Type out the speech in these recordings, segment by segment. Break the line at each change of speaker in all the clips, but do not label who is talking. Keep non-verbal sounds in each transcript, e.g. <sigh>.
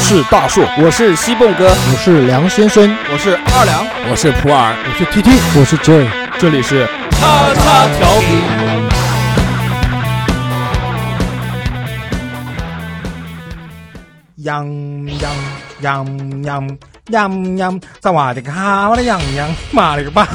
是大树，
我是西蹦哥，
我是梁先生，
我是二梁，
我是普洱，
我是 T T，
我是 J，
这里是
叉叉调频。
羊羊羊羊羊羊，在我的卡我的羊羊，妈了个巴！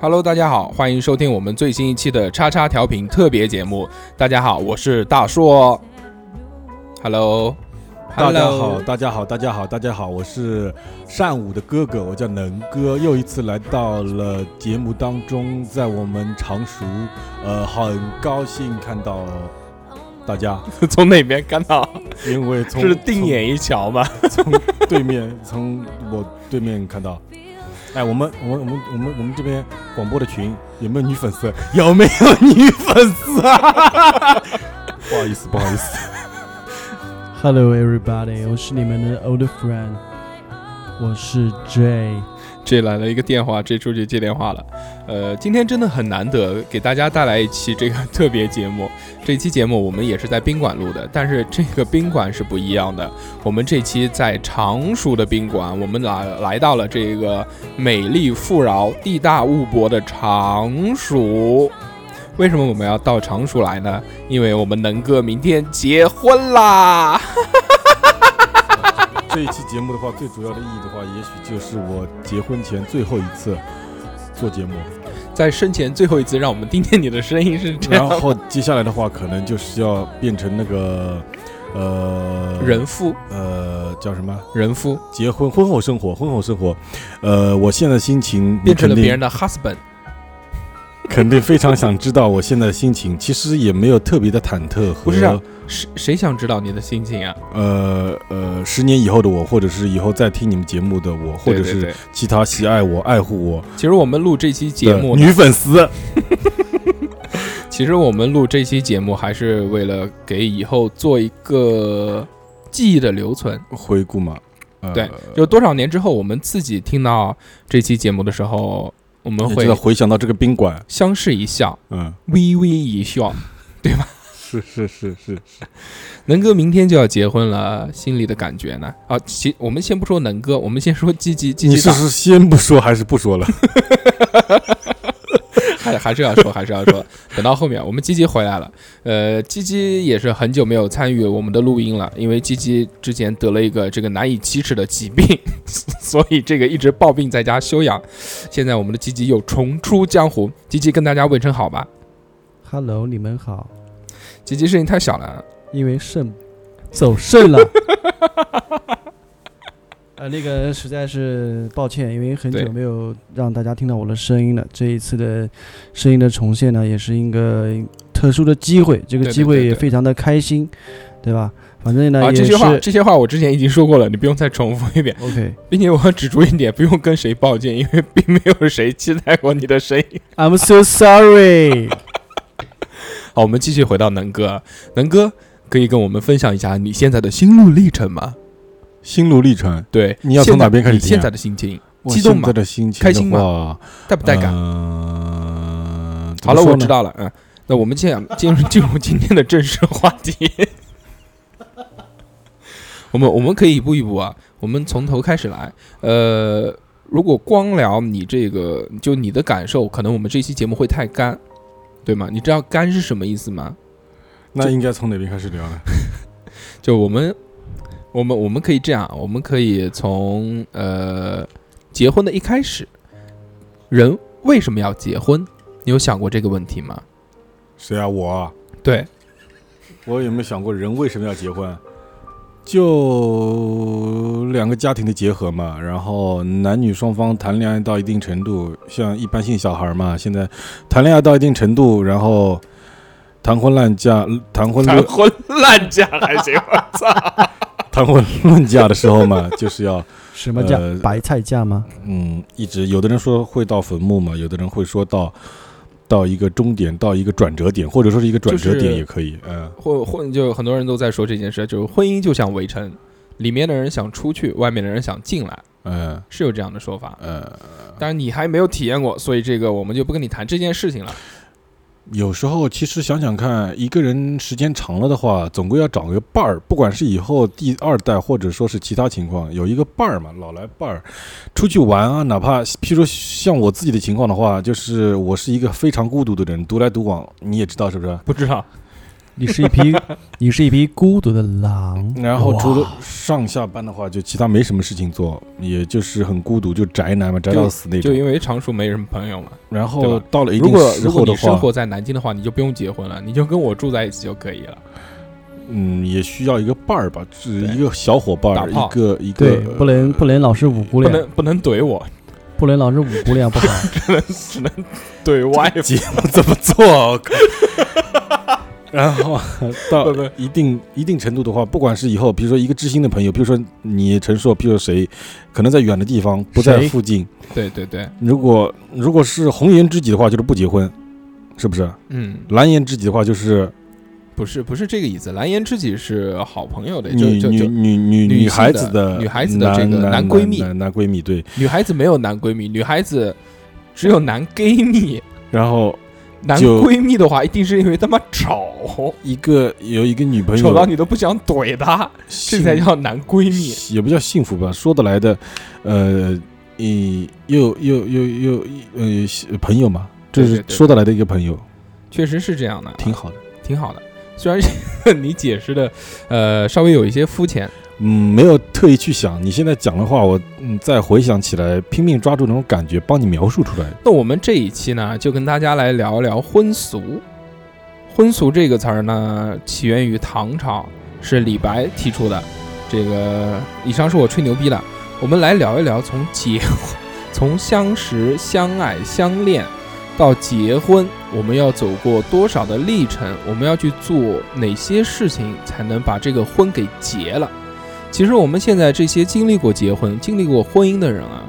Hello，大家好，欢迎收听我们最新一期的叉叉调频特别节目。大家好，我是大硕。Hello，,
Hello 大家好，大家好，大家好，大家好，我是善舞的哥哥，我叫能哥，又一次来到了节目当中，在我们常熟，呃，很高兴看到大家。
<laughs> 从哪边看到？
因为从
是定眼一瞧嘛，
从对面，从我对面看到。哎，我们我们我们我们我们这边广播的群有没有女粉丝？有没有女粉丝 <laughs> 啊？不好意思，不好意思。
Hello everybody，我是你们的 old friend，我是 J。
J 来了一个电话，J 出去接电话了。呃，今天真的很难得给大家带来一期这个特别节目。这期节目我们也是在宾馆录的，但是这个宾馆是不一样的。我们这期在常熟的宾馆，我们来来到了这个美丽富饶、地大物博的常熟。为什么我们要到常熟来呢？因为我们能哥明天结婚啦！
这一期节目的话，最主要的意义的话，也许就是我结婚前最后一次做节
<laughs>
目，
在生前最后一次，让我们听见你的声音是这样。
然后接下来的话，可能就是要变成那个呃
人夫，
呃叫什么
人夫？
结婚婚后生活，婚后生活，呃，我现在心情
变成了别人的 husband，
肯定非常想知道我现在的心情。其实也没有特别的忐忑和
不是啊。谁谁想知道你的心情啊？
呃呃，十年以后的我，或者是以后再听你们节目的我，或者
对对对
是其他喜爱我、爱护我
其实我们录这期节
的
目，
女粉丝，
其实我们录这期节目还是为了给以后做一个记忆的留存。
回顾嘛，呃、
对，就多少年之后，我们自己听到这期节目的时候，我们
也
会
知道回想到这个宾馆，
相视一笑，
嗯，
微微
<laughs>
一笑。
是是是是是，
<laughs> 能哥明天就要结婚了，心里的感觉呢？啊，其我们先不说能哥，我们先说鸡鸡鸡
你
鸡
是
大，
是先不说还是不
<laughs>
说了？
还还是要说，还是要说，等到后面我们鸡鸡回来了。呃，鸡鸡也是很久没有参与我们的录音了，因为鸡鸡之前得了一个这个难以启齿的疾病， <laughs> 所以这个一直抱病在家休养。现在我们的鸡鸡又重出江湖，鸡鸡跟大家问声好吧。
Hello，你们好，
鸡鸡声音太小了，
因为肾走肾了。 <laughs> 呃，那个实在是抱歉，因为很
对
久没有让大家听到我的声音了。这一次的声音的重现呢，也是一个特殊的机会，这个
对对
机
对
会也
对
非常的开心，对吧？反正呢、
啊，这
呃也
些
是
话这些话我之前已经说过了，你不用再重复一遍。
OK。
并且我要指出一点，不用跟谁抱歉，因为并没有谁期待过你的声音。
I'm so sorry 。
好，我们继续回到能哥，能哥可以跟我们分享一下你现在的心路历程吗？
心路历程，
对，
你要从
现在
哪边开始
你
听啊
现在的心情
我
激动
现
吗
在的心情
开心
的话，
带不带感？
嗯，呃怎
好
么
了，
说呢
我知道了。嗯，那我们现在进入进入今天的正式话题。我们我们可以一步一步啊，我们从头开始来。呃，如果光聊你这个，就你的感受，可能我们这期节目会太干，对吗？你知道“干”是什么意思吗？
那应该从哪边开始聊呢？
就我们，我们我们可以这样，啊我们可以从呃结婚的一开始，人为什么要结婚？你有想过这个问题吗？
谁啊？我啊
对，
我有没有想过人为什么要结婚？就两个家庭的结合嘛，然后男女双方谈恋爱到一定程度，像一般性小孩嘛，现在谈恋爱到一定程度，然后谈婚论嫁，谈婚
谈
论
婚烂嫁还行，
<laughs>
我操！
谈婚论嫁的时候嘛， <laughs> 就是要
什么价？
呃
白菜价吗？
嗯，一直有的人说会到坟墓嘛，有的人会说到到一个终点，到一个转折点，或者说是一个转折
就是
点也可以，嗯。
婚婚就很多人都在说这件事，就是婚姻就像围城，里面的人想出去，外面的人想进来，
嗯
是有这样的说法。
呃，
但是你还没有体验过，所以这个我们就不跟你谈这件事情了。
有时候其实想想看，一个人时间长了的话，总归要找个伴儿，不管是以后第二代，或者说是其他情况，有一个伴儿嘛，老来伴儿，出去玩啊，哪怕譬如说像我自己的情况的话，就是我是一个非常孤独的人，独来独往，你也知道是不是？
不知道，
你是一
<laughs>
匹，你是一匹孤独的狼。
然后除
哇
了上下班的话，就其他没什么事情做，也就是很孤独，就宅男嘛，宅到死那
就
种。
因为常熟没什么朋友嘛。
然
对
后
吧
到了一
如
定
果
时
如果
候的
你生
话，
活在南京的话，你就不用结婚了，你就跟我住在一起就可以了。
嗯，也需要一个伴儿吧，是
对
一个小伙伴
打
儿，
炮
一个一个
对，不
<laughs>
能不能老是五姑
不
娘，
能不能怼我，
不能老是五姑娘，不
<laughs>
好。
只能怼外
节目怎么做啊？我
<laughs>
靠！然后到
不不
一定一定程度的话，不管是以后，比如说一个知心的朋友，比如说你陈硕，比如说谁，可能在远的地方，不在
谁
附近。
对对对，
如果如果是红颜知己的话，就是不结婚，是不是？
嗯，
蓝颜知己的话，就是
不是不是这个意思，蓝颜知己是好朋友的，就
女
就
女
就
女女
女性
孩
的
子的
女孩子的这个
男
男闺蜜
男男男闺蜜对，
女孩子没有男闺蜜，女孩子只有男闺蜜。
然后
男
就
闺蜜的话，一定是因为他妈丑，
一个有一个女朋友，
丑到你都不想怼他，
幸
这才叫男闺蜜。
也不叫幸福吧，说得来的，呃，嗯，又又又又呃朋友嘛，这
对
是
对对
说得来的一个朋友，
确实是这样的，啊
挺好的。
挺好的。虽然你解释的， <laughs> 呃，稍微有一些肤浅，
嗯，没有特意去想，你现在讲的话，我嗯再回想起来，拼命抓住那种感觉，帮你描述出来。
那我们这一期呢，就跟大家来聊一聊婚俗。婚俗这个词儿呢，起源于唐朝，是李白提出的。这个以上是我吹牛逼了。我们来聊一聊从结婚、从相识、相爱、相恋到结婚，我们要走过多少的历程？我们要去做哪些事情才能把这个婚给结了？其实我们现在这些经历过结婚、经历过婚姻的人啊，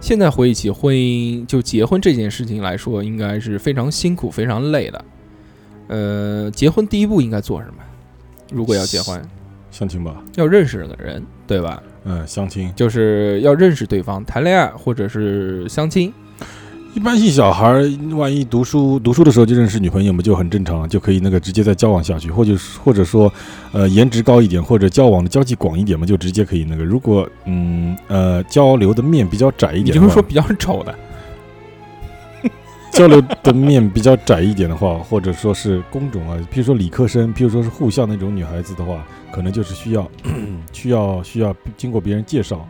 现在回忆起婚姻，就结婚这件事情来说，应该是非常辛苦、非常累的。呃，结婚第一步应该做什么？如果要结婚，
相亲吧，
要认识个人，对吧？
嗯，相亲，
就是要认识对方，谈恋爱或者是相亲。
一般性小孩儿万一读书读书的时候就认识女朋友嘛，就很正常了，就可以那个直接再交往下去，或者或者说，呃，颜值高一点，或者交往的交际广一点嘛，就直接可以那个。如果嗯呃交流的面比较窄一
你
点
就
的话，
是说比较丑的，
交流的面比较窄一点的话，或者说是工种啊，譬如说理科生，譬如说是护校那种女孩子的话，可能就是需
<clears throat>
要需要需要经过别人介绍。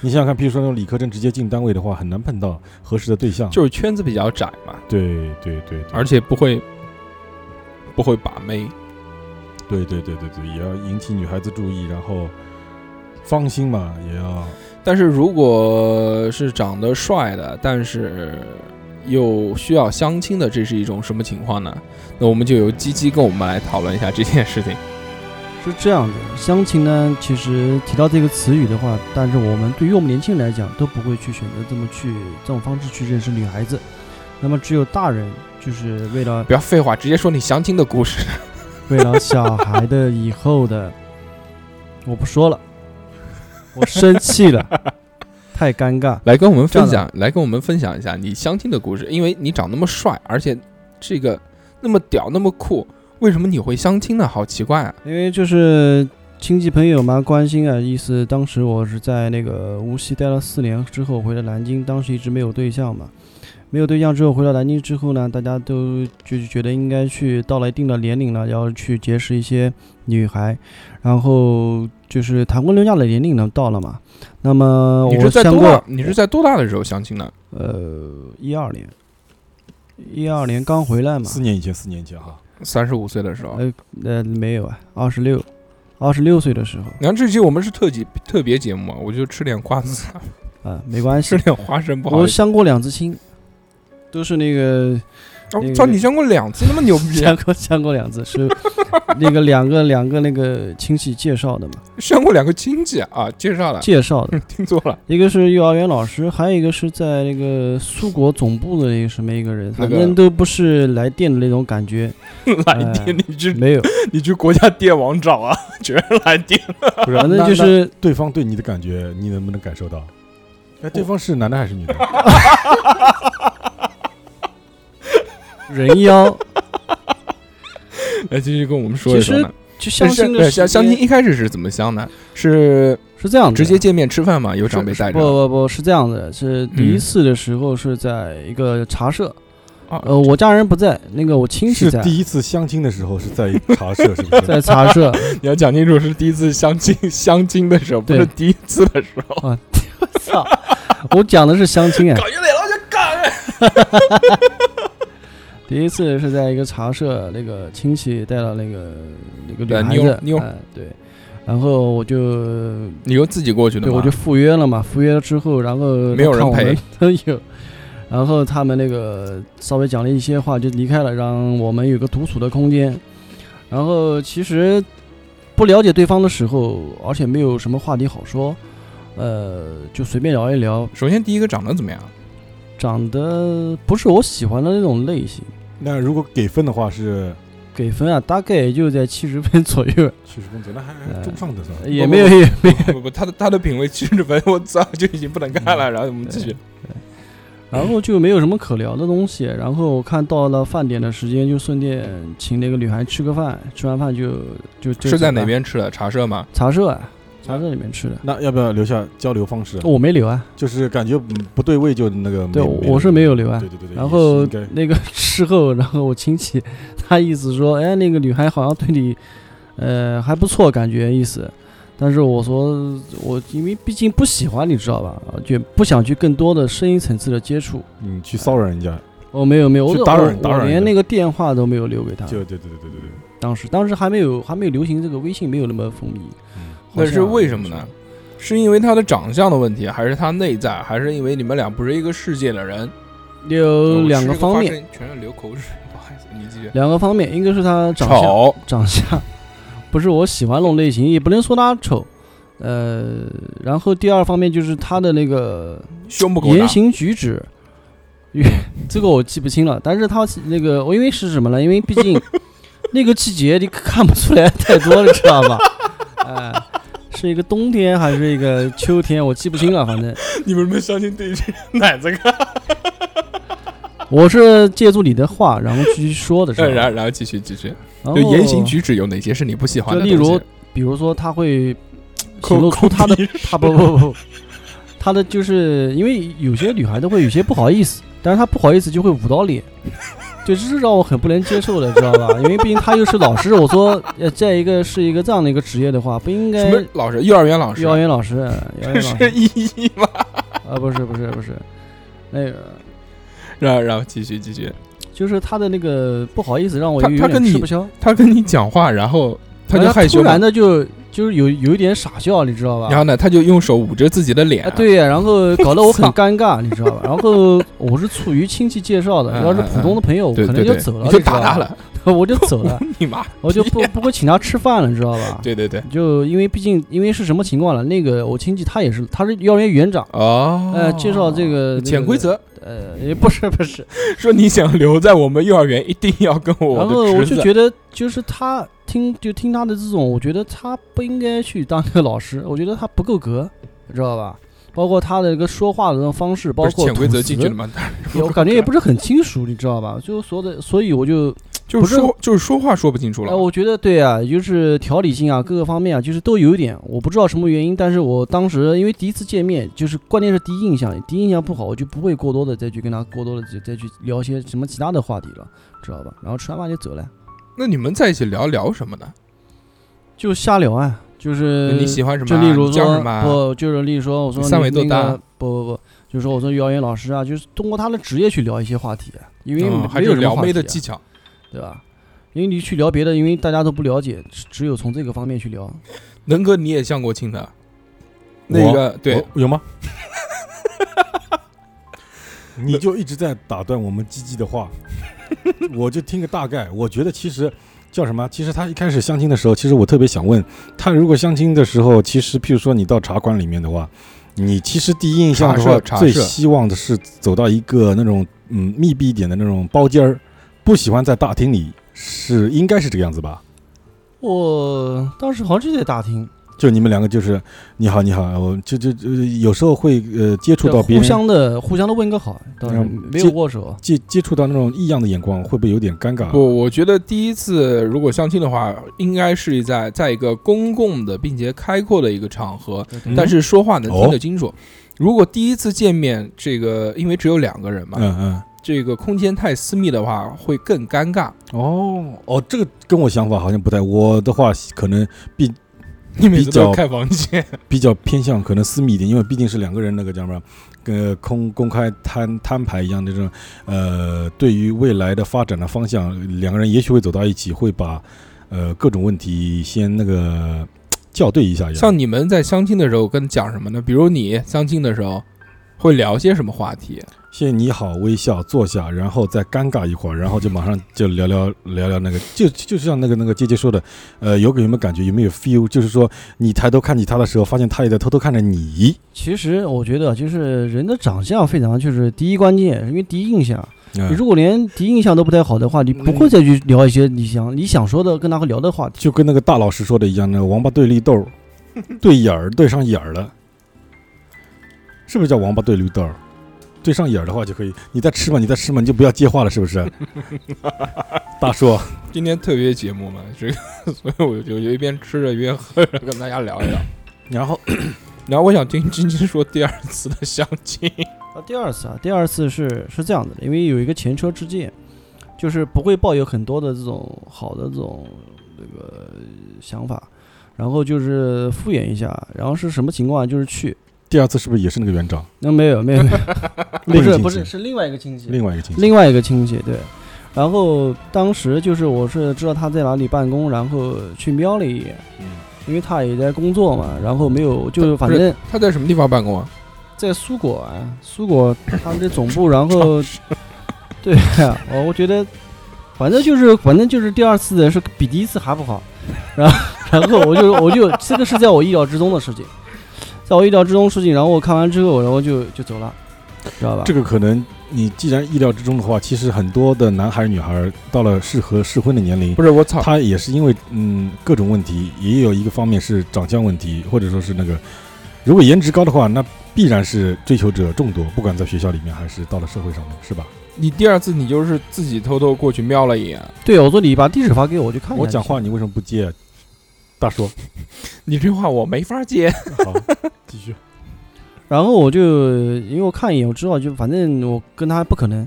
你想想看，譬如说那种理科生直接进单位的话，很难碰到合适的对象。
就是圈子比较窄嘛，
对对对，
而且不会不会把妹。
对对对对对，也要引起女孩子注意，然后芳心嘛，也要
但是如果是长得帅的，但是又需要相亲的，这是一种什么情况呢？那我们就由鸡鸡跟我们来讨论一下这件事情。
是这样的，相亲呢，其实提到这个词语的话，但是我们对于我们年轻人来讲，都不会去选择这么去这种方式去认识女孩子。那么只有大人，就是
<laughs>
为了
不要废话，直接说你相亲的故事。
为了小孩的以后的，我不说了，我生
<laughs>
气了，太尴尬。
来跟我们分
这
享
样，
来跟我们分享一下你相亲的故事，因为你长那么帅，而且这个那么屌，那么酷，为什么你会相亲呢？好奇怪啊！
因为就是亲戚朋友嘛，关心啊，意思当时我是在那个无锡待了四年之后回了南京，当时一直没有对象嘛，没有对象之后回到南京之后呢，大家都就是觉得应该去到了一定的年龄了，要去结识一些女孩，然后就是谈婚论嫁的年龄呢到了嘛，那么
你
呃我
是在
相
多
过
大？你是在多大的时候相亲的？
呃一二年，一二年刚回来嘛，
四年以前，四年前哈，
三十五岁的时候。
呃呃没有啊，二十六，二十六岁的时候
然后这期我们是特辑特别节目啊，我就吃点瓜子，
<laughs> 啊，没关系
吃，点花生不好
我
意思。
相过两次亲，都是那个
哦
那个
操、你相过两次，那么牛逼，啊
<laughs> 相过相过两次，
<laughs>
是那个两个两个那个亲戚介绍的嘛，
相过两个亲戚啊，介绍了，
介绍的，
听错
<laughs>
了，
一个是幼儿园老师，还有一个是在那个苏国总部的那个什么一个人，
那
反
个
正都不是来电的那种感觉，
<laughs>
呃
来电你去 <laughs>
没有，
你去国家电网找啊， <laughs> 全是来
<laughs>
电。
不是
反正
那那
就是
对方对你的感觉，你能不能感受到？哎，对方是男的还是
<laughs>
女的？
人妖，
来继续跟我们说一说呢，
<laughs> 就相亲
对
的
相相
时
亲
间
一开始是怎么相的？是
是这样的，
直接见面吃饭吗？有长辈
是
带
不
着？
不不是这样的，是第一
嗯
次的时候是在一个茶社，
啊
呃，我家人不在，那个我亲戚
是
在，
第一次相亲的时候是在茶社，是不是？
<laughs> 在茶社
你要讲清楚，是第一次相亲相亲的时候，不是
对
第一次的时候。
啊，操，我讲的是相亲哎，
搞有点老想搞。
第一次是在一个茶社，那个亲戚带了那个那个
对呃
女孩
妞
子，
妞
哎对，然后我就
你又自己过去的
<laughs> 对
吗？
我就赴约了嘛，赴约了之后，然后
没有人
看我们
陪，
都有。然后他们那个稍微讲了一些话，就离开了，让我们有个独处的空间。然后其实不了解对方的时候，而且没有什么话题好说，呃，就随便聊一聊。
<laughs> 首先第一个长得怎么
<laughs>
样？
长得不是我喜欢的那种类型，
那如果给分的话是
给分啊，大概也就在七十分
<laughs>
左右，
七十分左右，那还还
呃
中上的啊算。
也
不
没有也没有。
不不不，他的他的品味七十分，我早就已经不能看
嗯
了。然后我们继续，
然后就没有什么可聊的东西。然后我看到了饭点的时间，就顺便请那个女孩吃个饭，吃完饭就就就是
在哪
走了
边吃的？茶社吗？
茶社啊，
嗯
茶社里面吃的。
那要不要留下交流方式？
我没留啊，
就是感觉嗯不对味就那个没。
对，我我是没有留啊
对。对对对。
然后
也是应
那个 <laughs> 事后，然后我亲戚他意思说，哎，那个女孩好像对你，呃，还不错，感觉意思。但是我说我因为毕竟不喜欢，你知道吧？啊就不想去更多的深一层次的接触。
该嗯去骚扰人家，
我哦没有没有，我
去打扰
我
人打扰
我
人
连
的
那个电话都没有留给他。
就对对对对对对。
当时当时还没有还没有流行这个微信，没有那么风靡。
嗯
那是为什么呢？是因为他的长相的问题，还是他内在，还是因为你们俩不是一个世界的人？
有
我
呃两
吃
个
哦个
方
花
面，
生，全是流口水，不好意思，你继续。
两个方面，一个是他长相，
吵，
长相不是我喜欢那种类型，也不能说他丑，呃，然后第二方面就是他的那个
胸部够大
言，行举止，与这个我记不清了，但是他那个我因为是什么呢？因为毕
<laughs>
竟那个季节你看不出来太多，你知道吧？哎、是一个冬天还是一个秋天，我记不清了，反正。
你们没相信对这 <laughs> 奶子看？
我是借助你的话，然后去说的是吧
<laughs> 然后然后继续继续，
然后
就言行，举止有哪些是你不喜欢的
就
东
例
西？
如，比如说他会
抠
显露出他的
抠鼻
他不不不，他的就是因为有些女孩子会有些不好意思，但是她不好意思就会捂到脸， <laughs> 对，这是让我很不能接受的，知道吧？因为毕竟她又是老师，我说呃，再一个是一个这样的一个职业的话，不应
什
该
么老师，幼儿园老师
幼，儿
<laughs>
园老师，幼儿园老
是
师
一一吗？
啊，不是不是不是，那个
然后然后继续继续，
就是他的那个不好意思让我
她
有
她跟
点吃
你
不消。
他跟你讲话，然后他
然
就
后
害羞
突
嘛
然，的就就是有有一点傻笑，你知道吧？
然后呢，他就用手捂着自己的脸
啊，，对呀，
<laughs>
然后搞得我很尴尬，你知道吧？然后我是出于亲戚介绍的，
嗯
要是普通的朋友，我
对
可能
对
就
对，
走了，
你就
你知道
打
吧
他，了， <laughs>
<laughs> 我就走了，
你妈！
我就不不会请他吃饭了，你知道吧？
对对对，
就因为毕竟因为是什么情况了？那个我亲戚他也是，他是幼儿园园长，
哦，
呃，介绍这个
潜规，则，
那个呃，也不是不是，
说你想留在我们幼儿园，一定要跟 <laughs> 我
然后
的
我
侄
就
子。
觉得，就是他听就听他的这种，我觉得他不应该去当一个老师，我觉得他不够格，你知道吧？包括他的一个说话的那种方式，包
不
括
是潜规
吐
则
词
进去了吗？
也我感觉也不是很清楚，你知道吧？就所有的，所以我就，
<laughs> 就是
不是
说，就是说话说不清楚
哎、
了。
我觉得对啊，就是条理性啊，各个方面啊，就是都有一点，我不知道什么原因，但是我当时因为第一次见面，就是关键是第一印象，第一印象不好，我就不会过多的再去跟他过多的再再去聊一些什么其他的话题了，知道吧？然后吃完饭就走了。
那你们在一起聊聊什么呢？
就瞎聊啊，就是
你喜欢什么
就
啊？
例如
你叫
说
什么啊？
不，就是例如说，我说
你三围
你
多
那
大
个不不不，就是说我说幼儿园老师啊，就是通过他的职业去聊一些话题，因为
嗯还
没有
是
什么
撩
话
妹的技
题啊
巧。
对吧？因为你去聊别的，因为大家都不了解，只只有从这个方面去聊。
能哥你也相过亲的，那
我
个
哦
对，
我有吗？
你就一直在打断我们鸡鸡的话，我就听个大概。我觉得其实叫什么？其实他一开始相亲的时候，其实我特别想问他，如果相亲的时候，其实譬如说你到茶馆里面的话，你其实第一印象的
茶
话
社，茶
最
社
希望的是走到一个那种嗯密闭一点的那种包间儿，不喜欢在大厅里，是应该是这个样子吧？
我当时好像就在大厅，
就你们两个就是你好你好，我就就就有时候会呃接触到别
互
人，
相的互相的问个好，当时
嗯
没有
这
握手。
接接触到那种异样的眼光，会不会有点尴尬？
不，我觉得第一次如果相亲的话，应该是在在一个公共的并且开阔的一个场合，
嗯
但是说话能听
哦
得清楚。如果第一次见面，这个因为只有两个人嘛，
嗯嗯。
这个空间太私密的话会更尴尬。
哦哦，这个跟我想法好像不太。我的话可能
你每
比
次都
较
开
<laughs>
房间，
比较偏向可能私密一点，因为毕竟是两个人那个叫什么，呃，公公开摊摊牌一样的这种，呃，对于未来的发展的方向，两个人也许会走到一起，会把呃各种问题先那个校对一下一样。
像你们在相亲的时候跟讲什么呢？比如你相亲的时候会聊些什么话题？
先你好，微笑坐下，然后再尴尬一会儿，然后就马上就聊聊聊聊那个，就就像那个那个姐姐说的，呃，有给有没有感觉，有没有 feel？就是说你抬头看起他的时候，发现他也在偷偷看着你。
其实我觉得，就是人的长相非常就是第一关键，因为第一印象。
嗯
你如果连第一印象都不太好的话，你不会再去聊一些你想你想说的跟他聊的话题。
就跟那个大老师说的一样，那个王八对绿豆
<laughs>
儿，对眼儿对上眼儿了，是不是叫王八对绿豆儿？对上眼儿的话就可以，你再吃嘛，你再吃嘛，你就不要接话了，是不
<laughs>
是？大叔，
今天特别节目嘛，这个， <laughs> 所以我就就一边吃着一边喝着跟大家聊一聊。
然后
然后我想听晶晶说第二次的相亲，
啊，第二次啊，第二次是是这样子的，因为有一个前车之鉴，就是不会抱有很多的这种好的这种这个想法，然后就是敷衍一下，然后是什么情况啊就是去，
第二次是不是也是那个园长？
那、没有没
<laughs>
<laughs> 有没有，不
另一
是
个
不
亲
是
戚
是另外一个亲戚，
另外一个亲戚，
另外一个亲戚对。然后当时就是我是知道他在哪里办公，然后去瞄了一眼，
嗯
因为他也在工作嘛，然后没有就是反
不是
正
<laughs> 他在什么地方办公啊？
在苏果啊，苏果他们的总部，然
<laughs>
后对啊，我我觉得反正就是反正就是第二次的是比第一次还不好，然后 <laughs> 然后我就我就这个是在我意料之中的事情，在我意料之中的事情，然后我看完之后，然后就就走了，知道吧？
这个可能你既然意料之中的话，其实很多的男孩儿女孩儿到了适合适婚的年龄，
不是我操，
他也是因为嗯各种问题，也有一个方面是长相问题，或者说是那个，如果颜值高的话，那必然是追求者众多，不管在学校里面还是到了社会上面，是吧？
你第二次你就是自己偷偷过去瞄了一眼，
对，我说你把地址发给我，我就看一下
我讲
就行
话你为什么不接啊？大叔，
你这话我没法接。
好，继续。
然后我就因为我看一眼，我知道就反正我跟他不可能，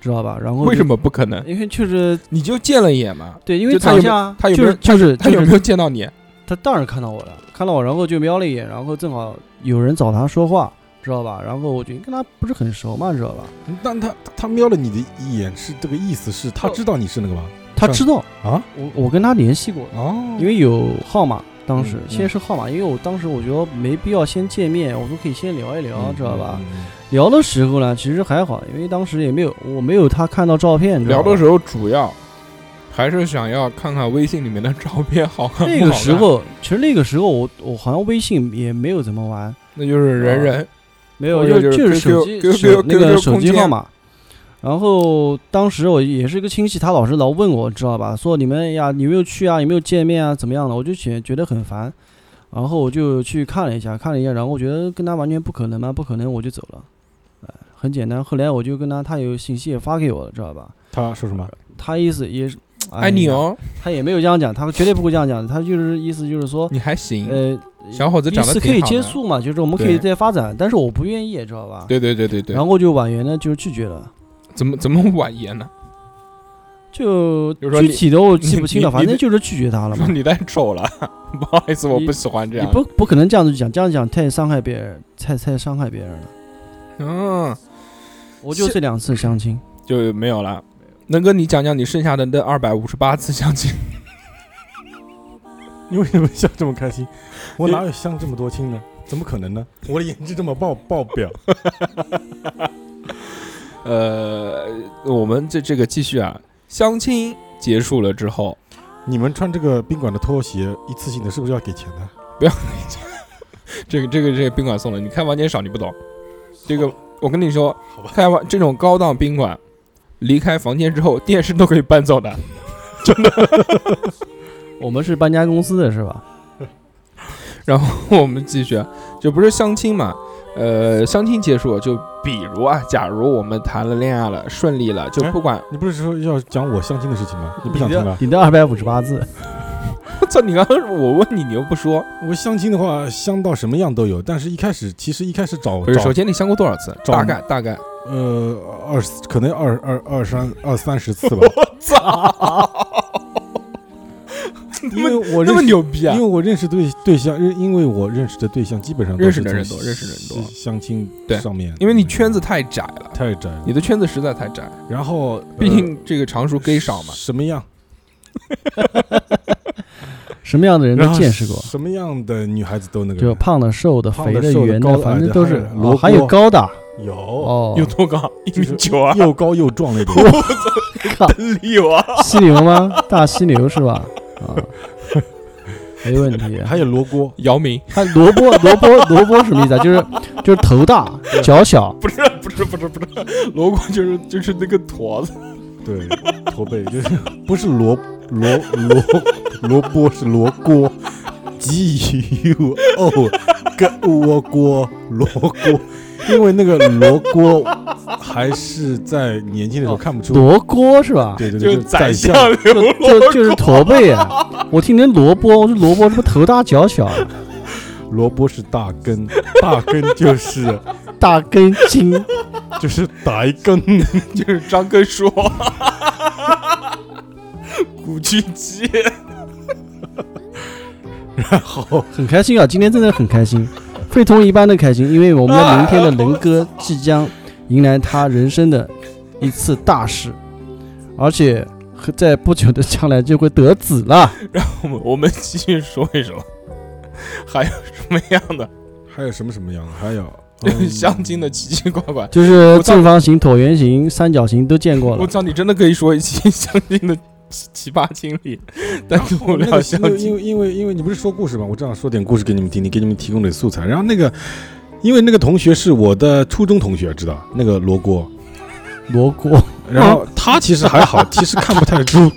知道吧？然后
<laughs> 为
就
什？么不可能？
因为就是
你就见了一眼 <laughs> 嘛，
对，因为
就他
长
有没有
相啊
他有
就
没有
是就是
他有
就是
没有见到你？
他当然看到我了，看到我，然后就瞄了一眼，然后正好有人找他说话，知道吧？然后我就跟他不是很熟嘛，知道吧？
嗯但他他瞄了你的一眼，是这个意思是他知道你是那个吗？
他知道
啊，
我我跟他联系过，
哦
因为有号码，当时
嗯嗯
先是号码，因为我当时我觉得没必要先见面，我说可以先聊一聊，
嗯
知道
嗯
吧？？聊的时候呢，其实还好，因为当时也没有我没有他看到照片，
聊的时
候。
候主要还是想要看看微信里面的照片好啊看
那
不
个
好
时
看，
候，其实那个时候我我好像微信也没有怎么玩，
<laughs> 那就是人人
没有，
或
就
者哦就是
是手
QQ
机
QQ
手那个
QQ
手
空
机
间
号码。然后当时我也是一个亲戚，他老是老问我，知道吧？说你们呀，有没有去啊？有没有见面啊？怎么样的？我就觉觉得很烦。然后我就去看了一下，看了一下，然后我觉得跟他完全不可能嘛，不可能，我就走了。哎，很简单。后来我就跟他，他有信息也发给我了，知道吧？
他说什么？
他意思也是，哎
爱你
呀，
哦，
他也没有这样讲，他绝对不会这样讲，他就是意思就是说，
你还行，
呃，
小嗯伙子
彼
长得
此可
挺
以
好
接
的。
触嘛，就是我们可
对
以再发展，但是我不愿意，知道吧？
对对对对对
然，后就婉言呢，就是拒绝了，
怎么怎么婉言呢？ <laughs>
就
就是说
具
你
体的我记
你
不清了，
你
反
你
正
得
就是拒绝他了
说
嘛。
你太丑了， <laughs> 不好意思，我
你
不喜欢这
你
啊
样。
不不可能这样子讲，这样讲太伤害别人，太太伤害别人了。
嗯，
我就这两次相亲，
就没有了。能哥，你讲讲你剩下的那二百五十八次相亲？ <laughs>
<laughs> 你为什么笑这么开心？我
因
哪有相这么多亲呢？怎么可能呢？ <laughs> 我的颜值这么爆爆表，
呃，我们这这个继续啊，相亲结束了之后，
<laughs> 你们穿这个宾馆的拖鞋，一次性的，是不是要给钱呢？
这个这个这个宾馆送了，你开房间少你不懂。这个我跟你说
好吧，
开完这种高档宾馆，离开房间之后，电视都可以搬走的。
我们是搬家公司的是吧？
我们继续啊，就不是相亲嘛，呃，相亲结束，就比如啊，假如我们谈了恋爱了，顺利了，就
哎
不管， <laughs>
你不是说要讲我相亲的事 <laughs> 情吗？你不想听了？
你的二百五十八字，
我操、你刚刚我问你，你又不说，
我相亲的话，相到什么样都有，但是一开始其实一开始找
不是，
找
首先你相过多少次？
找
大概大概，
呃二十可能二二二三二三十次吧，
<laughs>
因为 <laughs> 我
那
认
么
识，
牛逼啊
因为！我认识对对象，认因为我认识的对象基本上都
认
是
识的
从
人多认识的人多
相亲
对
上面，
因为你圈子太窄了，
太窄了，
你的圈子实在太窄，
然后
毕
呃
竟这个常熟 gay 少嘛。
什么样
什么样的人
然
都
后
见识过，
什么样的女孩子都那个
就胖的、瘦的、
胖的
肥
瘦的
圆
高
的，
的
反
矮
正
的
都
还有
是
萝
哦，还有
卜
高的
有
哦，
有多高？一
就是
米九啊，
又高又壮那种，
很有
<laughs>
啊！
犀牛吗？大犀牛是吧？啊，没问题。
还有罗锅，
<laughs> 姚明
还萝卜，萝卜，萝卜什么意思啊？就是就是头大脚小，
不是不是不是不是，罗锅就是就是那个坨子，
对，驼背就是不是萝萝萝萝卜是罗锅，G U O 跟窝锅罗锅，因为那个罗锅还是在年轻的时候看不出，
罗锅是吧？
对对
就
对，
是
就宰
相
相
刘
就就是驼背啊！我听成萝卜，我说萝卜什么头大脚小，啊
萝卜是大根，大根就是 <laughs>
大根筋，
就是大根，
就是张根硕， <laughs> 古巨基。
然后
很开心啊！今天真的很开心，非同一般的开心，因为我们的明天的能哥即将迎来他人生的一次大事，而且和在不久的将来就会得子了。
我们 <laughs> 我们继续说一说，还有什么样的、
还有什么什么样的，还有嗯
相亲的奇奇怪怪？
就是正方形、椭圆形、三角形都见过
我
了。
操，你真的可以说一期相亲的奇奇葩经历，单独
那
聊
个是
相
因为因
亲。
为因为因为你不是说故事吗？我正好说点故事给你们听听，给你们提供点素材。然后那个，因为那个同学是我的初中同学，知道那个罗锅，
罗锅，
然后他其实还好，其实看不太出。 <laughs>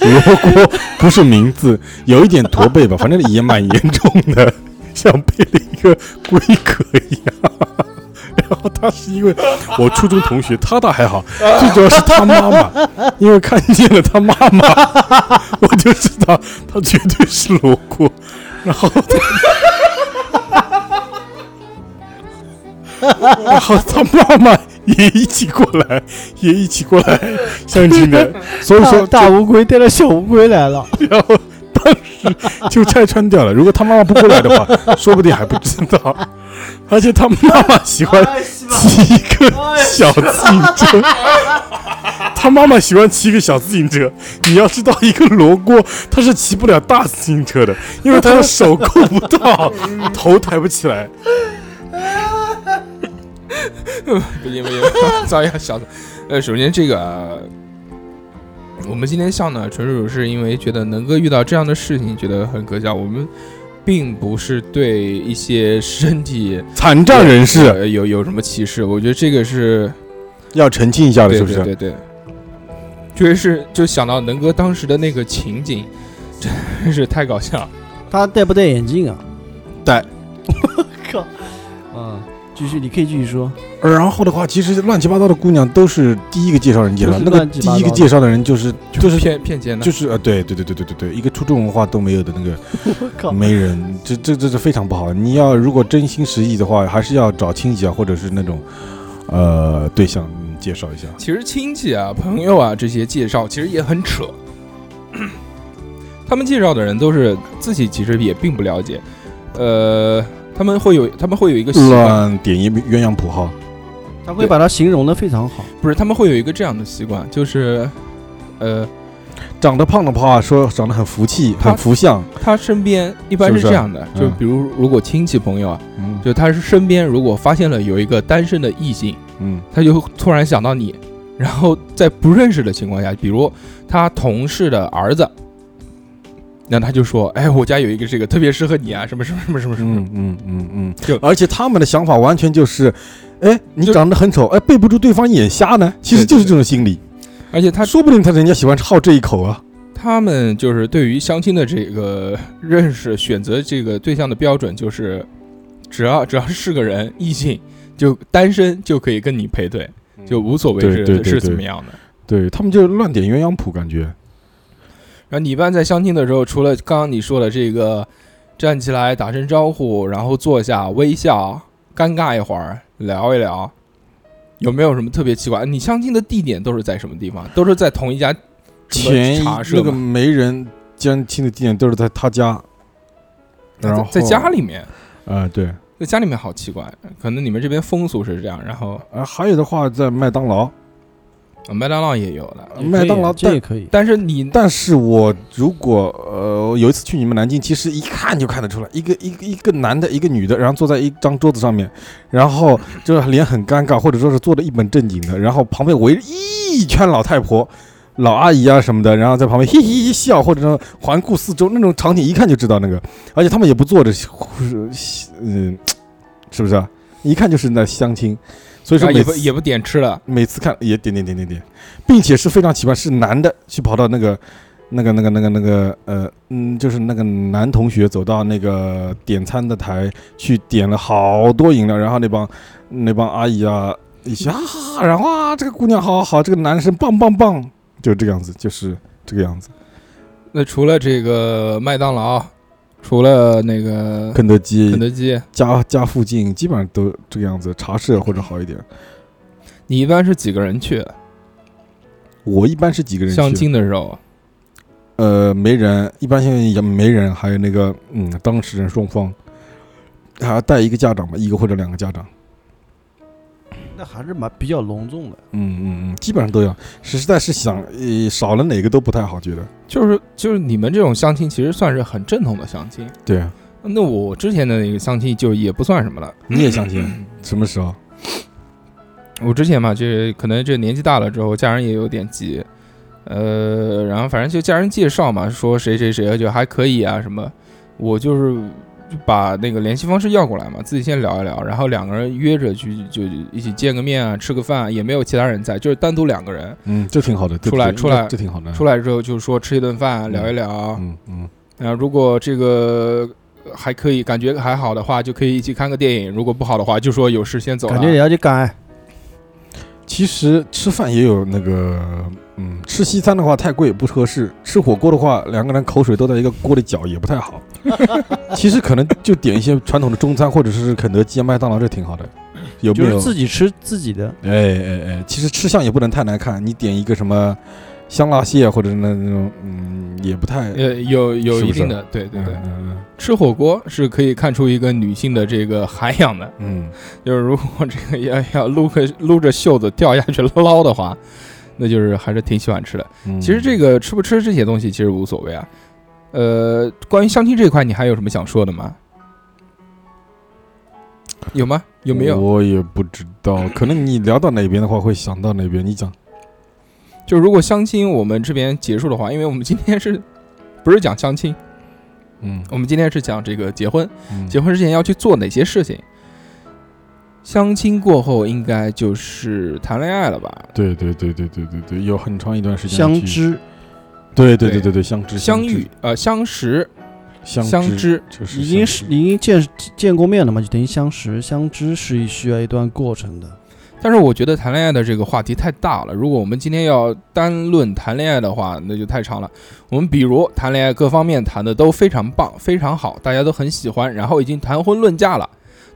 罗锅不是名字，有一点驼背吧，反正也蛮严重的，像背了一个龟壳一样。然后他是因为我初中同学，他倒还好，最主要是他妈妈，因为看见了他妈 <laughs> 妈，我就知道他绝对是罗锅。然后他，然后他 <laughs> 妈妈也一起过来，也一起过来相亲的，所以说
大乌龟带着小乌龟来了。
然后 <laughs> 当时就拆穿掉了。如果他妈妈不过来的
<laughs>
话，说不定还不知道。而且他妈妈喜欢
哎
骑一个小自行车，
哎
他妈妈喜欢骑一个小自行车。你要知道，一个罗锅他是骑不了大自行车的，因为他的手够不
<laughs>
到，头抬不起来。
不行不 <laughs> 行，遭殃小的。呃，首先这个，呃我们今天笑呢，纯属是因为觉得能哥遇到这样的事情，觉得很可笑。我们并不是对一些身体
残障人士
呃有有什么歧视，我觉得这个是
要澄清一下了，
对
是不是？
对对对，确实是就想到能哥当时的那个情景，真是太搞笑了。
他戴不戴眼镜啊？
戴。
<laughs> 靠！嗯，继续，你可以继续说。
然后的话，其实乱七八糟的姑娘都是第一个介绍人介绍，
都是
那个
乱七
第
八
一个
糟的
介绍的人就是就是
骗骗钱的，
就是呃，对对对对对对对，一个初中文化都没有的那个
我 <laughs> 靠
媒人，这这这是非常不好。你要如果真心实意的话，还是要找亲戚啊，或者是那种呃对象嗯介绍一下。
其实亲戚啊、朋友啊这些介绍，其实也很扯。他们介绍的人都是自己其实也并不了解，呃，他们会有他们会有一个习惯，
乱点鸳鸳鸯谱号，
他会把它形容的非常好。
不是，他们会有一个这样的习惯，就是，呃，
长得胖的话说长得很福气，
他
很福相，
他身边一般
是不
是
是
这样的，就
嗯
比如如果亲戚朋友啊，
嗯
就他是身边如果发现了有一个单身的异性，
嗯
他就突然想到你，然后在不认识的情况下，比如他同事的儿子，那他就说，哎，我家有一个这个特别适合你啊，什么什么什么什么什么，
嗯嗯嗯嗯，
就
而且他们的想法完全就是，哎，你
就
长得很丑，哎，背不住对方眼瞎呢，其实
对对
就是这种心理，
而且他
说不定他人家喜欢好这一口啊，
他们就是对于相亲的这个认识、选择这个对象的标准，就是只要只要是个人异性，就单身就可以跟你配对，就无所谓
嗯对
是
对对
是怎
对
么样的。
对他们就乱点鸳鸯谱感觉，
然后你一般在相亲的时候，除了刚刚你说的这个站起来打声招呼，然后坐下微笑，尴尬一会儿聊一聊，有没有什么特别奇怪？你相亲的地点都是在什么地方？都是在同一家什么
前一
茶社
那个
吗
媒人相亲的地点都是在他家，然后
在在家里面。
啊、对，
在家里面好奇怪，可能你们这边风俗是这样，然后
啊，还有的话在麦当劳，
呃麦当劳也有了，
也可以
麦当劳
这
但
也可以，
但是你
但是我如果呃有一次去你们南京，其实一看就看得出来，一个一个一个男的，一个女的，然后坐在一张桌子上面，然后就是脸很尴尬，或者说是坐的一本正经的，然后旁边围着一圈老太婆。老阿姨啊什么的，然后在旁边嘿嘿一笑，或者说环顾四周那种场景，一看就知道那个，而且他们也不坐着，嗯，是不是、啊？一看就是那相亲，所以说
啊也
每
不
次
也不点吃了，
每次看也点点点点点，并且是非常奇怪，是男的去跑到那个、那个、那个、那个、那个，呃，嗯，就是那个男同学走到那个点餐的台去点了好多饮料，然后那帮那帮阿姨啊一起啊，然后啊，这个姑娘好好好，这个男生棒棒棒，就这个样子，就是这个样子。
那除了这个麦当劳，除了那个
肯德基
呃肯德基，
家家附近基本上都这个样子，茶社或者好一点。
你一般是几个人去
我一般是几个人去
相亲的时候？
呃，媒人一般性也媒人，还有那个嗯，当事人双方，还要带一个家长吧，一个或者两个家长，
那还是蛮比较隆重的。
嗯嗯嗯，基本上都要。实在是想，呃，少了哪个都不太好，觉得。
就是就是你们这种相亲，其实算是很正统的相亲。
对啊，
那我之前的那个相亲就也不算什么了。
你也相亲？什么时候？
我之前嘛，这可能这年纪大了之后，家人也有点急，呃，然后反正就家人介绍嘛，说谁谁谁就还可以啊什么，我就是就把那个联系方式要过来嘛，自己先聊一聊，然后两个人约着去就就一起见个面啊，吃个饭啊，也没有其他人在，就是单独两个人
嗯，这挺好的，这
出来
挺
出来
这挺好的。
出
来，
来之后就说吃一顿饭啊聊一聊，
嗯嗯，
然后如果这个。呃还可以，感觉还好的话，就可以一起看个电影；如果不好的话，就说有事先走了。
感觉也要去赶，
其实吃饭也有那个，嗯，吃西餐的话太贵不合适，吃火锅的话两个人口水都在一个锅里搅也不太
<laughs>
好。其实可能就点一些传统的中餐，或者是肯德基、麦当劳，这挺好的。有没
就
有？
是自己吃自己的。
哎哎哎，其实吃相也不能太难看，你点一个什么香辣蟹或者那那种，嗯，也不太。
呃，有有
是不
一
是
定的，对对
嗯
对。
嗯
吃火锅是可以看出一个女性的这个涵养的， <laughs>
嗯，
就是如果这个要要撸个撸着袖子掉下去捞的话，那就是还是挺喜欢吃的。
嗯
其实这个吃不吃这些东西其实无所谓啊。呃，关于相亲这一块，你还有什么想说的吗？有吗？有没有？
我也不知道，可能你聊到哪边的话，会想到哪边。你讲，
就如果相亲我们这边结束的话，因为我们今天是 <laughs> 不是讲相亲？
嗯，
我们今天是讲这个结婚。
嗯
结婚之前要去做哪些事情？相亲过后应该就是谈恋爱了吧？
对对对对对对对，有很长一段时间
相
去，
知，
对对对对对，相知
相遇、呃，相识、
相知
相
相知，
知，
就是
已经
相
是
知
已经见见过面了嘛，就等于相识相知是需要一段过程的。
但是我觉得谈恋爱的这个话题太大了。如果我们今天要单论谈恋爱的话，那就太长了。我们比如谈恋爱各方面谈的都非常棒，非常好，大家都很喜欢，然后已经谈婚论嫁了。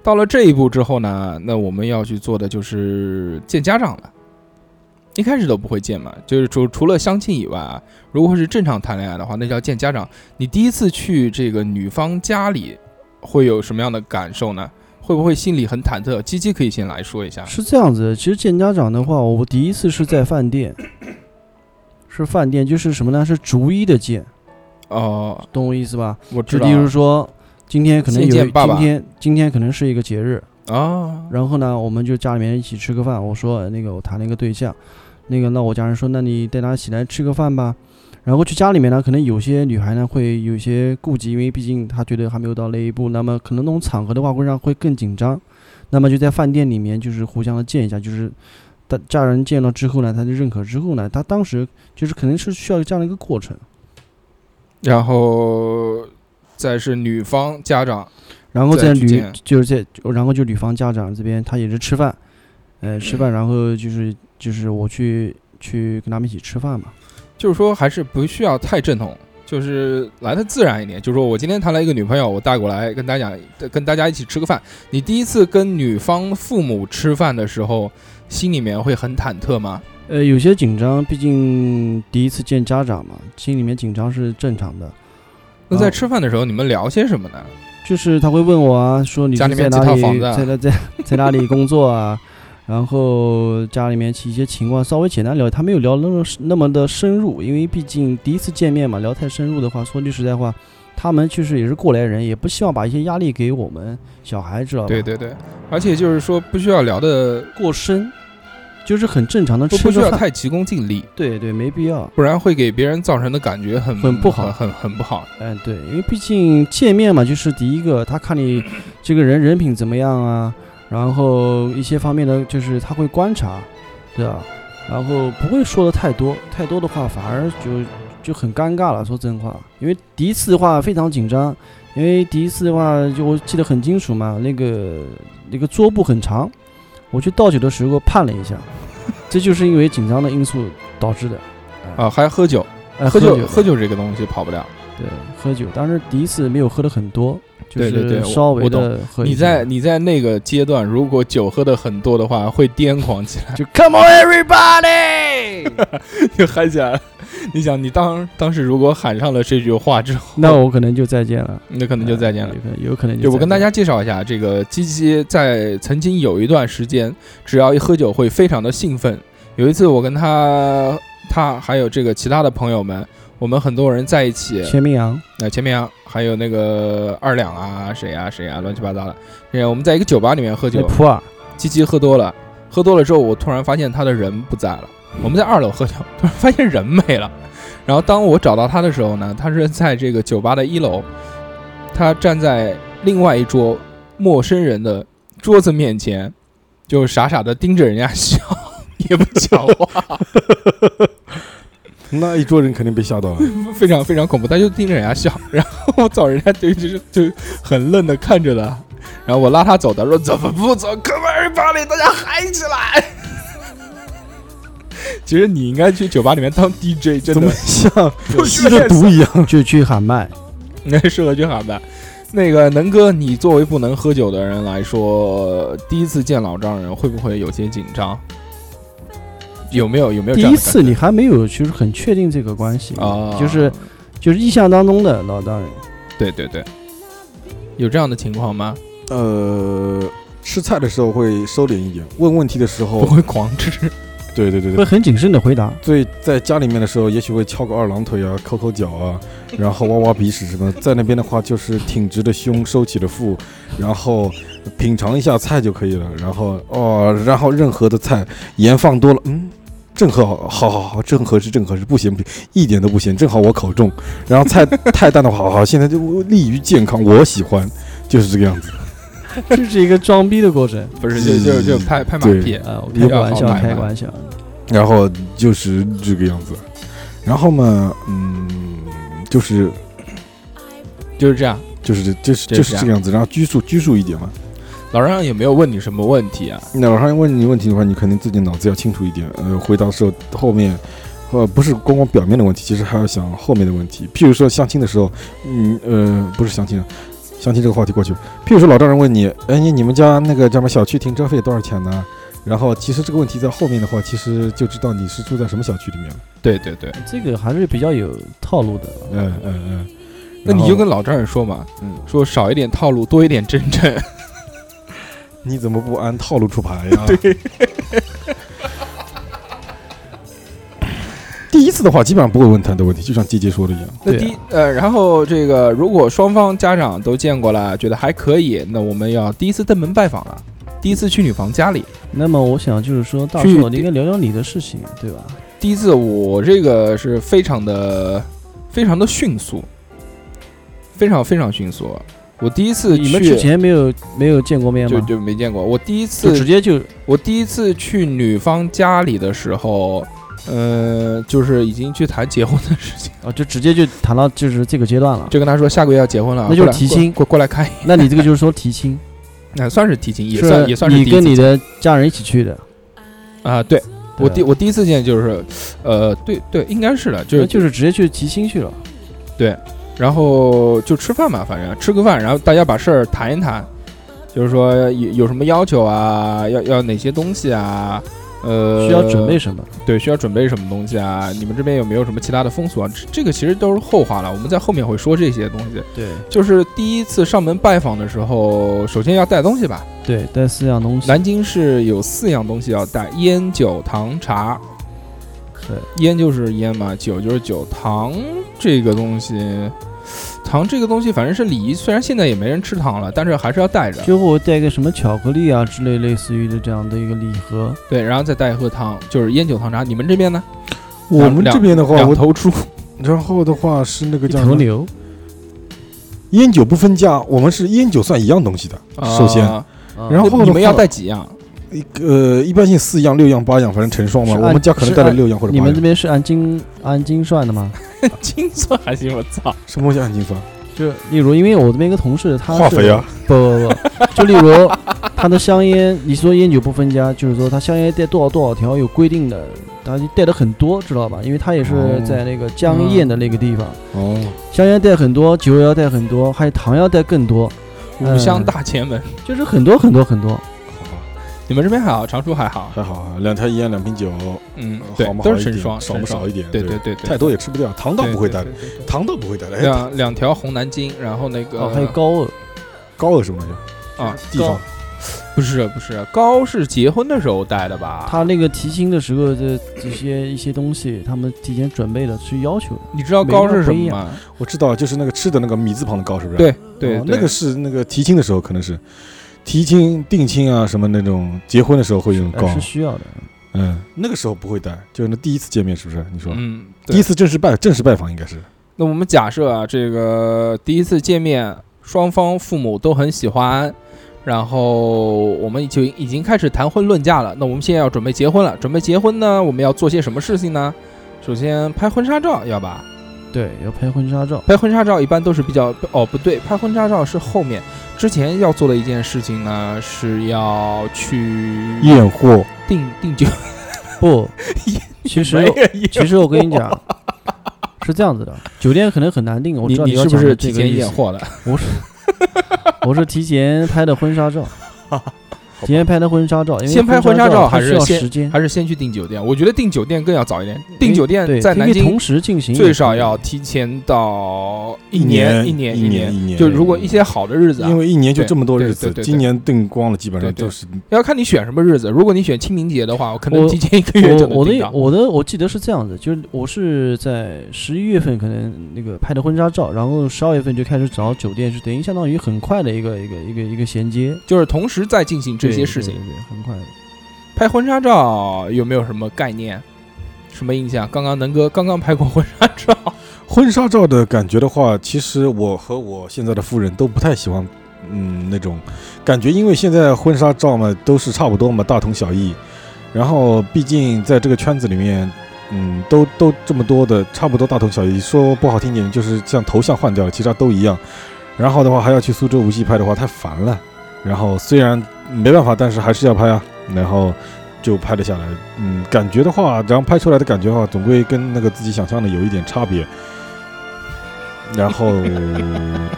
到了这一步之后呢，那我们要去做的就是见家长了。一开始都不会见嘛，就是除除了相亲以外啊，如果是正常谈恋爱的话，那叫见家长。你第一次去这个女方家里，会有什么样的感受呢？会不会心里很忐忑？鸡鸡可以先来说一
啊
下。
是这样子，其实见家长的话，我第一次是在饭店， <coughs> 是饭店，就是什么呢？是逐一的见，
哦，
懂我意思吧？
我知
就
道
例如说，今天可能有
先见爸爸
今天今天可能是一个节日，
啊，
然后呢，我们就家里面一起吃个饭。我说呃那个我谈了一个对象，那个那我家人说，那你带她一起来吃个饭吧。然后去家里面呢，可能有些女孩呢会有一些顾忌，因为毕竟她觉得还没有到那一步，那么可能那种场合的话会让会更紧张。那么就在饭店里面，就是互相的见一下，就是大家人见了之后呢，他就认可之后呢，他当时就是肯定是需要这样的一个过程。
然后再是女方家长，
然后在
再去
女
见
就是在，然后就女方家长这边，他也是吃饭，呃，吃饭，然后就是就是我去去跟他们一起吃饭嘛。
就是说还是不需要太正统，就是来的自然一点。就是说我今天谈了一个女朋友，我带过来跟大家跟大家一起吃个饭。你第一次跟女方父母吃饭的时候，心里面会很忐忑吗？
呃，有些紧张，毕竟第一次见家长嘛，心里面紧张是正常的。
那在
哦
吃饭的时候，你们聊些什么呢？
就是他会问我啊，说你
家
是
里面
在哪
几套
里，
房子啊
在在在在哪里工作啊？ <laughs> 然后家里面一些情况稍微简单聊，他没有聊那么那么的深入，因为毕竟第一次见面嘛，聊太深入的话，说句实在话，他们确实也是过来人，也不希望把一些压力给我们小孩，知道吧？
对对对，而且就是说不需要聊的，
过深，就是很正常的
不
吃
不需要
个饭，
太急功近利，
对对，没必要。
不然会给别人造成的感觉很
很不好
很很很不好。
嗯，对，因为毕竟见面嘛，就是第一个，他看你这个人人品怎么样啊，然后一些方面的就是他会观察，对吧？然后不会说的太多，太多的话反而就就很尴尬了。说真话，因为第一次的话非常紧张，因为第一次的话就我记得很清楚嘛，那个那个桌布很长，我去倒酒的时候判了一下，这就是因为紧张的因素导致的。
啊，还喝酒，
呃，
喝
酒
酒，喝酒这个东西跑不了。
对，喝酒，当时第一次没有喝的很多，就
对对对我
是稍微
我懂
的喝一
你
下
在你在那个阶段，如果酒喝的很多的话，会癫狂起来，
就 Come on everybody，
<laughs> 就嗨起来了。你想，你当当时如果喊上了这句话之后，
那我可能就再见了，
那可能就再见了
呃。有可能有可能
就我跟大
再见
家介绍一下，这个鸡鸡在曾经有一段时间，只要一喝酒会非常的兴奋。有一次，我跟他、他还有这个其他的朋友们，我们很多人在一起，
签名羊，
那前面啊还有那个二两啊，谁啊谁啊，乱七八糟的。然后我们在一个酒吧里面喝
那
酒，
普洱，
鸡鸡喝多了，喝多了之后，我突然发现他的人不在了。我们在二楼喝酒， <laughs> 突然发现人没了。然后当我找到他的时候呢，他是在这个酒吧的一楼，他站在另外一桌陌生人的桌子面前，就傻傻的盯着人家笑， <laughs> 也不讲话，
那一桌人肯定被吓到 <laughs> 了。
非常非常恐怖。他就盯着人家笑， <laughs> 然后我找人家就就是就很愣的看着他，然后我拉他走的，说怎么不走？哥们儿，把你大家嗨起来！ <laughs> 其实你应该去酒吧里面当 DJ，真
怎么
的 <laughs>
像
不需
吸
要
了毒一样？
就去喊麦，
应该适合去喊麦。嗯那个能哥，你作为不能喝酒的人来说，第一次见老丈人会不会有些紧张？有没有有没有
第
这样
一
的感觉
次你还没有就是很确定这个关系
啊，
就是就是意象当中的老丈人，
对对对，有这样的情况吗？
呃，吃菜的时候会收敛一点，问问题的时
不
候，
会狂吃，
对对对
会
对，
很谨慎的回
<laughs>
答，
最在家里面的时候，也许会翘个二郎腿啊，抠抠脚啊，然后挖挖鼻屎什么的。在那边的话，就是挺直的胸，收起了腹，然后呃品尝一下菜就可以了。然后哦，然后任何的菜盐放多了，嗯。正好，好好好，正合适，正合适，不咸不咸，一点都不咸，正好我口重。然后菜太淡的话，好好，现在就利于健康，我喜欢，就是这个样子。
这是一个装逼的
<laughs>
过程
不是嗯就就就拍拍马
对
屁，
啊，我开个玩笑
要，喊麦
开个玩笑，
然后就是这个样子。然后嘛，嗯，就是
就是这样。
就是这就是
这
就是
样
这个样子。然后拘束拘束一点嘛。
老丈人也没有问你什么问题啊，
那老师问你问题的话，你肯定自己脑子要清楚一点。呃，回答的时候后面。呃，不是光光表面的问题，其实还要想后面的问题。譬如说相亲的时候，嗯呃，不是相亲啊，相亲这个话题过去了。譬如说老丈人问你，哎，你你们家那个叫什么小区停车费多少钱呢？然后其实这个问题在后面的话，其实就知道你是住在什么小区里面了。
对对对，
这个还是比较有套路的，
嗯嗯嗯。
那你
然
就
后
跟老丈人说嘛，
嗯
说少一点套路，多一点真诚。
你怎么不按套路出牌啊呀？
<laughs>
对， <laughs> 第一次的话基本上不会问太多问题，就像姐姐说的一样，
那
对
第一呃，然后这个如果双方家长都见过了，觉得还可以，那我们要第一次登门拜访了，第一次去女方家里，
那么我想就是说，大
去
叔，我
地
应该聊聊你的事情，对吧？
第一次我这个是非常的非常的迅速，非常非常迅速。我第一次呃去
你们之前没有没有见过面
就
吗？
就没见过，我第一
就直
次
接就
我第一次去女方家里的时候，呃，就是已经去谈结婚的事情，
啊，就直接就谈到就是这个阶段了。
就跟他说下个月要结婚了，
那就
过
是
来
提亲
过过过来看一眼，
那你这个就是说提亲，
那算是提亲，也
是啊
算也算是
你
第一次
跟你
见
的家人一起去的。嗯
啊，对。
对
我第我第一次见就是，呃，对对，应该是的，就
那
是
就是直接去提亲去了。
然后就吃饭嘛，反正吃个饭，然后大家把事儿谈一谈，就是说有有什么要求啊，要要哪些东西啊，呃，
需要准备什么？
对，需要准备什么东西啊？你们这边有没有什么其他的风俗啊？这这个其实都是后话了，我们在后面会说这些东西。
对
就是第一次上门拜访的时候，首先要带东西吧。
对，带四样东西。
南京是有四样东西要带：烟、酒、糖、茶。
对，
烟就是烟嘛，酒就是酒，糖这个东西，糖这个东西反正是礼仪，虽然现在也没人吃糖了，但是还是要带着。
最后我带一个什么巧克力啊之类，类似于的这样的一个礼盒。
对，然后再带一盒糖，就是烟、酒、糖、茶。你们这边呢？
我们
两
这边的话，
两
我
头猪，
<laughs> 然后的话是那个
一
叫
头牛，
烟酒不分家，我们是烟酒算一样东西的。首先，
啊
啊
然后的
你们要
话
带几样？ <laughs>
一个呃，一般性四样、六样、八样，反正成双嘛。
啊
是
我
按
们家可能
是
带了
按
六样或者八
你
样。
们这边是按斤按斤算
<laughs>
的吗？
金算还行，我操！
什么东西按斤算？
就例如，因为我这边一个同事，他是
化肥啊！
不 <laughs> 不不，就例如他的香烟，你说烟酒不分家，就是说他香烟带多少多少条有规定的，他就带的很多，知道吧？因为他也
哦
是在那个江堰的那个地方，
嗯
哦，
香烟带很多，酒要带很多，还有糖要带更多，
五香
嗯
大前门，
就是很多很多很多。
好吧
你们这边还好，常熟还好。
还好啊，两条烟，两瓶酒，
嗯，
呃好
对
嘛，
都
好
是
一
成
点
双，
少
成
嘛
双
少一点
对
对
对对，
太多也吃不掉，糖倒
对
不会
对
带的
对，对对啊
糖倒不会带的。哎，
两两条红南京，然后那个
哦，还有高二，
高的什么东西？
啊，
地方
不是不是高是结婚的时候带的吧？
他那个提亲的时候的这些一些东西，他们提前准备的是要求的。
你知道
每
高
个
是什
不一
么
样
吗？
我知道，就是那个吃的那个米字旁的高，是不是？
对对
哦，
对
那个是那个提亲的时候可能是，提亲、定亲啊什么那种，结婚的时候会用
呃
高
是。需要的，
嗯，那个时候不会带，就是那第一次见面是不是？你说
嗯，
第一
对。
次正式拜正式拜访应该是
那我们假设啊，这个第一次见面，双方父母都很喜欢。然后我们就已经开始谈婚论嫁了。那我们现在要准备结婚了，准备结婚呢，我们要做些什么事情呢？首先拍婚纱照，要吧？
对，要拍婚纱照。
拍婚纱照一般都是比较哦，不对，拍婚纱照是后面之前要做的一件事情呢，是要去
验货，
订订酒，
不，其实其实我跟你讲，是这样子的，酒店可能很难订。我
你
知道
你
要
是不
讲的
是
这
提
个
前
意
验
思。哎
货了？
我是我是提前拍的婚
<laughs>
纱照，提前拍的婚纱照，因为
先拍婚纱照
它
还
需
是
要
先
时间？
还是先去订酒店？我觉得订酒店更要早一点，
因
订
为
酒店
哎对
在
可以
南京
同时进行也可
最
以，
少要提前到一
年
一
年
年
一
年。
一年，
就如果一些好的日子啊
因，为一年就这么多日
对
子
对对，对
今年订光了，基本上
对对
都是
要看你选什么日子。如果你选清明节的话，我可能
我
提前一个月就
我
能
我
订
的
到。
我的我记得是这样子，就是我是在十一月份可能那个拍的婚纱照，然后十二月份就开始找酒店，是等于相当于很快的一个一个一个一个衔接
就是同时在进行这
对
些事情
对。对对很快的。
拍婚纱照有没有什么概念？什么印象？刚刚能哥刚刚拍过婚纱照，
婚纱照的感觉的话，其实我和我现在的夫人都不太喜欢，嗯，那种感觉，因为现在婚纱照嘛都是差不多嘛，大同小异。然后毕竟在这个圈子里面，嗯，都都这么多的，差不多大同小异。说不好听点，就是像头像换掉了，其他都一样。然后的话还要去苏州无锡拍的话，太烦了。然后虽然没办法，但是还是要拍啊。然后就拍了下来，嗯，感觉的话，然后拍出来的感觉的话，总归跟那个自己想象的有一点差别。然后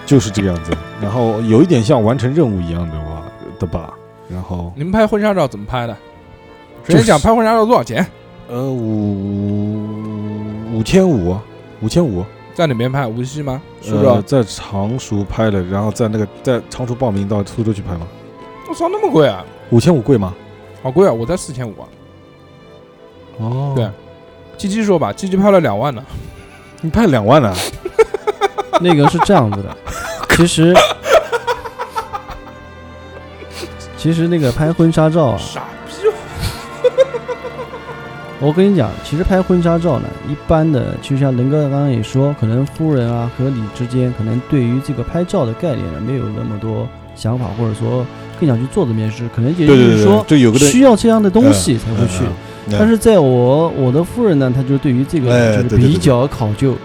就是这个样子，然后有一点像完成任务一样的话的吧。然后
你们拍婚纱照怎么拍的？直
就是
接讲拍婚纱照多少钱，
呃五五千五，啊五千五，
在哪边拍？无锡吗？苏
呃
州？
在常熟拍的，然后在那个在常熟报名到苏州去拍嘛。
我操，那么贵啊！
五千五贵吗？
好贵啊！我才四千五啊！
哦
对鸡鸡说吧，鸡鸡拍了两万呢。
你拍两万了，啊
<laughs> 那个是这样子的，其
<laughs>
实其实那个拍婚纱照啊，
傻逼！哦
我跟你讲，其实拍婚纱照呢，一般的就像仁哥刚刚也说，可能夫人啊和你之间，可能对于这个拍照的概念呢，没有那么多想法，或者说更想去做这件事，可能也就是说
就有个人
需要这样的东西才会去。
嗯嗯
但是在我我的夫人呢，她就对于这
哎
个就
对
是
对对
比较考究，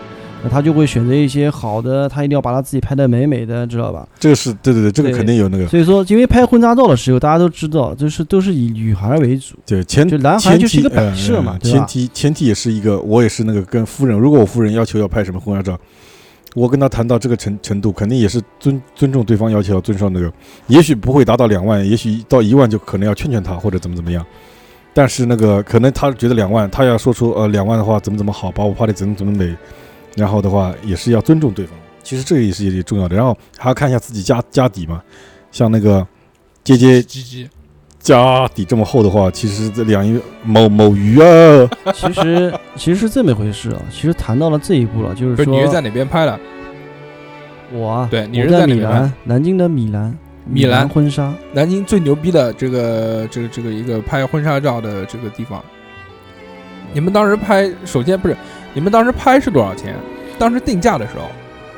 那她就会选择一些好的，她一定要把她自己拍的美美的，知道吧？
这个是对对对，这个
对
肯定有那个，
所以说，因为拍婚纱照的时候，大家都知道，就是都是以女孩为主，
对前
就男孩
前
就是一
提
个摆设嘛，
嗯嗯
对吧
前？提前提也是一个，我也是那个跟夫人，如果我夫人要求要拍什么婚纱照，我跟她谈到这个程程度，肯定也是尊尊重对方要求，要尊重那个，也许不会达到两万，也许到一万就可能要劝劝她或者怎么怎么样。但是那个可能她觉得两万，她要说出呃两万的话怎么怎么好，把我拍的怎么怎么美，然后的话也是要尊重对方。其实这个也是也是重要的，然后还要看一下自己家家底嘛，像那个姐姐
鸡鸡，
家底这么厚的话，其实这两亿某某鱼啊，
其实其实是这么一回事啊，其实谈到了这一步了，就
不
是
是你是在
说
哪边拍的？
我啊，
对你
我
是在
在
哪
米
边
兰，南京的米兰，
米
米兰
兰
婚纱，
南京最牛逼的这个这个这个一个拍婚纱照的这个地方。你们当时拍，首先不是你们当时拍是多少钱？当时定价的时候，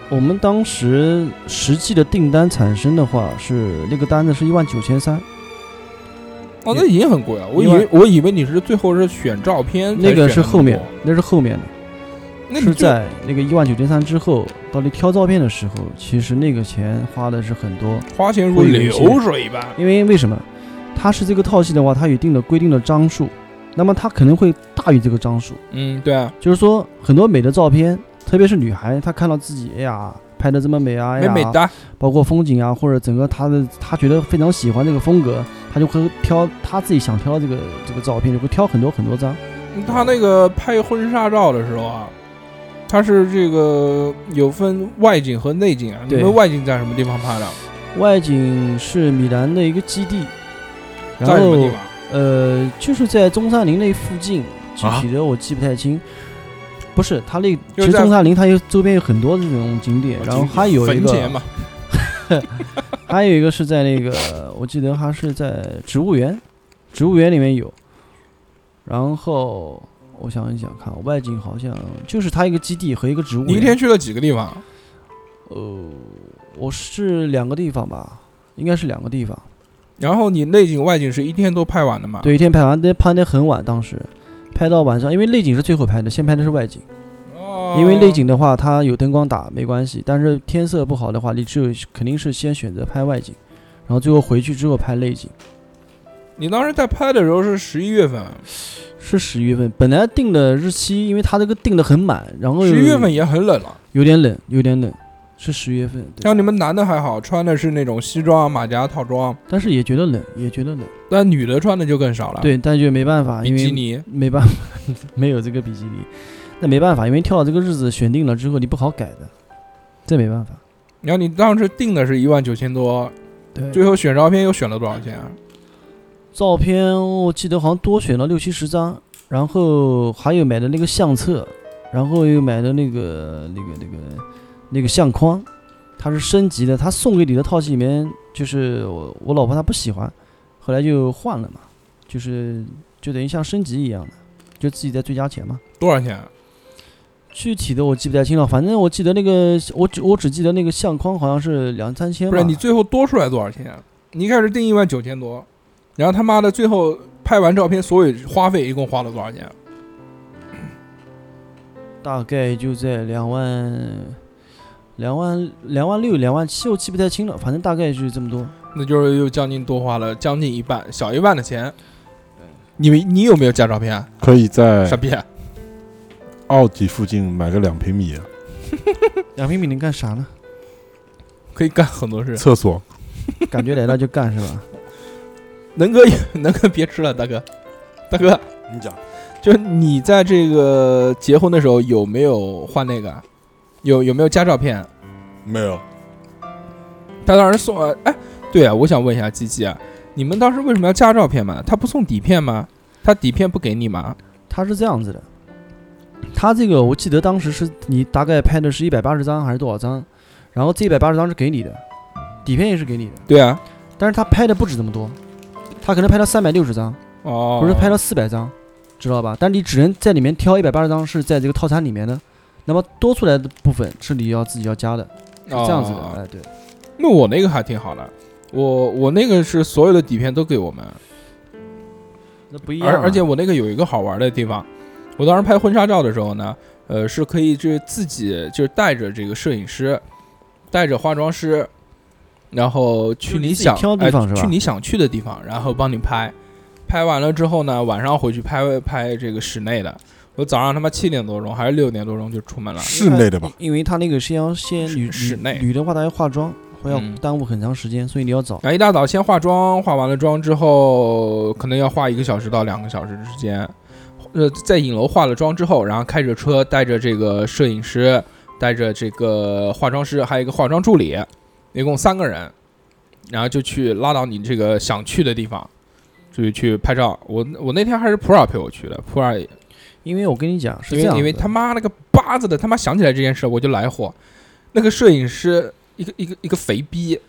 我们当时实际的订单产生的话是那个单子是一万九千三，
哦，那已经很贵了。我以
因为
为我以为你是最后是选照片才选的
那
那
个是后面
么多，
那是后面的。
那
是
你就
在那个一万九千三之后，到你挑照片的时候，其实那个钱花的是很多，
花钱如流水一般。
因为为什么？它是这个套系的话，它有一定的规定的张数，那么它可能会大于这个张数，
嗯，对啊，
就是说很多美的照片，特别是女孩，她看到自己，哎呀，拍的这么美啊，哎
美
呀，
美哒。
包括风景啊，或者整个她的，她觉得非常喜欢这个风格，她就会挑她自己想挑的这个这个照片，就会挑很多很多张。
他那个拍婚纱照的时候啊，他是这个有分外景和内景啊。你
对
们外景在什么地方拍的？
外景是米兰的一个基地，然
在什么
后
地方？
呃，就是在中山陵那附近，具
啊
体的我记不太清。不是，它那其
是
实
在哦
中山陵它有周边有很多这种景点，然后还有一
坟前
个，
嘛，
还有一个是在那个，我记得它是在植物园，植物园里面有。然后我想一想看，外景好像就是它一个基地和一个植物
你一
园。
天去了几个地方？
呃，我是两个地方吧，应该是两个地方。
啊然后你内景外景是一天都拍完的嘛？
对，一天拍完，那拍的很晚，当时拍到晚上，因为内景是最后拍的，先拍的是外景。
哦，
因为内景的话，它有灯光打没关系，但是天色不好的话，你只有肯定是先选择拍外景，然后最后回去之后拍内景。
你当时在拍的时候是十一月
哎
份，
是十一月份，本来定的日期，因为它这个定的很满，然后
十一月份也很冷了。
有点冷，有点冷，是十月份，对，
像你们男的还好，穿的是那种西装、啊马甲套装，
但是也觉得冷，也觉得冷，
但女的穿的就更少了。，
对，但就没办法，因
比基
为
尼。
没办法，没有这个比基尼，那没办法，因为跳到这个日子选定了之后，你不好改的，这没办法，
然后你当时定的是一万九千多，
对，
最后选照片又选了多少钱啊？
照片我记得好像多选了六七十张，然后还有买的那个相册，然后又买的那个那个那个那个相框，它是升级的，它送给你的套系里面就是我我老婆她不喜欢，后来就换了嘛，就是就等于像升级一样的，就自己再追加钱嘛。
多少钱啊？
具体的我记不太清了，反正我记得那个我只我只记得那个相框好像是两三千吧，
不是你最后多出来多少钱啊？你一开始定一万九千多，然后他妈的最后拍完照片，所有花费一共花了多少钱啊？
大概就在两万、两万、两万六、两万七，我记不太清了，反正大概就是这么多。
那就是又将近多花了将近一半，小一半的钱。你们你有没有加照片啊？
可以
傻
在
逼啊！
奥体附近买个两平米
两平米能干啥呢？
可以干很多事。
厕所，
<laughs> 感觉来了就干是 <laughs> 吧？
能哥，能哥别吃了，大哥，大哥，
你讲
就是你在这个结婚的时候有没有换那个啊？有有没有加照片？
没有？
哎他当时送了，哎，对啊，我想问一下鸡鸡啊，你们当时为什么要加照片嘛？他不送底片吗？他底片不给你吗？
他是这样子的，他这个我记得当时是你大概拍的是一百八十张还是多少张，然后这一百八十张是给你的，底片也是给你的，
对啊，
但是他拍的不止这么多，他可能拍了三百六十张，
哦，
或者拍了四百张，知道吧？但你只能在里面挑一百八十张是在这个套餐里面的，那么多出来的部分是你要自己要加的，是这样子的，
哦
哎，对，
那我那个还挺好的，我我那个是所有的底片都给我们，
那不一样啊、
而而且我那个有一个好玩的地方，我当时拍婚纱照的时候呢，呃，是可以就是自己就是带着这个摄影师，带着化妆师，然后去
就是你自己
想
挑地
哎
方是吧
去你想去的地方，然后帮你拍，拍完了之后呢，晚上回去拍拍这个室内的。我早上他妈七点多钟还是六点多钟就出门了，
室内的吧？
因为他那个先要先女
室
女
内
女的话，她要化妆，会要
嗯
耽误很长时间，所以你要早。
然后一大早先化妆，化完了妆之后，可能要化一个小时到两个小时之间。呃，在影楼化了妆之后，然后开着车，带着这个摄影师，带着这个化妆师，还有一个化妆助理，一共三个人，然后就去拉到你这个想去的地方，就去拍照。我我那天还是普洱陪我去的，普洱
因为我跟你讲是
因为
这样
因为
的
他妈那个巴子的，他妈想起来这件事我就来火。那个摄影师，一个一个一个肥逼，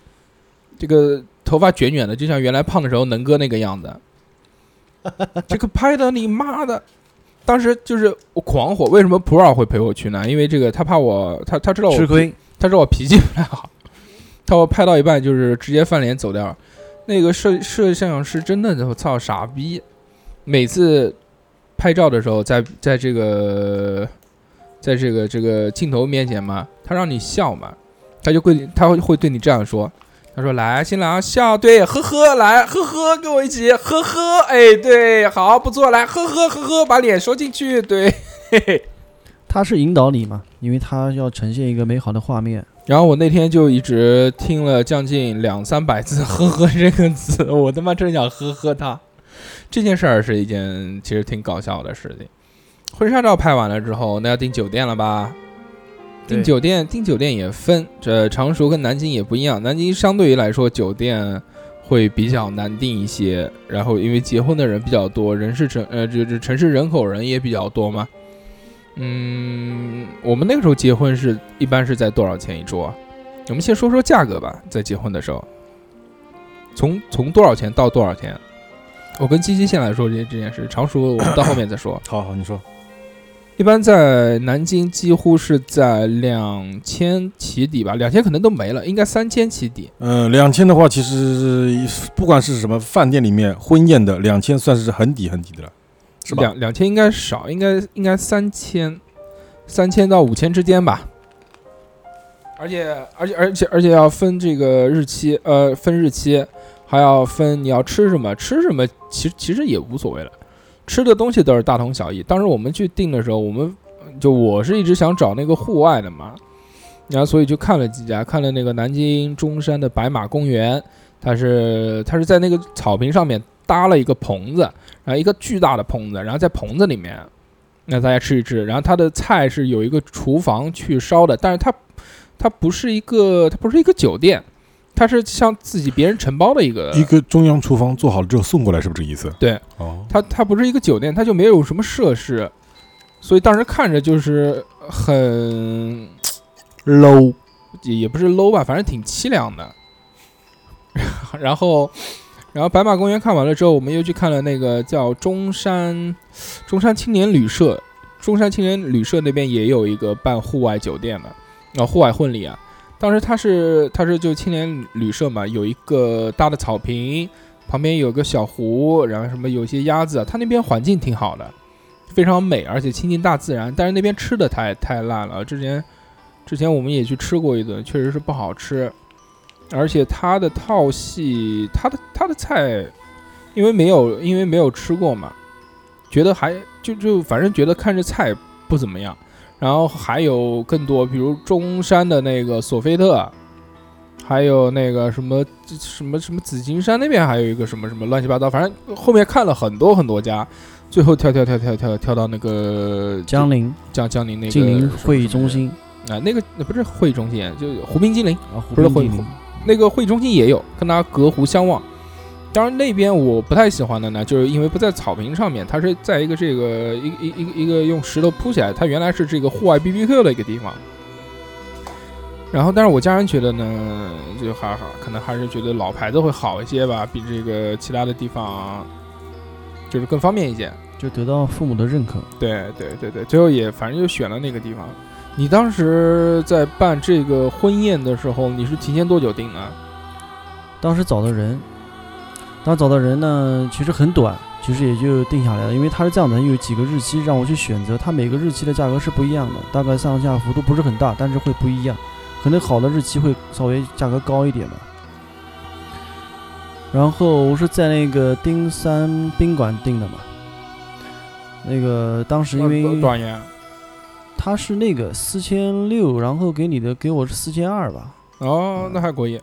这个头发卷卷的，就像原来胖的时候能哥那个样子。这个拍的你妈的！当时就是我狂火，为什么普洱会陪我去呢？因为这个他怕我，他他知道我
吃亏，
他说我脾气不太好，他说我拍到一半就是直接翻脸走掉。那个摄摄像师真的，我操，傻逼！每次拍照的时候，在在这个在这个这个镜头面前嘛，他让你笑嘛，他就会他会会对你这样说。他说：“来，新郎笑，对，呵呵，来，呵呵，跟我一起，呵呵，哎，对，好，不错，来，呵呵，呵呵，把脸收进去，对，嘿嘿。”
他是引导你嘛，因为他要呈现一个美好的画面。
然后我那天就一直听了将近两三百次“呵呵”这个词，我他妈真想呵呵他。这件事儿是一件其实挺搞笑的事情。婚纱照拍完了之后，那要订酒店了吧？订
对
酒店，订酒店也分，这常熟跟南京也不一样。南京相对于来说，酒店会比较难订一些。然后因为结婚的人比较多，人是城呃，这这城市人口人也比较多嘛。嗯，我们那个时候结婚是一般是在多少钱一桌啊？我们先说说价格吧，在结婚的时候，从从多少钱到多少钱？我跟七七先来说这这件事，常熟我们到后面再说。
好好，你说
一般在南京几乎是在两千起底吧，两千可能都没了，应该三千起底。
嗯，两千的话，其实不管是什么饭店里面婚宴的，两千算是很底很底的了，是吧？
两两千应该少，应该应该三千，三千到五千之间吧。而且而且而且而且要分这个日期，呃，分日期，还要分你要吃什么，吃什么其实其实也无所谓了，吃的东西都是大同小异。当时我们去订的时候，我们就我是一直想找那个户外的嘛，然后所以就看了几家，看了那个南京中山的白马公园，它是它是在那个草坪上面搭了一个棚子，然后一个巨大的棚子，然后在棚子里面，那大家吃一吃。然后它的菜是有一个厨房去烧的，但是它它不是一个它不是一个酒店，它是像自己别人承包的一个
一个中央厨房做好了之后送过来，是不是这个意思？
呃对，
哦，
它它不是一个酒店，它就没有什么设施，所以当时看着就是很 low，也也不是 low 吧，反正挺凄凉的。 <laughs> 然后，然后白马公园看完了之后，我们又去看了那个叫中山中山青年旅社，中山青年旅社那边也有一个办户外酒店的，啊、户外婚礼啊。当时它是它是就青年旅社嘛，有一个大的草坪，旁边有个小湖，然后什么有一些鸭子啊，它那边环境挺好的，非常美，而且亲近大自然。但是那边吃的太太烂了，之前之前我们也去吃过一顿，确实是不好吃。而且它的套系，它的它的菜，因为没有因为没有吃过嘛，觉得还就就反正觉得看着菜不怎么样。然后还有更多，比如中山的那个索菲特，还有那个什么什么什么紫金山那边还有一个什么什么乱七八糟，反正后面看了很多很多家，最后跳跳跳跳跳跳到那个
江陵
江江宁那个
晋
什
陵
么
会议中心
啊、那个那不是会议中啊心，就是湖滨金陵
啊，湖
不是
滨
会
晋陵
那个会议中心也有，跟它隔湖相望。当然那边我不太喜欢的呢，就是因为不在草坪上面，它是在一个这个一一一个一个用石头铺起来，它原来是这个户外 BBQ 的一个地方。然后，但是我家人觉得呢，就还好，可能还是觉得老牌子会好一些吧，比这个其他的地方就是更方便一些。
就得到父母的认可。
对对对对，最后也反正就选了那个地方。你当时在办这个婚宴的时候，你是提前多久订啊？
当时找的人，当时找的人呢，其实很短，其实也就定下来了。因为它是这样的，有几个日期让我去选择，它每个日期的价格是不一样的，大概上下幅度不是很大，但是会不一样。可能好的日期会稍微价格高一点吧。然后我是在那个丁山宾馆订的嘛，那个当时因为
多少年？
它是那个四千六，然后给你的给我是四千二吧，嗯
哦，那还可以。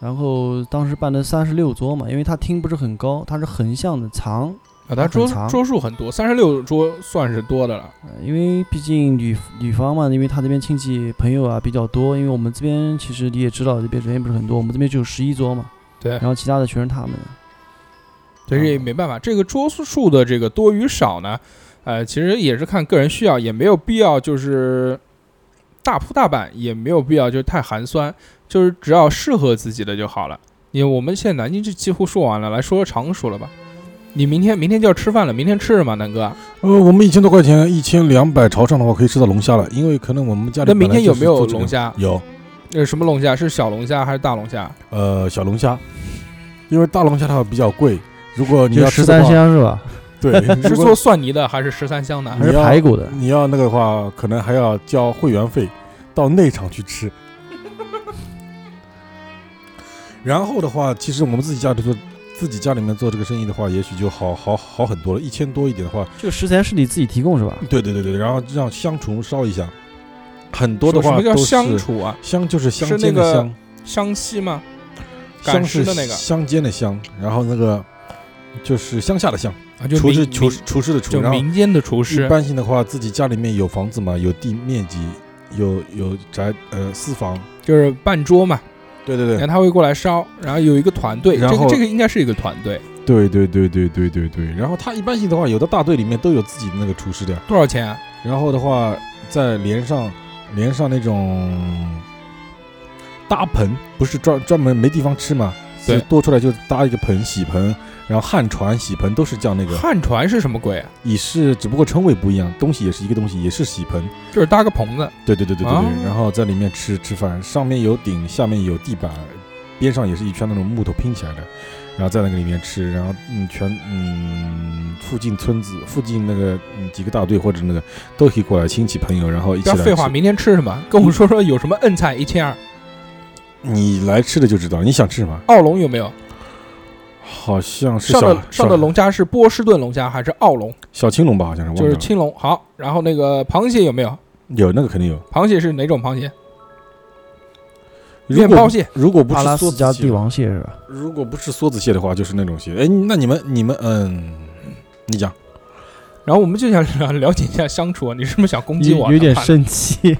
然后当时办的三十六桌嘛，因为它厅不是很高，它是横向的长，
啊，他桌
很长
桌数很多，三十六桌算是多的了。
呃因为毕竟女女方嘛，因为她这边亲戚朋友啊比较多，因为我们这边其实你也知道，这边人也不是很多，我们这边只有十一桌嘛，
对
然后其他的全是他们的。啊
但
嗯
是也没办法，这个桌数的这个多与少呢，呃，其实也是看个人需要，也没有必要就是大铺大摆，也没有必要就是太寒酸，就是只要适合自己的就好了。因为我们现在南京就几乎说完了，来说说常熟了吧。你明天明天就要吃饭了，明天吃什么，南哥？
呃，我们一千多块钱，一千两百朝上的话，可以吃到龙虾了，因为可能我们家里
那明
本来
天有
就是
没有
做这个
龙虾
有，
呃，什么龙虾？是小龙虾还是大龙虾？
呃，小龙虾，因为大龙虾它比较贵，如果你要
就
吃的
十三
话，
香是吧？
对，
是
如
<laughs>
做
果
蒜泥的还是十三香的？
还是
你要
排骨的？
你要那个的话，可能还要交会员费，到内场去吃。 <laughs> 然后的话，其实我们自己家里做，自己家里面做这个生意的话，也许就好好好很多了，一千多一点的话，
这个食材是你自己提供是吧？
对对对对，然后让香厨烧一下，很多的
什
话
么叫
都是
香厨啊？
香就是
是
香
那
煎的
个
香，
湘西吗？赶
香
尸
是
的那个
香煎的香，然后那个就是乡下的乡，
啊，就
厨师
民
厨
民
师厨师的厨，
就
然后
民间的厨
一
师。
般性的话，自己家里面有房子嘛，有地面积，有有宅呃私房，哎
就是半桌嘛，
对对
然后，他会过来烧，然后有一个团队，这
然
个
后
这个应该是一个团队，
对对对对对对对。然后他一般性的话，有的大队里面都有自己的那个厨师的呀，
多少钱啊？
然后的话再连上连上那种搭盆，不是专专门没地方吃嘛，
对
所以多出来就搭一个盆洗盆，然后旱船洗盆都是叫那个。
旱船是什么鬼啊？
也是，只不过称谓不一样，东西也是一个东西，也是洗盆。
就是搭个棚子，
对对对对对对，
啊
然后在里面吃吃饭，上面有顶，下面有地板，边上也是一圈那种木头拼起来的，然后在那个里面吃，然后嗯，全嗯附近村子附近那个嗯几个大队或者那个都可以过来，亲戚朋友，然后一
不
起
要
来
废话，
吃。
明天吃什么？跟我说说有
<laughs>
什么摁菜一千二，
你来吃的就知道，你想吃什么？
奥龙有没有？
好像是
上
小
的上的
小
龙虾是波士顿龙虾还是奥龙？
小青龙吧，好像是忘
就
掉
是
了。
青龙。好，然后那个螃蟹有没有？
有那个肯定有。
螃蟹是哪种螃蟹？
如
面
果
包蟹
如果不
阿
是
拉
梭
斯
子
加
蟹
帝王蟹是吧？
如果不是梭子蟹的话，就是那种蟹。哎，那你们你们嗯，你讲。
然后我们就想了了解一下相处啊，你是不是想攻击我啊？
有有点
哪怕
生气。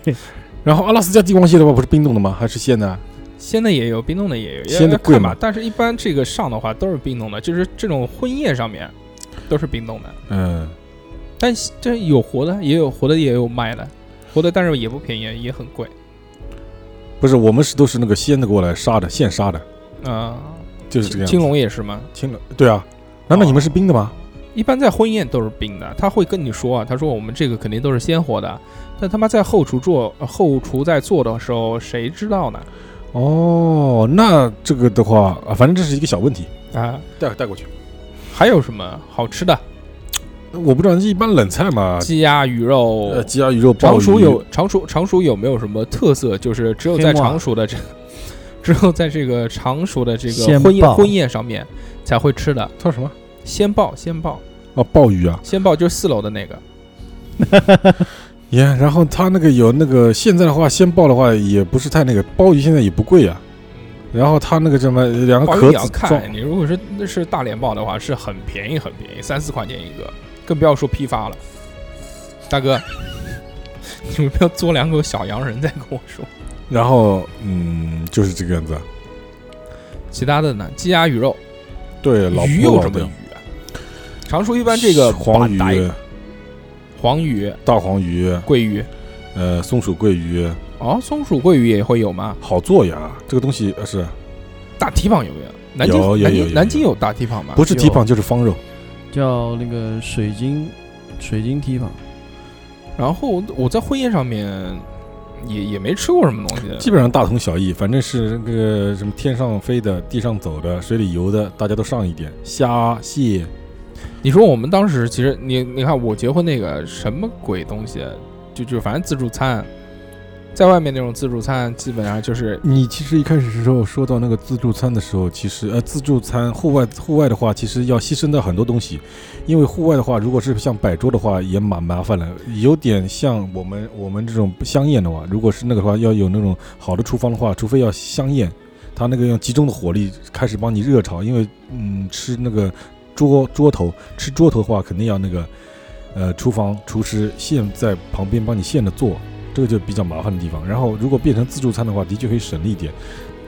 然后阿拉斯加帝王蟹的话，不是冰冻的吗？还是鲜的啊？
鲜的也有，冰冻的也有，要
鲜的
要
贵
看吧
吗？
但是一般这个上的话都是冰冻的，就是这种婚宴上面都是冰冻的。
嗯，
但是这有活的，也有活的，也有卖的，活的但是也不便宜，也很贵。
不是，我们是都是那个鲜的过来杀的，现杀的，
啊、
就是这个样子。
青，龙也是吗？
青龙，对啊。难道你们是冰的吗？
一般在婚宴都是冰的，他会跟你说啊，他说我们这个肯定都是鲜活的，但他妈在后厨做，呃后厨在做的时候，谁知道呢？
哦，那这个的话，啊，反正这是一个小问题，
啊，
带带过去。
还有什么好吃
啊
的？
我不知道，一般冷菜嘛，
鸡鸭鱼肉。
呃，鸡鸭鱼肉、鲍
常熟
鱼
有常熟常熟有没有什么特色？就是只有在
黑木耳
常熟的这， <laughs> 只有在这个常熟的这个
鲜
婚宴
鲍
婚宴上面才会吃的
叫什么？
鲜鲍鲜鲍
啊，鲍鱼啊，
鲜鲍就是四楼的那个。
耶、然后它那个有那个，现在的话，鲜鲍的话也不是太那个，鲍鱼现在也不贵啊。然后它那个什么，两个
鲍鱼
啊壳
也要
子装
看，你如果是那是大连鲍的话，是很便宜很便宜，三四块钱一个，更不要说批
<laughs>
发了。大哥，你们不要做两口小洋人再跟我说。
然后嗯，就是这个样子啊。
其他的呢，鸡鸭鱼肉，
对，老
鱼
婆
有
老
什么
掉
鱼啊？常说一般这个
黄
板带
鱼、
黄鱼、
大黄鱼、
桂鱼，
呃松鼠桂鱼，
哦，松鼠桂鱼也会有吗？
好做呀。这个东西呃
啊
是
大蹄膀有没有？南京
有有
南
有有
京
有
南京有大蹄膀吗？
不是
就
蹄膀就是方
嗯
肉，
<laughs> 叫那个水晶水晶蹄膀，
然后我在婚宴上面也也没吃过什么东西
基。本上大同小异，反正是那个什么天上飞的、地上走的、水里游的，大家都上一点。虾蟹
你说我们当时其实你你看我结婚那个什么鬼东西，就就反正自助餐，在外面那种自助餐基本上就是
你其实一开始时候说到那个自助餐的时候，其实呃，自助餐户外户外的话，其实要牺牲掉很多东西，因为户外的话，如果是像摆桌的话，也蛮麻烦了，有点像我们我们这种香宴的话，如果是那个的话，要有那种好的厨房的话，除非要香宴，它那个要集中的火力开始帮你热炒，因为嗯，吃那个桌桌头吃桌头的话，肯定要那个呃厨房厨师现在旁边帮你现着做，这个就比较麻烦的地方。然后如果变成自助餐的话，的确可以省力一点，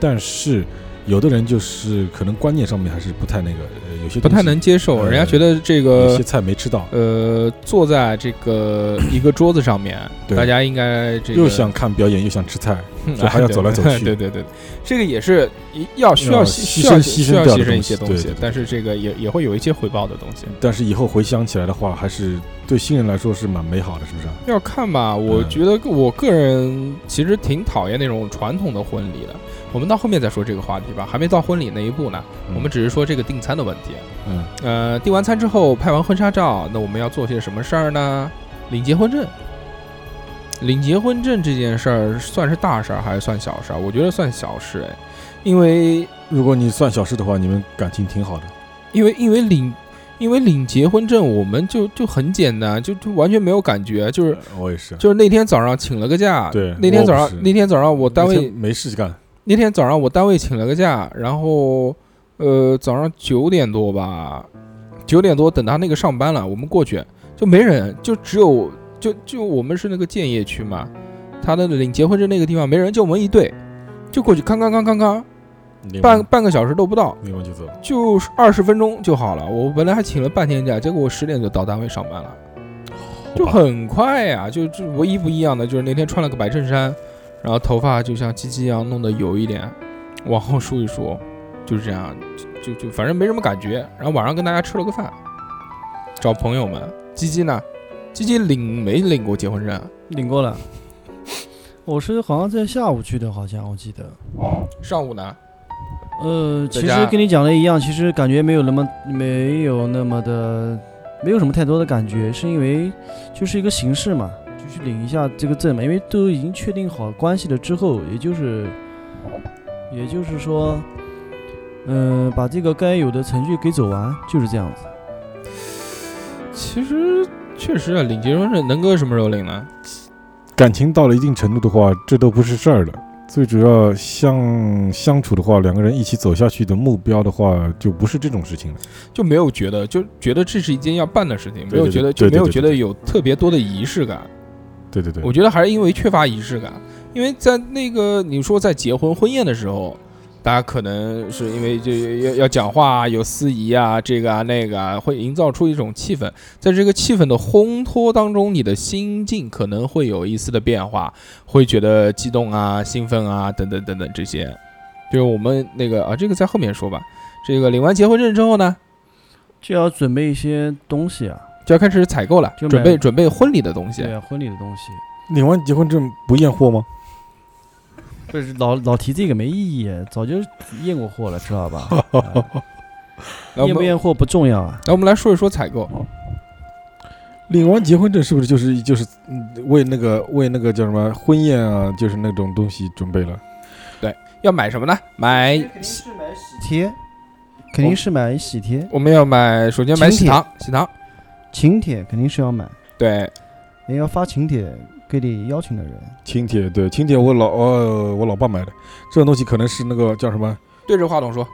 但是有的人就是可能观念上面还是不太那个，呃，有些
不太
东西
能接受，
呃
人家觉得这
有
个
些菜没吃到，
呃坐在这个一个桌子上面，
嗯对
大家应该这个
又想看表演又想吃菜，
嗯
就还要走来走去
对对对，这个也是一要需要
要
牺
牺
需要
牲
牺
牺
需
牲
要
掉的
牺牲一
东
些
西
东
对
西
对对，
但是这个也也会有一些回报的东西。
但是以后回想起来的话，还是对新人来说是蛮美好的，是不是？
要看吧，我
嗯
觉得我个人其实挺讨厌那种传统的婚礼的。我们到后面再说这个话题吧，还没到婚礼那一步呢。
嗯
我们只是说这个订餐的问题。
嗯，
呃，订完餐之后拍完婚纱照，那我们要做些什么事儿呢？领结婚证。领结婚证这件事儿算是大事儿还是算小事儿？我觉得算小事哎，因为
如果你算小事的话，你们感情挺好的。
因为因为领因为领结婚证，我们就就很简单，就就完全没有感觉，就是
呃我也是，
就是那天早上请了个假，
对
那天早
我不
上
是
那天早上我单
那
位
天没事干，
那天早上我单位请了个假，然后呃早上九点多吧，九点多等他那个上班了，我们过去就没人，就只有就就我们是那个建业区嘛，他的领结婚证那个地方没人，就我们一队，就过去康康康康康，
领
半
完
半个小时都不到，
领完就走。
就是二十分钟就好了。我本来还请了半天假，结果我十点就到单位上班了，就很快呀、就就唯一不一样的就是那天穿了个白衬衫，然后头发就像鸡鸡一样弄得油一点，往后梳一梳，就是这样，就就就反正没什么感觉。然后晚上跟大家吃了个饭，找朋友们。鸡鸡呢？鸡鸡领没领过结婚证啊？
领过了。我是好像在下午去的，好像我记得。
上午呢？
呃，
在
其
家
实跟你讲的一样，其实感觉没有那么没有那么的，没有什么太多的感觉，是因为就是一个形式嘛，就去领一下这个证嘛，因为都已经确定好关系了之后，也就是也就是说，嗯、把这个该有的程序给走完，就是这样子。
其实确实啊，领结婚证能哥什么时候领呢？
感情到了一定程度的话，这都不是事儿了。最主要相相处的话，两个人一起走下去的目标的话，就不是这种事情了。
就没有觉得，就觉得这是一件要办的事情，没
对
有
对
觉得就
对对
没有
对对
觉得
对
有特别多的仪式感。
对对对，
我觉得还是因为缺乏仪式感，因为在那个你说在结婚婚宴的时候，大家可能是因为就要要讲话啊，有司仪啊，这个啊那个啊，会营造出一种气氛。在这个气氛的烘托当中，你的心境可能会有一丝的变化，会觉得激动啊、兴奋啊等等等等这些。就是我们那个啊，这个在后面说吧。这个领完结婚证之后呢，
就要准备一些东西啊，
就要开始采购了，
就
准
买
备准备婚礼的东西
对。啊，婚礼的东西，
领完结婚证不验货吗？
不是老老提这个没意义，早就验过货了，知道
<laughs>
吧？啊
来，我
验
们
不
来
验货不重要啊。
我们来说一说采购。
领完结婚证是不是就是就是嗯为那个为那个叫什么婚宴啊，就是那种东西准备了？
要买什么呢？买，
是买喜贴，肯
哦
定是买喜贴，
我们要买，首先买喜
请帖
糖，喜糖，
请帖肯定是要买，
对，
也要发请帖给你邀请的人。
请帖对，请帖我老呃我老爸买的，这种东西可能是那个叫什么
对着话筒说，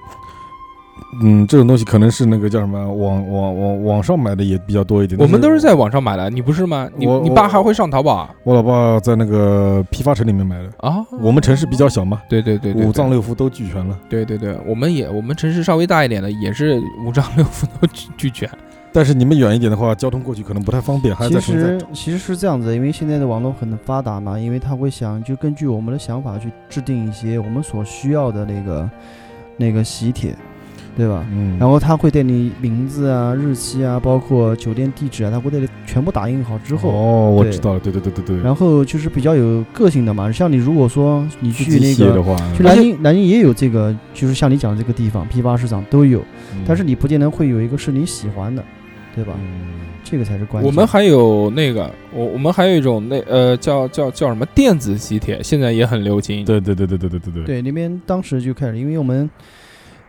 嗯，这种东西可能是那个叫什么网网网网上买的也比较多一点。
我们
但
都是在网上买的，你不是吗？你
我
你
我
爸还会上淘宝啊？
我老爸在那个批发城里面买的。
啊，
我们城市比较小嘛，
对对对对，
五脏
六
六腑都俱全了，
对对对，我们也我们城市稍微大一点的也是五脏六腑都俱俱全。
但是你们远一点的话，交通过去可能不太方便，还
其
在城在
实其实是这样子，因为现在的网络很发达嘛，因为它会想就根据我们的想法去制定一些我们所需要的那个那个喜帖，对吧？
嗯，
然后它会对你名字啊、日期啊，包括酒店地址啊，它会对你全部打印好之后，
哦，我
对
知道了，对对对对对，
然后就是比较有个性的嘛。像你如果说你
自己
去那
写的
个
话，嗯
去南京，南京也有这个，就是像你讲的这个地方，批发市场都有，
嗯
但是你不见得会有一个是你喜欢的，对吧？
嗯
这个才是关
我
键。
们还有那个，我我们还有一种那呃叫叫叫什么电子喜帖，现在也很流行。
对对对对对对对对，
对，那边当时就开始，因为我们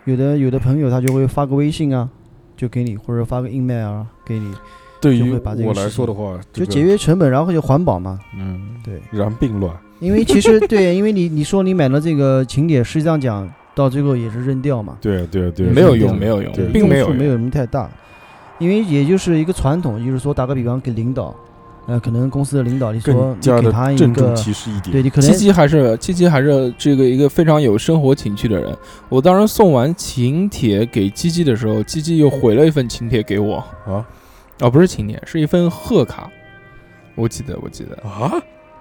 有的有的朋友他就会发个微信啊，就给你，或者发个 email 啊给你，
对
就
于
会把这个
我
事
来说的
情
话，
就
这个
节，约成本，然后就环保嘛。
嗯，
对，
然并卵，
因为其实对，因为你你说你买了这个请帖，实际上讲到最后也是扔掉嘛，
对对对，
没有
是这样
用，没有用
对，
并没有
用处没
用。
有什么太大，因为也就是一个传统，就是说打个比方给领导，呃，可能公司的领导你说
更
你
加
给
的
他一
郑重
个，
其事一点，
对你可能
七七还是七七还是这个一个非常有生活情趣的人。我当时送完请帖给七七的时候，七七又回了一份请帖给我。
啊
哦，不是请帖，是一份贺卡。我记得，我记得，
啊，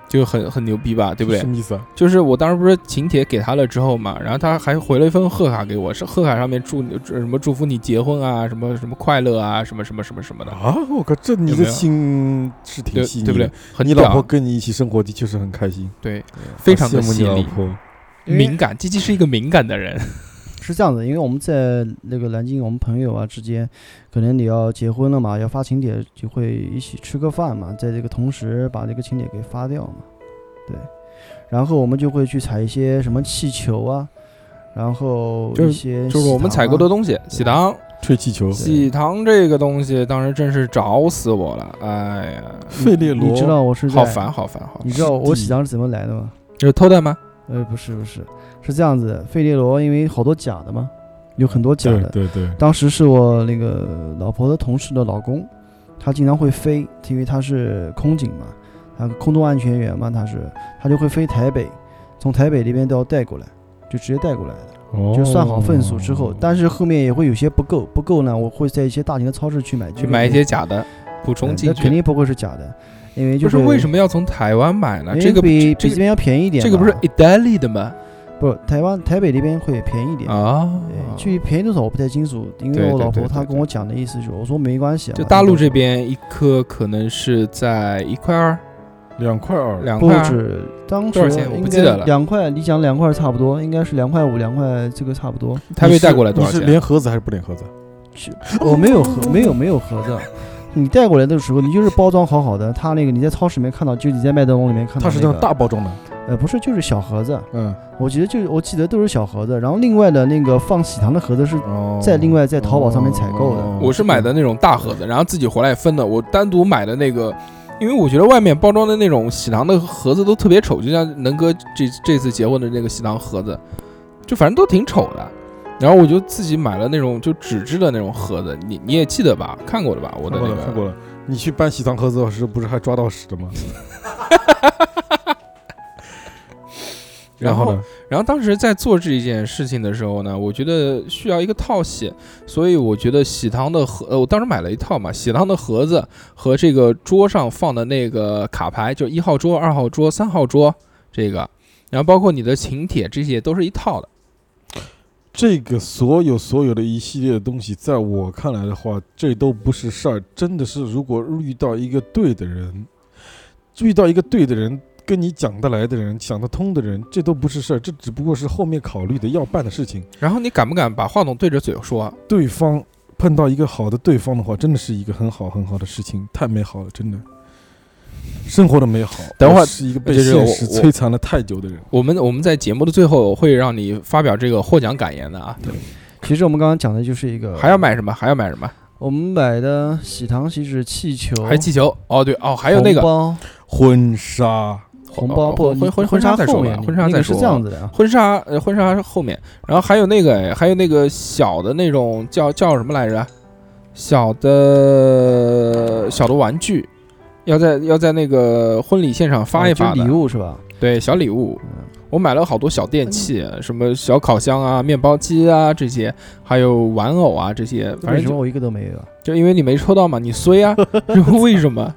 就很很牛逼吧，对不对
什？么意思啊？
就是我当时不是请帖给他了之后嘛，然后他还回了一份贺卡给我，是贺卡上面祝你祝什么祝福你结婚啊，什么什么快乐啊，什么什么什么什么的，
啊，我靠，这你
有没
的
有
心是挺
对
细腻，
对不对？？很
你老
屌
婆跟你一起生活的确是很开心，
对，非常的
好羡慕
细
你老
腻，
婆。嗯
因为
敏感。鸡鸡是一个敏感的人，
是这样子，因为我们在那个南京，我们朋友啊之间，可能你要结婚了嘛，要发请帖，就会一起吃个饭嘛，在这个同时把这个请帖给发掉嘛，对。然后我们就会去采一些什么气球啊，然后
就是
一些、啊
就是我们采
啊
购的东西，喜糖，
吹气球，
喜糖这个东西，当时真是找死我了，哎呀，
费列罗，
你知道我是在
好烦，好烦，好烦
你知道我喜糖是怎么来的吗？
就是偷的吗？
呃，不是不是，是这样子，费列罗因为好多假的嘛，有很多假
对
的，
对对，
当时是我那个老婆的同事的老公，他经常会飞，因为他是空警嘛，他空中安全员嘛，他是他就会飞台北，从台北那边都要带过来，就直接带过来的，
哦
就算好份数之后，但是后面也会有些不够，不够呢，我会在一些大型的超市去买，
去买一些假的，补
呃
充进
那肯
去。
定不会是假的，因为
不
就是
为什
么
么要从台湾买呢？这
这
个
比
这个
比这边要便宜一点嘛，
哎这个不是意大利的吗？
不台湾台北那边会便宜一点。
啊，
对，具体便宜多少我不太清楚，因
对
为我
对
老
对
婆她
对
跟我讲的意思就是，我说没关系啊，
就大陆
你
这边一颗可能是在一块二、
两块二，
两
不
块二，
止，当时
多少钱我不
应
记
该
得了
两块，你讲两块差不多，应该是两块五、两块这个差不多。
台北带过来多少
你是
钱？
连盒子还是不连盒子？
我哦没有盒，没有没有盒子。你带过来的时候，你就是包装好好的，它那个你在超市里面看到，就你在麦当劳里面看到、那
它
个，
是那种大包装的，
呃不是，就是小盒子。
嗯，
我觉得就是我记得都是小盒子，然后另外的那个放喜糖的盒子是
哦
在另外在淘宝上面采购的
哦
我是买的那种大盒子，然后自己回来分的。我单独买的那个，因为我觉得外面包装的那种喜糖的盒子都特别丑，就像能哥这这次结婚的那个喜糖盒子，就反正都挺丑的。然后我就自己买了那种就纸质的那种盒子，你你也记得吧？看过了吧？我的
看过
那
了，看
个
过了。你去搬喜糖盒子的时候，不是还抓到屎的
<laughs>
吗？然后呢？
然后当时在做这件事情的时候呢，我觉得需要一个套系，所以我觉得喜糖的盒，呃，我当时买了一套嘛，喜糖的盒子和这个桌上放的那个卡牌，就一号桌、二号桌、三号桌这个，然后包括你的请帖，这些都是一套的。
这个所有所有的一系列的东西，在我看来的话，这都不是事儿，真的是如果遇到一个对的人，遇到一个对的人，跟你讲得来的人，想得通的人，这都不是事儿，这只不过是后面考虑的要办的事情。
然后你敢不敢把话筒对着嘴说？
对方碰到一个好的对方的话，真的是一个很好很好的事情，太美好了，真的。生活的美好，
等会儿
我是一个被
就是
现实
我我
摧残了太久的人。
我们我们在节目的最后会让你发表这个获奖感言的啊。
其实我们刚刚讲的就是一个，
还要买什么？还要买什么？
我们买的喜糖、喜纸、气球，
还有气球？哦对哦，还有那个
红包
婚纱，
红包
哦
不
婚婚
婚
婚纱再
后
说
面
吧
那
婚纱
那
再
个是
说
这样子的啊，
婚纱，呃，婚纱是后面，然后还有那个，哎，还有那个小的那种叫叫什么来着？小的小的玩具，要在要在那个婚礼嗯现场发一
哦就
发的，
礼物是吧？
对，小礼物。我买了好多小电器，什么小烤箱啊、面包机啊这些，还有玩偶啊这些，反
为
正
什
就
么我一个都没有啊？
就因为你没抽到嘛，你衰 <laughs> 啊，为什么？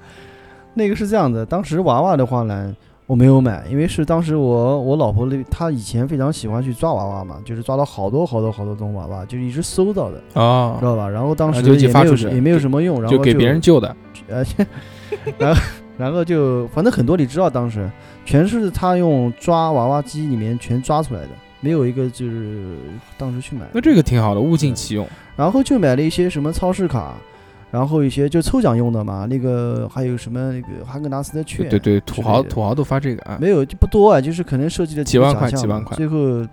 那个是这样的，当时娃娃的话呢，我没有买，因为是当时我我老婆那她以前非常喜欢去抓娃娃嘛，就是抓到好多好多好多种娃娃，就是一直搜到的，
啊
知，道吧？然后当
啊
时
就去
也
发
没有
出
什
去
也没有什么用，然后
就给别人救的，
呃，然后然后就反正很多你知道，当时全是他用抓娃娃机里面全抓出来的，没有一个就是当时去买的。
那这个挺好的，物尽其用。
然后就买了一些什么超市卡，然后一些就抽奖用的嘛，那个还有什么那个哈根达斯的券，
对对对，土豪
之类的
土豪都发这个啊，
没有就不多啊，就是可能设计了
几万
个
块
奖项
几万
嘛
块
最后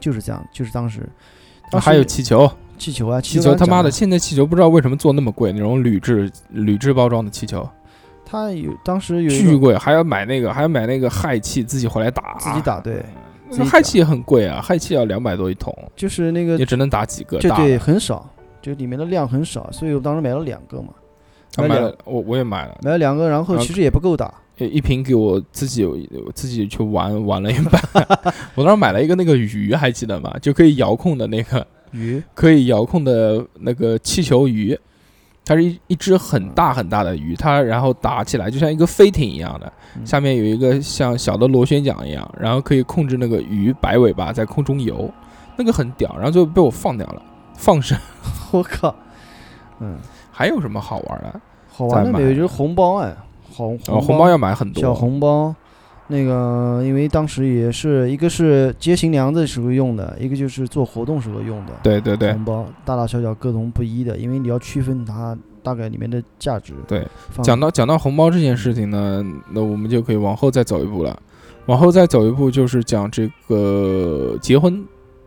就是这样，就是当时，
啊
当
还
时
有气球，
气球啊，
气
刚
球
刚
他妈
讲
的，
了，
现在气球不知道为什么做那么贵，那种铝制铝制包装的气球
他有当时有一
巨
个
贵，还要买那个还要买那个氦气自己回来打，
自己打对，
那
自己
氦
打
气也很贵啊，氦气要两百多一桶，
就是那个
也只能打几个
就
大
对
的。
很少，就里面的量很少，所以我当时买了两个嘛，
他啊
买
买
两
了，啊我我也买了，
买了两个，然后
然后
其实也不够打，
一一瓶给我自己有我自己去玩玩了一半。 <laughs> 我当时买了一个那个鱼，还记得吗？就可以遥控的那个，
鱼 <laughs>
可以遥控的那个气球鱼，它是一一只很大很大的鱼，它然后打起来就像一个飞艇一样的，
嗯
下面有一个像小的螺旋桨一样，然后可以控制那个鱼摆尾巴在空中游，那个很屌，然后就被我放掉了，放生。 <laughs>
我靠，嗯，
还有什么好玩的？
好
再
玩的
买
没有就是红包哎，红
哦，红
包
包要买很多，
小红包，那个因为当时也是一个是接新娘子时候用的，一个就是做活动时候用的。
对对对
红。包大大小小各种不一的，因为你要区分它大概里面的价值。
对
放，
讲到讲到红包这件事情呢，那我们就可以往后再走一步了。往后再走一步就是讲这个结婚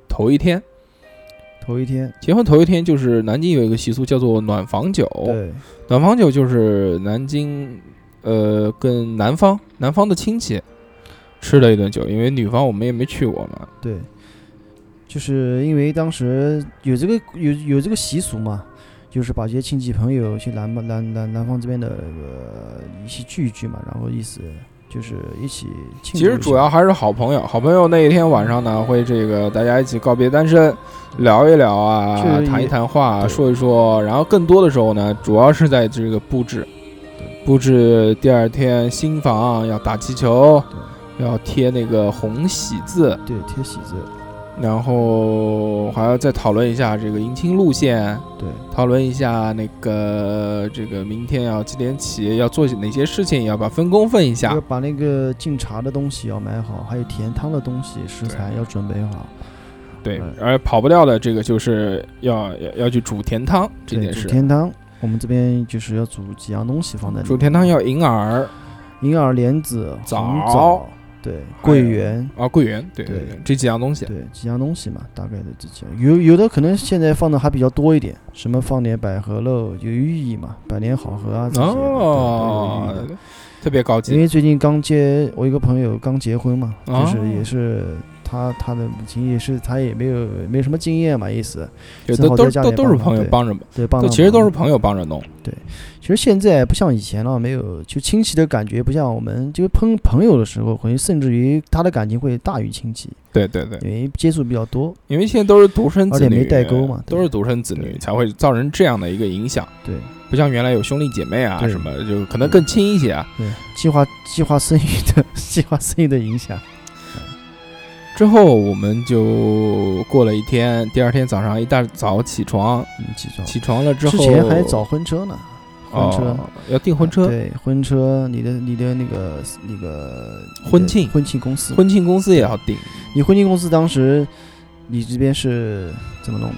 头一天，
头一天，
结婚头一天就是南京有一个习俗叫做暖房酒，
对，
暖房酒就是南京呃跟南方南方的亲戚吃了一顿酒，因为女方我们也没去过嘛，
对，就是因为当时有这个有有这个习俗嘛，就是把这些亲戚朋友去南方南南南方这边的呃一起聚一聚嘛，然后意思就是一起
其
庆祝一下。
实主要还是好朋友，好朋友那一天晚上呢，会这个大家一起告别单身，聊一聊啊
就是，
谈一谈话啊，
嗯对
说一说。然后更多的时候呢，主要是在这个布置，布置第二天新房要打气球，要贴那个红喜字，
对贴喜字，
然后还要再讨论一下这个迎亲路线，
对
讨论一下那个这个明天要几点起，要做哪些事情，要把分工分一下
要。把那个敬茶的东西要买好，还有甜汤的东西食材要准备好。
对
嗯，
而跑不掉的这个就是要要要去煮甜汤这
对，
件
煮
事。
甜汤，我们这边就是要煮几样东西放在里面。
煮甜汤要银耳
银耳、莲子、
枣
红枣，对，桂圆，
啊，桂圆，对
对
这几样东西。
对，几样东西嘛，大概的这几样。有有的可能现在放的还比较多一点，什么放点百合喽，有寓意嘛，百年好合啊这些的。对都有寓意
哦
的，
特别高
因
级
为最近刚结，我一个朋友刚结婚嘛，就
哦
是也是他他的母亲也是他也没有没什么经验嘛，意思
对，
正
都
好
都
在家
都
里
都是
帮忙
朋友
对
帮着，
对帮
都
到
其实
忙
都是朋友帮着弄。
其实现在不像以前了，没有就亲戚的感觉不像我们就是朋朋友的时候，会甚至于他的感情会大于亲戚，
对对对，
因为接触比较多。
因为现在都是独生
而
子
且
女，
没代沟嘛对
都是独生子女
对
才会造成这样的一个影响，
对，
不像原来有兄弟姐妹啊
对
什么，就可能更亲一些啊。
计划计划生育的 <laughs> 计划生育的影响，
之后我们就过了一天，第二天早上一大早起床，
嗯，起床
起床了之
之
后
前还找婚车呢，婚车。
哦、要订婚车，
对婚车，你的你的那个那个
婚庆
婚庆公司，
婚庆公司也要订。
你婚庆公司当时你这边是怎么弄的？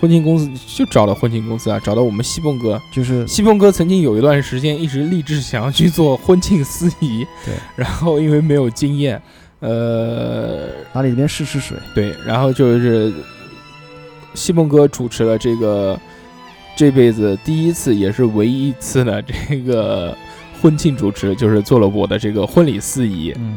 婚庆公司就找了婚庆公司啊，找到我们西蹦哥。
就是
西蹦哥曾经有一段时间一直立志想要去做婚庆司仪，
对，
然后因为没有经验，呃，
哪里这边试试水，
对，然后就是西蒙哥主持了这个这辈子第一次也是唯一一次的这个婚庆主持，就是做了我的这个婚礼司仪。
嗯，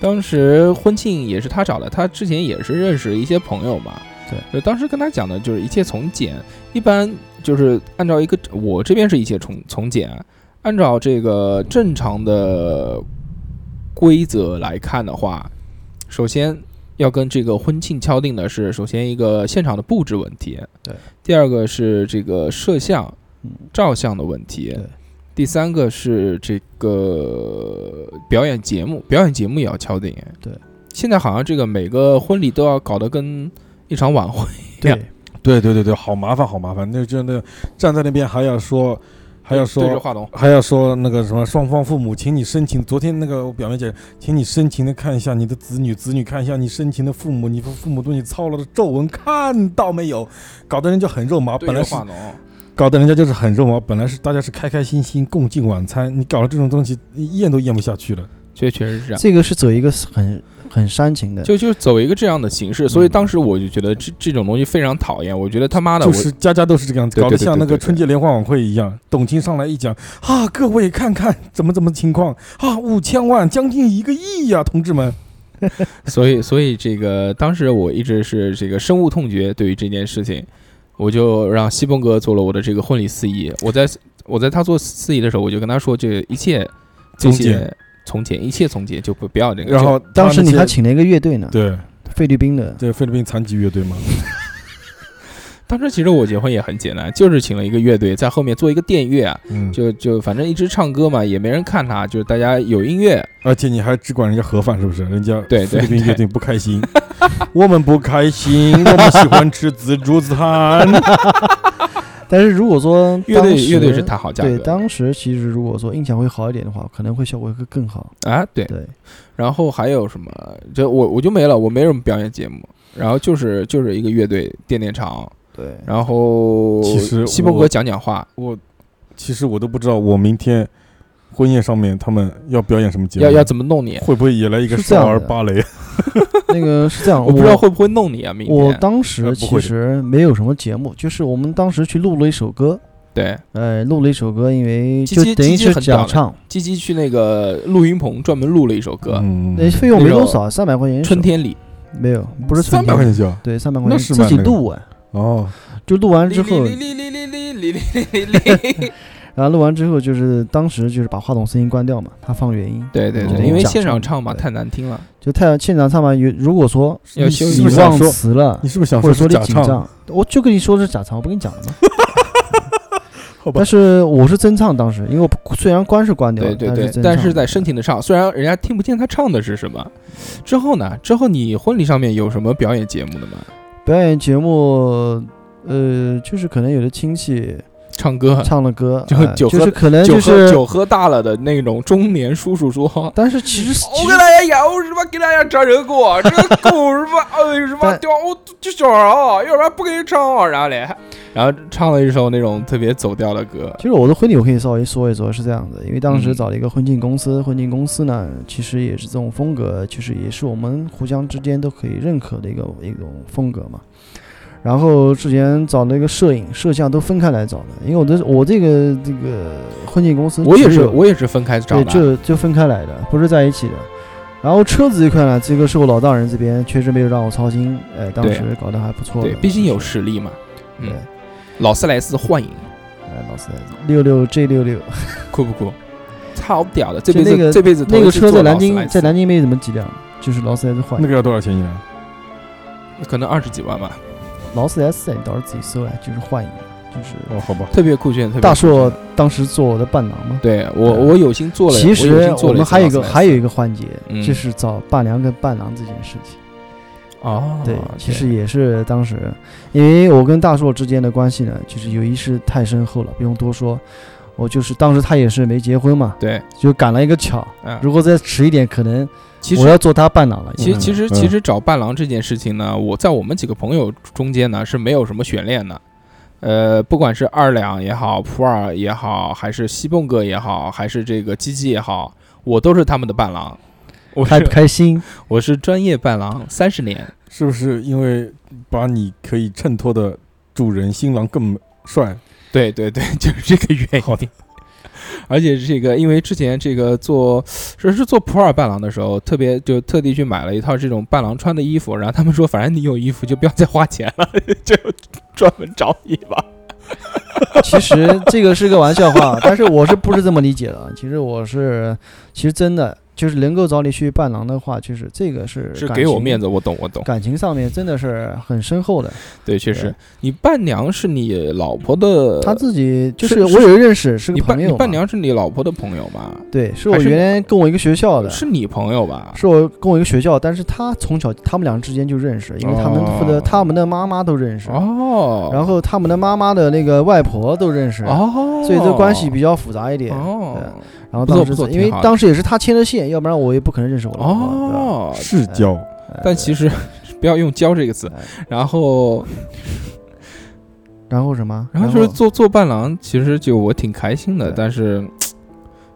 当时婚庆也是他找的，他之前也是认识一些朋友嘛。
对，
就当时跟他讲的就是一切从简，一般就是按照一个我这边是一切从从简，按照这个正常的规则来看的话，首先要跟这个婚庆敲定的是，首先一个现场的布置问题，
对，
第二个是这个摄像
嗯、
照相的问题
对，
第三个是这个表演节目，表演节目也要敲定，
对，
现在好像这个每个婚礼都要搞得跟一场晚会，
对
两
对对对对，好麻烦，好麻烦。那真的站在那边还要说，还要
对着
说，啊
话筒，
还要说那个什么，双方父母，请你深情。昨天那个我表妹姐，请你深情的看一下你的子女，子女看一下你深情的父母，你父父母对你操劳的皱纹看到没有？搞得人就很肉麻。
对
本来
着
是
话筒，
<laughs> 搞得人家就是很肉麻，本来是大家是开开心心共进晚餐，你搞了这种东西，咽都咽不下去了。
确确实是这样。
这个是走一个很很煽情的，
就就走一个这样的形
嗯
式，所以当时我就觉得这这种东西非常讨厌。我觉得他妈的，
就
我
是家家都是这个样子，
对
搞得
对对
像那
对
个
对
春节联欢晚会一样。董卿上来一讲啊，各位看看怎么怎么情况啊，五千万，将近一个亿呀、同志们。
所以所以这个当时我一直是这个深恶痛绝对于这件事情，我就让西蒙哥做了我的这个婚礼司仪。我在我在他做司仪的时候，我就跟他说，这一切这
从
些
简
从简，一切从简，就不不要这个。
然后
当时你
他那
还
些
请了一个乐队呢，
对
菲律宾的，
对菲律宾残疾乐队嘛，
就当时其实我结婚也很简单，就是请了一个乐队在后面做一个电乐啊，
嗯，
就就反正一直唱歌嘛，也没人看他，就是大家有音乐，
而且你还只管人家盒饭是不是？人家
对
菲
对
律宾乐队不开心， <laughs> 我们不开心，我们喜欢吃自助餐。 <laughs>
但是如果说
乐
当
队
时
乐队是谈好价格
对，
的
当时其实如果说音响会好一点的话，可能会效果会更好。
啊，对。
对，
然后还有什么？就我我就没了，我没什么表演节目。然后就是就是一个乐队垫垫场，
对，
然后
其实
西伯
我
格讲讲话，
我其实我都不知道，我明天婚宴上面他们要表演什么节目，
要要怎么弄你？啊
会不会也来一个
是这样
少儿
的
芭蕾？
<laughs> 那个是这样，
我不知道会不会弄你啊，明
我
天。
当
呃
时
不
其
会的
实没有什么节目，就是我们当时去录了一首歌，
对，
呃，录了一首歌，因为
鸡
就
鸡
等于
鸡鸡
是
很屌
假
的
唱，
鸡鸡去那个录音棚专门录了一首歌，
嗯
那费用没
那
多
首
少，三百块钱一首。
春天里》。
没有，不是春
三百块
天，
钱就要
对，三百
那
块
是
钱自
蛮
己
那个
录完，
哦，
就录完之后，嗯
哩哩哩哩哩哩哩哩哩哩
然后录完之后就是当时就是把话筒声音关掉嘛，他放原音，
对对
哦
对，因为
讲
现场
唱
唱嘛
嗯对
太难听了，
就太现场唱完，有如果说
要
你
修
是
一
你
不是
下。
想
忘
说
词了
你，是
啊
不是想
或者
是
说你
假
紧
唱？
张，我就跟你说是假唱，我不跟你讲了
<laughs>
吗？
好吧
但，是我是真唱，当时因为我不虽然关是关掉
对
了，
对
是
对
真，
但
唱
是在深情的唱，虽然人家听不见他唱的是什么。之后呢？之后你婚礼上面有什么表演节目的吗？
表演节目，呃，就是可能有的亲戚
唱歌，
唱了歌，
啊就
哎
酒
就是
喝
可能
酒
就
喝
是，
酒喝大了的那种中年叔叔说：“我
但是其实其
给
实
大家讲，我什么给大家唱这个歌，这个歌什么哎什么
但
掉我就小孩啊，要不然不给你唱啊。”然后嘞，然后唱了一首那种特别走调的歌
其，实我的婚礼我可以稍微说一说，是这样子，因为当
嗯
时找了一个婚庆公司，婚庆公司呢其实也是这种风格，其实也是我们互相之间都可以认可的一个一种风格嘛。然后之前找了一个摄影、摄像都分开来找的，因为我的我这个这个婚庆公司
我也
只
是
有
我也是分开找
对，
的。
就就分开来的，不是在一起的。然后车子这块呢，这个是我老丈人这边确实没有让我操心，哎，当
对
时搞得还不错的。
对，毕竟有
是
实力嘛。嗯
对，
劳斯莱斯幻影
哎，老师，六六 G 六六，
酷不酷？超屌的！这
就
辈
那
子
个
这辈子头
那
一
个
次
车
坐
在南
劳斯
京
莱
在
斯
南京没怎么几辆，就是劳斯莱斯换
那个要多少钱一辆？
可能二十几万吧，
劳斯莱斯，你到时候自己搜来，就是换一个，就是
哦，好吧，
特别酷炫。特别
大
酷炫
硕当时做我的伴郎嘛。
对我，
对
我有心做了，
其
我有
实
心做
我
了
们
次
还有一
劳斯
个
莱斯
还有一个环节
嗯，
就是找伴娘跟伴郎这件事情。
哦，
对，其实也是当时，因为我跟大硕之间的关系呢，就是友谊是太深厚了，不用多说。我就是当时他也是没结婚嘛，
对，
就赶了一个巧。
嗯，
如果再迟一点，可能
其
我
实
要做他伴郎了。
其实
因为
其实
嗯
其实找伴郎这件事情呢，我在我们几个朋友中间呢是没有什么悬念的。呃，不管是二两也好，普洱也好，还是西蹦哥也好，还是这个鸡鸡也好，我都是他们的伴郎。我
开不
是
开心？
我是专业伴郎，三十年。
是不是因为把你可以衬托的主人新郎更帅？
对对对，就是这个原因。
好的，
而且这个，因为之前这个做是是做普洱伴郎的时候，特别就特地去买了一套这种伴郎穿的衣服，然后他们说，反正你有衣服就不要再花钱了， <laughs> 就专门找你吧。
<laughs> 其实这个是个玩
<laughs>
笑话，但是我是不是这么理解的？啊其实我是，其实真的就是能够找你去伴郎的话，就是这个是
是
感
给我
情
面子，我懂我懂。
感情上面真的是很深厚的。
对，确实
对，
你伴娘是你老婆的，
他自己就是是我有认识，是
你
个
伴
朋
你
友嘛。
伴娘是你老婆的朋友吧？
对，是
还
我
是
原来跟我一个学校的，
是你朋友吧？
是我跟我一个学校，但是他从小他们俩之间就认识，因为他们负责
哦
他们的妈妈都认识，
哦，
然后他们的妈妈的那个外婆都认识，
哦，
所以这关系比较复杂一点。
哦
然后
不错
当
不
时
错
因为
挺好的
当时也是他牵的线，要不然我也不可能认识我老婆。对吧，
哦，
世交，
呃
但其实 <laughs> 不要用“交”这个词。然后，
然后什么？
然后就是做做伴郎，其实就我挺开心的。
对
但是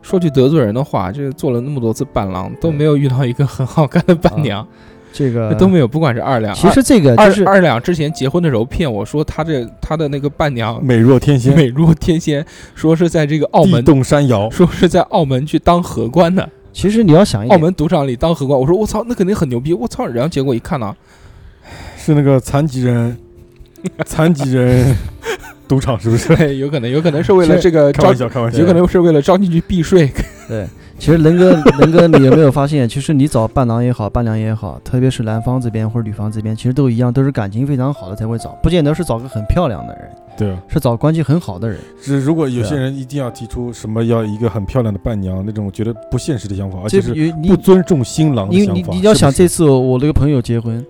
说句得罪人的话，这个做了那么多次伴郎，都没有遇到一个很好看的伴娘，
这个
都没有。不管是二两，
其实这个
二
就是
二二两之前结婚的时候骗我说他这他的那个伴娘
美若天仙，
美若天仙，说是在这个澳
地
门。
动山
<laughs>
摇。
说是在澳门去当荷官的，
其实你要想一
澳
点，
门赌场里当荷官。我说我操，那肯定很牛逼，我操！然后结果一看呢、
是那个残疾人，残疾
<laughs>
人赌场是不是？
对，有可能，有可能是为了
是
这个
开
招
玩，笑，开玩笑
有。可能是为了招进去避 <laughs> 税。
其实能哥 <laughs> 能哥，你有没有发现，其实你找伴郎也好，伴娘也好，特别是男方这边或者女方这边，其实都一样，都是感情非常好的才会找，不见得是找个很漂亮的人，
对，啊
是找关系很好的人。
是如果有些
对
人一定要提出什么要一个很漂亮的伴娘那种，我觉得不现啊实的想法，而且是
这你
不尊重新郎的
你
想
你
法。
你要想
是不
这次我我那个朋友结婚，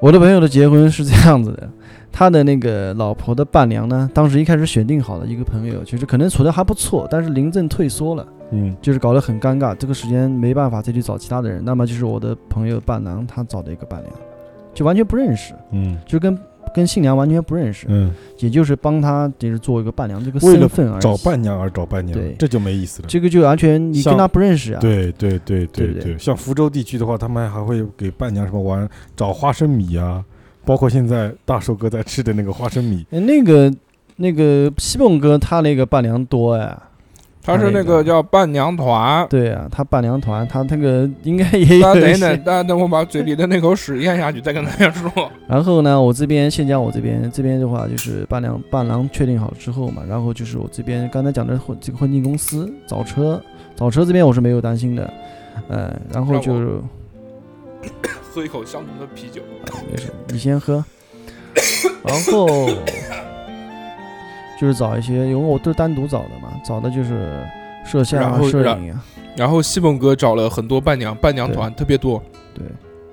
我的朋友的结婚是这样子的，他的那个老婆的伴娘呢，当时一开始选定好的一个朋友，就是可能处的还不错，但是临阵退缩了，
是，嗯，
就是搞得很尴尬，这个时间没办法再去找其他的人，那么就是我的朋友伴郎他找的一个伴娘，就完全不认识，
嗯
就跟。跟新娘完全不认识，
嗯，
也就是帮他就是做一个伴娘这个
为了
身份而已。
找伴娘而找伴娘
对，
这就没意思了。
这个就完全你
像
跟他不认识啊。
对对对
对不
对，像福州地区的话，他们还会给伴娘什么玩找花生米啊，包括现在大寿哥在吃的那个花生米，
哎，那个那个西蒙哥他那个伴娘多哎，
他是那个叫伴娘团，
对啊，他伴娘团，他那个应该也
大家
有
等
一
一等，
些。
大家等我把嘴里的那口屎咽下去，再跟大家说。
然后呢，我这边先讲我这边，这边的话就是伴娘伴郎确定好之后嘛，然后就是我这边刚才讲的婚这个婚庆公司找车，找车这边我是没有担心的，呃，然后就
让
是
喝一口相同的啤酒，
没事，你先喝，然后就是找一些，因为我都是单独找的嘛，找的就是摄像
然
啊、
后
摄
让
影啊，
然后西蒙哥找了很多伴娘，伴娘团特别多，
对，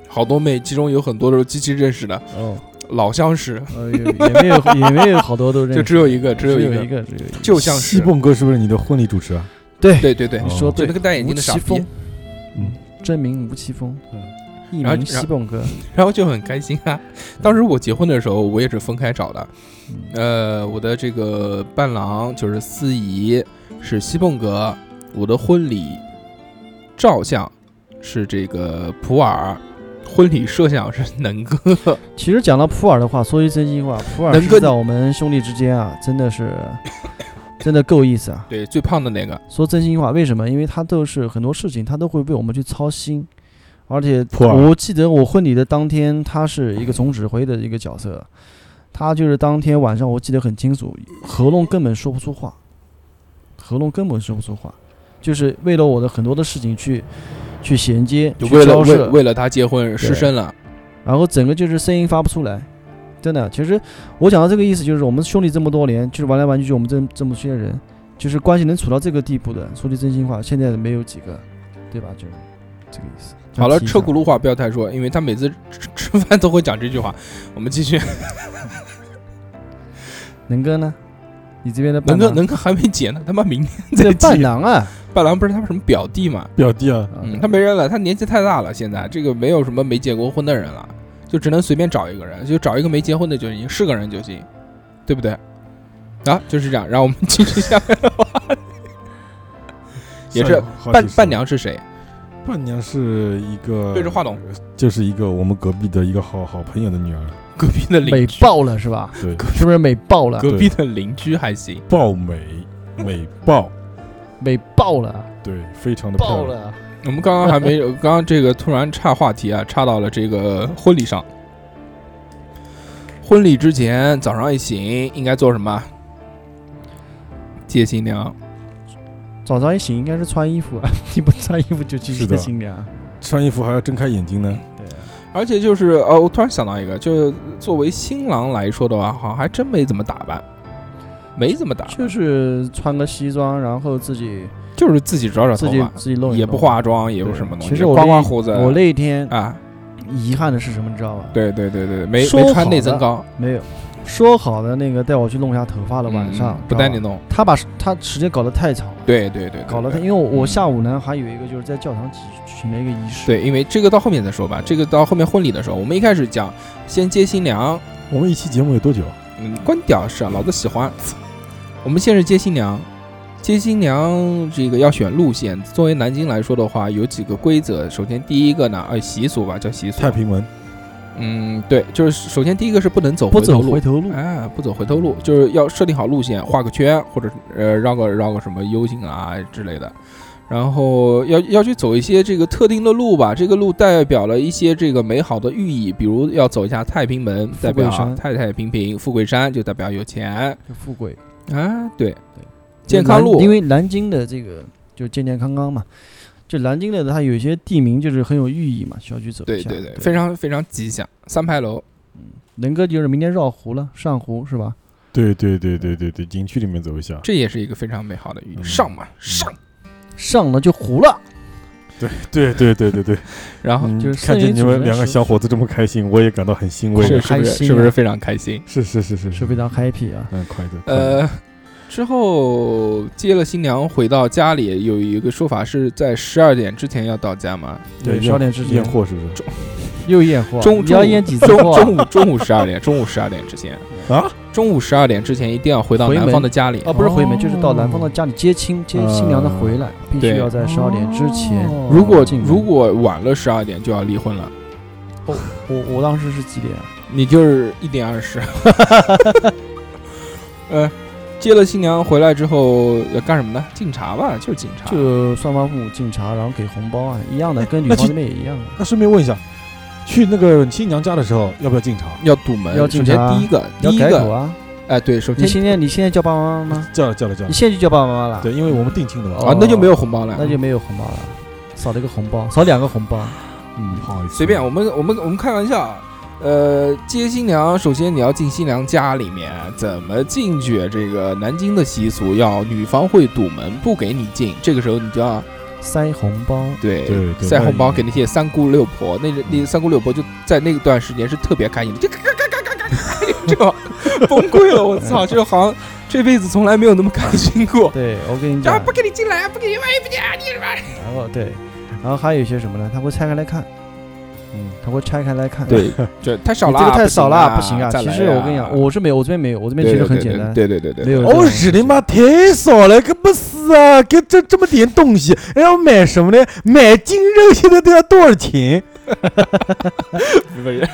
好多妹，其中有很多都是机器认识的，
哦，
老相识，
呃，也也没有也没有好多都认识，
<laughs> 就只有一个，
只
只有
一
一个，
个，只有一个，
就像
西
是，
蹦哥是不是你的婚礼主持啊？
对
对对对
你，说
哦
对
就那个戴眼镜的傻
吴奇
逼
峰，
嗯，
真名吴奇峰，
嗯
艺
然后
名
然后
西蹦哥，
然后就很开心啊。当时我结婚的时候，我也是分开找的，
嗯
呃，我的这个伴郎就是司仪，是西蹦哥；我的婚礼照相是这个普洱，婚礼摄像是能哥。
<laughs> 其实讲到普洱的话，说句真心话，普洱
能
是
跟
在我们兄弟之间啊，真
<laughs>
的是真的够意思啊。
对，最胖的那个。
说真心话，为什么？因为他都是很多事情，他都会为我们去操心，而且
普洱
我记得我婚礼的当天，他是一个总指挥的一个角色，他就是当天晚上我记得很清楚，喉咙根本说不出话，喉咙根本说不出话，就是为了我的很多的事情去去衔接，
就
去
为了
交
为
涉
为了他结婚失身了，
然后整个就是声音发不出来。真的，其实我讲到这个意思，就是我们兄弟这么多年，就是玩来玩去，就我们这这么些人，就是关系能处到这个地步的，说句真心话，现在没有几个，对吧？就是这个意思。
好了，
提一下
车轱辘话不要太说，因为他每次吃 <laughs> 吃饭都会讲这句话。我们继续，
能哥呢？你这边的
能
伴
哥
郎
能哥还没结呢，他妈明天再
这个伴
结。
郎啊，
伴郎不是他什么表弟嘛？
表弟啊，
啊
嗯，他没人了，他年纪太大了，现在这个没有什么没结过婚的人了，就只能随便找一个人，就找一个没结婚的就行，是个人就行，对不对？啊，就是这样，让我们继续下面的话。 <laughs> 也是
上有好几
伴
十
伴娘是谁？
伴娘是一个
对着话筒，
就是一个我们隔壁的一个好好朋友的女儿，
隔壁的邻
美
居，
爆了是吧？
对，
是不是美爆了？
隔壁的邻居还行。
爆美美爆，
美爆了，
对，非常的漂
爆
亮。
了，
我们刚刚还没有，刚刚这个突然岔话题啊，岔到了这个婚礼上。婚礼之前早上一醒应该做什么？接新娘。
早上一醒应该是穿衣服啊， <laughs> 你不穿衣服就去
是
接
的
新娘。啊
穿衣服还要睁开眼睛呢。
而且就是呃，我突然想到一个，就作为新郎来说的话，好像还真没怎么打扮，没怎么打扮，
就是穿个西装，然后自己
就是自己找找
自
头
己
发，
自己弄一弄，啊
也不化妆，也不
对
什么东西，
其实我
刮
那
刮胡子
我那一天
啊，
遗憾的是什么，你知道吧？，
对对对对，没
说
没穿
好
内增
的
高，
没有说好的那个带我去弄一下头发的晚上
嗯，不带你
知道吧。
弄，
他把他时间搞得太长了，，
对对对，对
搞了他，
对
因为我
嗯
我下午呢还有一个就是在教堂举举行了一个仪式，
对，因为这个到后面再说吧，这个到后面婚礼的时候，我们一开始讲先接新娘，
我们一期节目有多久？
嗯，关屌事啊，老子喜欢。我们先是接新娘，接新娘这个要选路线。作为南京来说的话，有几个规则。首先第一个呢，呃，习俗吧，叫习俗
太。平门，
嗯，对，就是首先第一个是不能走
不
回头
走
路。
回头路，
哎，不走回头路，就是要设定好路线，画个圈，或者呃绕个绕个什么 U 型啊之类的，然后要要去走一些这个特定的路吧。这个路代表了一些这个美好的寓意，比如要走一下太平门，代表
富贵山
太太平平；富贵山就代表有钱
就富贵。
啊，对，健康
南
路，
因为南京的这个就健健康康嘛，就南京的它有些地名就是很有寓意嘛，需要去走一
对
下。
对对，非常非常吉祥。三牌楼，
能哥就是明天绕湖了，上湖是吧？
对对对对对对，景区里面走一下。
这也是一个非常美好的寓意。
嗯
上嘛上，
嗯上了就湖了，
对对对对对，
然后
嗯
就是
看
剩
见
余
你
组
们
成
两个
十
小伙子这么开心，我也感到很欣慰。
是
是
是
开
不是
心
是不
啊
是非常开心？
是是是是
是非常 happy 啊。
嗯，快乐。快乐，
呃，之后接了新娘回到家里，有一个说法是在十二点之前要到家嘛，
对，
十二点之前
验货是不是？
又验货，
中
你
中
要
午
验几次
中
货啊？
中午中午十二点，中午十二点之前
啊，
中午十二点之前一定要回到
回
男
门
方的家里。
哦，不是回门，就是到男方的家里接亲，接新娘的回来，必须
对
要在十二点之前。
哦
如果
进门
如果晚了十二点就要离婚了，
我我当时是几点啊？
你就是一点二十。 <laughs> 呃，接了新娘回来之后要干什么呢？敬茶吧，就是敬茶。
就双方父母敬茶，然后给红包啊，一样的，
哎
跟女
那
方
其
那边也一样的。
那顺便问一下，去那个新娘家的时候要不要敬茶？
要堵门，
要
首
敬
先
茶
第一个，第
你
一
要改口
个，
啊！
哎，对，首
你
先
现在你现在叫爸爸妈妈吗？
叫了叫了叫
你
了。
现在就叫爸爸妈妈了？
对，因为我们定亲的嘛。
哦
啊，那就没有红包了，
那就没有红包了，少了一个红包，少两个红包。
嗯，不好意思，
随便，我们我们我们开玩笑啊。呃，接新娘，首先你要进新娘家里面，怎么进去？这个南京的习俗要女方会堵门，不给你进。这个时候你就要
塞红包，
对
对对
塞
那
红包
你
给那些三姑六婆，那那三姑六婆就在那段时间是特别开心的，就这种崩溃了。我操，就好像这辈子从来没有那么开心过。
对我跟你
啊，
讲，
不给你进来，不给你万一不进来，你
然后对，然后还有一些什么呢？他会拆开来看，
嗯，
他会拆开来看。
对，这太少
你
了，
这个太少了，
不
不行啊！
再
其
来
实我跟你
啊
讲，我是没有，我这边没有，我这边
对
其实
对
很
对
简
对
单，
对对对对
没有这种
我
东
日
西。
你妈太少了，可不是啊！给这这么点东西，还要买什么呢？买斤肉现在都要多少钱？ <laughs>
不是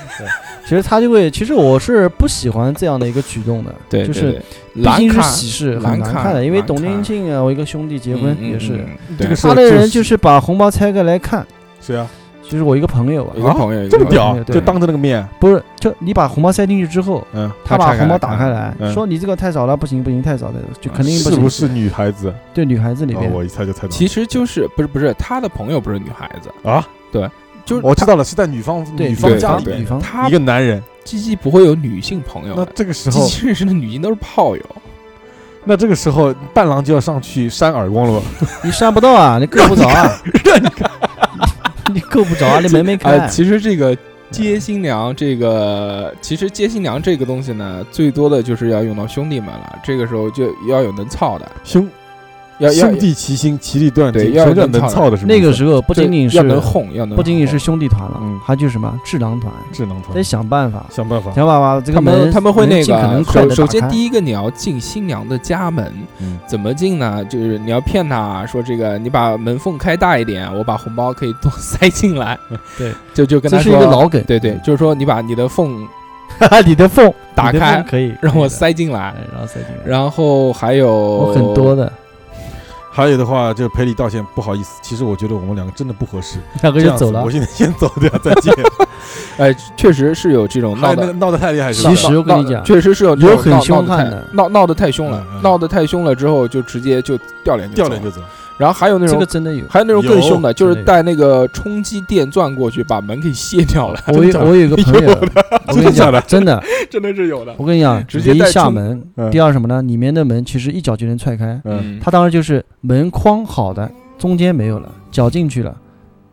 其实他就会，其实我是不喜欢这样的一个举动的，
对，对
就是
对
毕
蓝
竟是
卡
喜事，
蓝
很难
卡
看的。因为
蓝
董
卡
天庆啊，我一个兄弟结
嗯
婚也是，，
这
这个
个
是
是
他的人
就
就是把红包拆开来看，
谁啊？
就是我一个朋友啊
有，个朋友
这么
有个
屌，
对
就当着那个面，
不是，就你把红包塞进去之后，
嗯，
他
他把
拆
红
开
包
来
打
看
开来
嗯
说：“你这个太少了，不行不行，太少了，就肯定不
是
行。
不是女孩子？”
对女孩子里
啊，
面，
我一猜就猜到
其实就是不是不是他的朋友不是女孩子，
了啊！
就是
我知道了，是在女方
对
女
对
方家
对
里
对
面
女方
他
一个男人。啊
鸡鸡不会有女性朋友
那
的，
这个时
鸡
候，
鸡认识的女性都是炮友，
那这个时候伴郎就要上去扇耳光了吧？
你扇不到啊，你够不着啊， <laughs> 你够不着啊，你门没
<laughs>
开
哎，。其实这个。接新娘这个，其实接新娘这个东西呢，最多的就是要用到兄弟们了。这个时候就要有能操的，
兄
要要
兄弟齐心，其利断
对
金，
要
什么叫
能操
能操的？是
那个
是
时候不仅仅
要
是
能哄，要能
不仅仅
哄
是兄弟团了
嗯，
还就是什么智囊团，
智能团
得，想办法，
想办法。
想办法这个
他们
门
他们会
门
那
尽可
个
能快
首
的
首先第一个你要进新娘的家门，
嗯
怎么进呢？就是你要骗她说这个你把门缝开大一点，我把红包可以多塞进来。
对，
<laughs> 就就跟
这
她
是一个
说，
老梗，
对对，就是说你把你的缝
<laughs> 你的缝
打
你的
开
缝可以
让我
可以的
塞进来
哎，然后塞进来，
然后还有
我很多的，
还有的话，就赔礼道歉，不好意思，其实我觉得我们两个真的不合适，
两个
这
人
样子
走了
我。现在先走掉，再见。
哎，确实是有这
<laughs>
种
还
闹
有那个 <laughs> 闹
的。
得太厉害是吧？
闹
其实我跟你讲
闹确实是有这种
有很
闹闹
凶悍
太
的
闹闹得太凶了
嗯，嗯
闹得太凶了之后就直接就掉脸
掉
走
脸
了
就走，
然后还有那
这
种
个真的有，
还有那种更
有
凶的，就是
之类的
带那个冲击电钻过去，把门给卸掉了。
我有我有一个朋友，我跟你
真的假的
讲，真的，
真的是有的。
我跟你讲，
直接
离
带
下
冲
门
嗯。
第二什么呢？里面的门其实一脚就能踹开，
嗯，
他当时就是门框好的，中间没有了，脚进去了，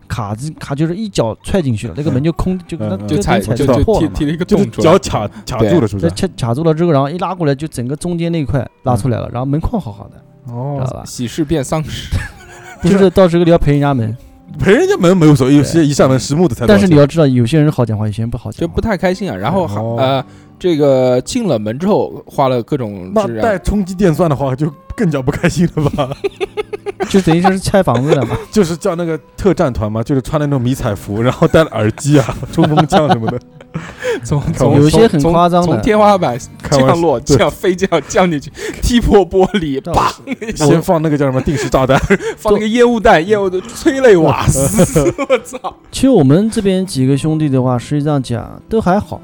卡子卡就是一脚踹进去了，那个门就空，就
嗯
那
嗯
就
就
踩
踩
就
就
就
踩破
踢
了嘛
踢。了一个
就是
洞出来
脚，卡卡住了，是不
这
是？
卡卡住了之后，然后一拉过来，就整个中间那一块拉出
嗯
来了，然后门框好好的，知道
哦，
吧？
喜事变丧事。 <laughs>
不是到时候你要赔人家门，
赔人家门没有所谓，有些一扇门实木的才多
但
少
是
钱。
你要知道，有些人好讲话，有些人不好
就
讲话。
不太开心啊。然后还
哦
呃，这个进了门之后，花了各种啊治
那带
疗，
冲击电钻的话，就更加不开心了吧？
就等于就是拆房子
<laughs>
了嘛。
就是叫那个特战团嘛，就是穿那种迷彩服， <laughs> 然后戴了耳机啊、 <laughs> 冲锋枪什么
<laughs>
的，
从
从
从
有些很
从
夸张的
从天花板
开玩
降
笑。
落，
对
这样飞这样降
<laughs>
进去，踢破玻璃，
到
啪，
先放那个叫什么定时炸弹， <laughs>
放了个烟雾弹，烟雾弹催泪瓦
嗯 <laughs>
斯，我操，
其实我们这边几个兄弟的话，实际上讲都还好。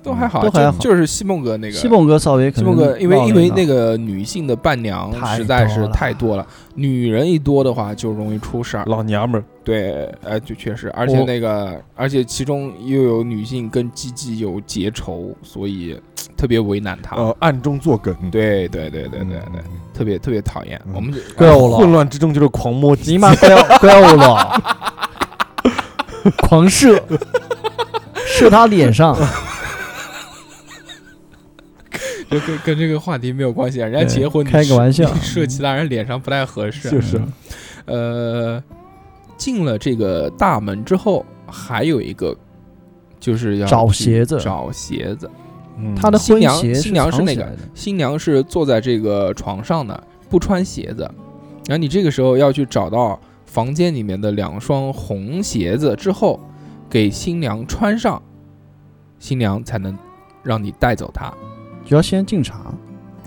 都还好，啊
都还
就
好
就是西梦哥那个
西。蒙哥稍微可
西
能
梦哥，因为
闹了
因为
一闹
那个女性的伴娘
太
实在是
多了啊
太多了，女人一多的话就容易出事儿。
老娘们儿，
对，呃，就确实，而且
我
那个，而且其中又有女性跟鸡鸡有结仇，所以特别为难他。
哦
呃，暗中作梗，
对对对对
嗯
对对，
嗯
特别特别讨厌。
嗯
我们啊这
怪我
混
了，
乱之中就是狂摸鸡
你妈怪
<laughs>
我怪我了，狂射，射他
<laughs>
脸上，
就跟跟这个话题没有关系，啊人家
对
结婚你
哎开个
射
玩笑
你射其他人脸上不太合
<laughs>
适。
就是
呃，进了这个大门之后，还有一个就是要
找
去
鞋子
找鞋子。
嗯
他的
新
婚
娘
鞋
新娘是
藏
那
起
个
来的
新娘是坐在这个床上的，不穿鞋子。然后你这个时候要去找到房间里面的两双红鞋子之后，给新娘穿上，新娘才能让你带走她。
就要先敬茶。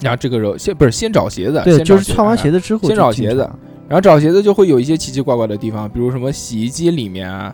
然后这个时候先不是先找鞋子，
对，
啊先找
就是穿完鞋
子，
子之后
先找
就敬
鞋子
茶，
然后找鞋子就会有一些奇奇怪怪的地方，比如什么洗衣机里面啊，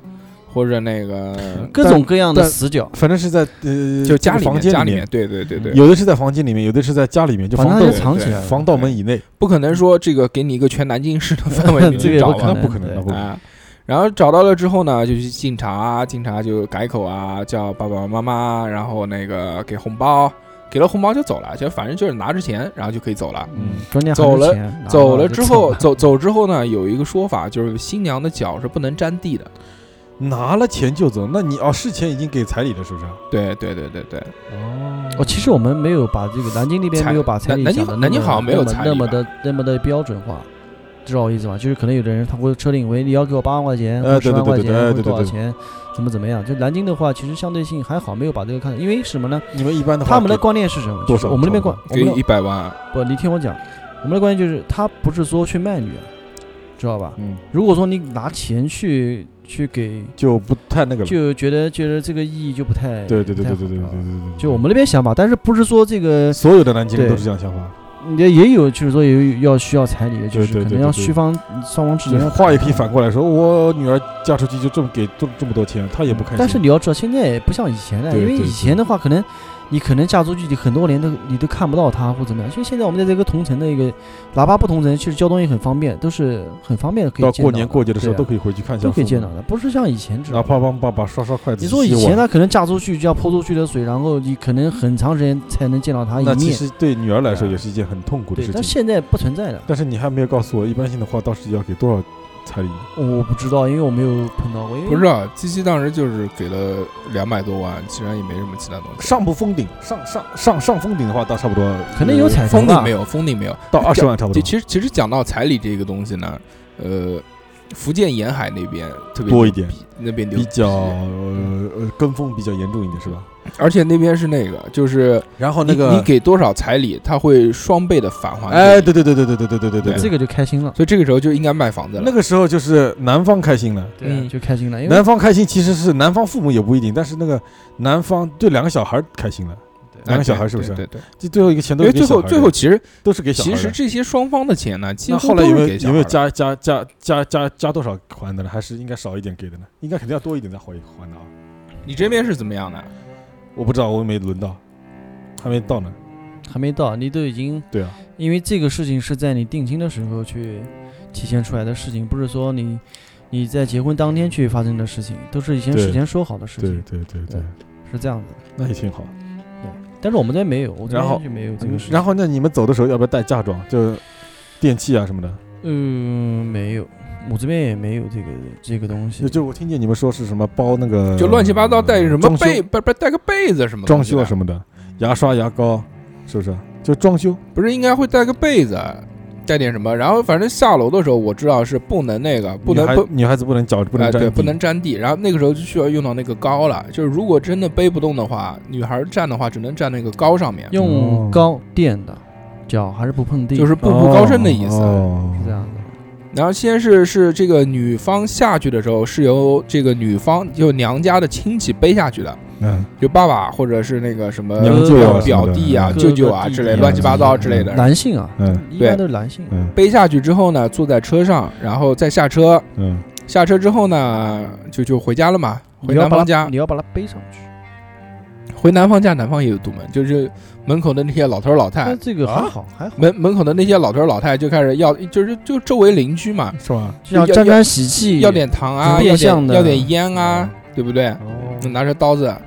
或者那
<laughs>
个
各种各样的
但
死角，
反正是在呃，
就家
这个
里
房
面
间
家
里
面，，对对对对，
有的是在房间里面，有的是在家里面，就
反
防
正
对
就
盗
藏
对
起来了。
防盗门以内，
不可能说这个给你一个全南京市的范
<laughs>
围你
这个
去
也
找
不
吧
可
那
能，
不可能
对
那不可能
啊。然后找到了之后呢，就去敬茶，敬茶就改口啊，叫爸爸妈妈，然后那个给红包，给了红包就走了，就反正就是拿着钱，然后就可以走
啊
了。
嗯，
中间还
走
是
了
钱拿到
走了
就
之后，
了
走走之后呢，有一个说法就是新娘的脚是不能沾地的。
拿了钱就走，那你哦，事前已经给彩礼了，是不是？
对对对对对，
哦
哦，其实我们没有把这个南京那边
彩
没有把彩礼
南
讲
南京好
的
南京好像没有彩礼
那么
吧
的那么的标准化，知道我意思吧？就是可能有的人他会车定为你要给我八万块钱，
呃
或
对
者十
对
万块
对
钱，
对对
或者
对
多少
对
钱，怎么怎么样？就南京的话，其实相对性还好，没有把这个看，因为什么呢？
你们一般的话
他们的
给
观念是什么？
多
就是
少
我们那边
多
观
少，
我
给
们嗯
一
的
百万，
不，你听我讲，我们的观念就是他不是说去卖女，啊知道吧？
嗯，
如果说你拿钱去去给，
就不太那个了。
就觉得觉得这个意义就不太
对对对对
不太好
对对对对
知道吧
对对，
就我们那边想法，但是不是说这个
所有的南京人
对
都是这样想法，
也也有，就是说有要需要彩礼的，就
对对
是可
对
能要
对对
需方双方之
就
间
是
要
话也
谈
可以反过来说，我女儿嫁出去就这么给这这么多钱，她也不开心。
但是你要知道，现在也不像以前了，
对
因为
对
以前的话，可能你可能嫁出去，你很多年都你都看不到他或怎么样。所以现在我们在这个同城的一个，哪怕不同城，其实交通也很方便，都是很方便的，可以
到
见
过年
的
过节的时候
对啊
都可以回去看一下，
都可以见到，的，不是像以前知道
哪
吧。
怕帮爸爸刷刷筷子。
你说以
洗洗
前
碗
他可能嫁出去就要泼出去的水，然后你可能很长时间才能见到他一
那其
面，
实对女儿来说
对啊
也是一件很痛苦的
对
事，
但
情。
现在不存在的。
但是你还没有告诉我，一般性的话，到时要给多少彩礼？
我不知道，因为我没有碰到过，因为
不知道七七当时就是给了两百多万，其实也没什么其他东西。
上不封顶，上上上上封顶的话，到差不多
可能有
呃
彩头
封顶
吧
没有，封顶没有，
到二十万差不
就
多。
其实其实讲到彩礼这个东西呢，呃，福建沿海那边特别
多一
牛
点
逼，那边牛
比
逼
较呃呃跟风比较严重一点是吧？
而且那边是那个，就是
然后
你、
那个
你给多少彩礼，他会双倍的返还。
哎，对，对对对对对对对对对，
这个就开心了，
所以这个时候就应该卖房子了。
那个时候就是男方开心了，
对啊
嗯，
就开心了，因为
男方开心其实是男方父母也不一定，但是那个男方就两个小孩开心了，两个小孩是不
哎
是？
对对对，
就最后一个钱
因
都
为
是给
最后
小孩
最后
的
其实
都是给小孩
其
的
实这些双方的钱呢，几
那
乎
后来
都
有
是
没有
给小
有没有
孩的
加加加加加加多少还的呢？还是应该少一点给的呢？应该肯定要多一点再还还的啊！
你这边是怎么样的？
嗯我不知道，我没轮到，还没到呢。
还没到，你都已经
对啊，
因为这个事情是在你定亲的时候去体现出来的事情，不是说你你在结婚当天去发生的事情，都是以前
对
事先说好的事
对
情，
对对对
对，是这样子的。
那也挺好。
但是我们这边没有，我这
然后
边就没有这个事情。
然后那你们走的时候要不要带嫁妆？就电器啊什么的？
嗯，没有，我这边也没有这个这个东西
就。就我听见你们说是什么包那个，
就乱七八糟带什么
装修
被不不带个被子什么
装修啊什
么，
么的，
嗯
牙刷牙膏是不是？就装修
不是应该会带个被子，带点什么？然后反正下楼的时候我知道是不能那个不能
女孩
不
女孩子不能脚不能
哎
沾
对
地，
不能沾地。然后那个时候就需要用到那个高了，就是如果真的背不动的话，女孩站的话只能站那个高上面，
用
哦
高垫的，脚还是不碰地，
就是步步高升的意思。
哦
是这样的。
然后先是是这个女方下去的时候是由这个女方就娘家的亲戚背下去的，
嗯，
就爸爸或者是那个什么
娘舅啊
表表弟啊、
什么的
舅舅啊
哥哥弟弟
之类
啊
乱七八糟之类的。
男性啊，
嗯
一般都是男性。
嗯
背下去之后呢，坐在车上，然后再下车，
嗯，
下车之后呢，就就回家了嘛，回男方家
你，要把它背上去。
回男方家，男方也有堵门，就是门口的那些老头老太
但，这个还
啊
好，还好，
门门口的那些老头老太就开始要，就是就周围邻居嘛，
是吧？
就像
要
沾沾喜气，
要点糖啊，
变
要
相
点
的
要点烟啊，对不对？
哦
拿着刀子，啊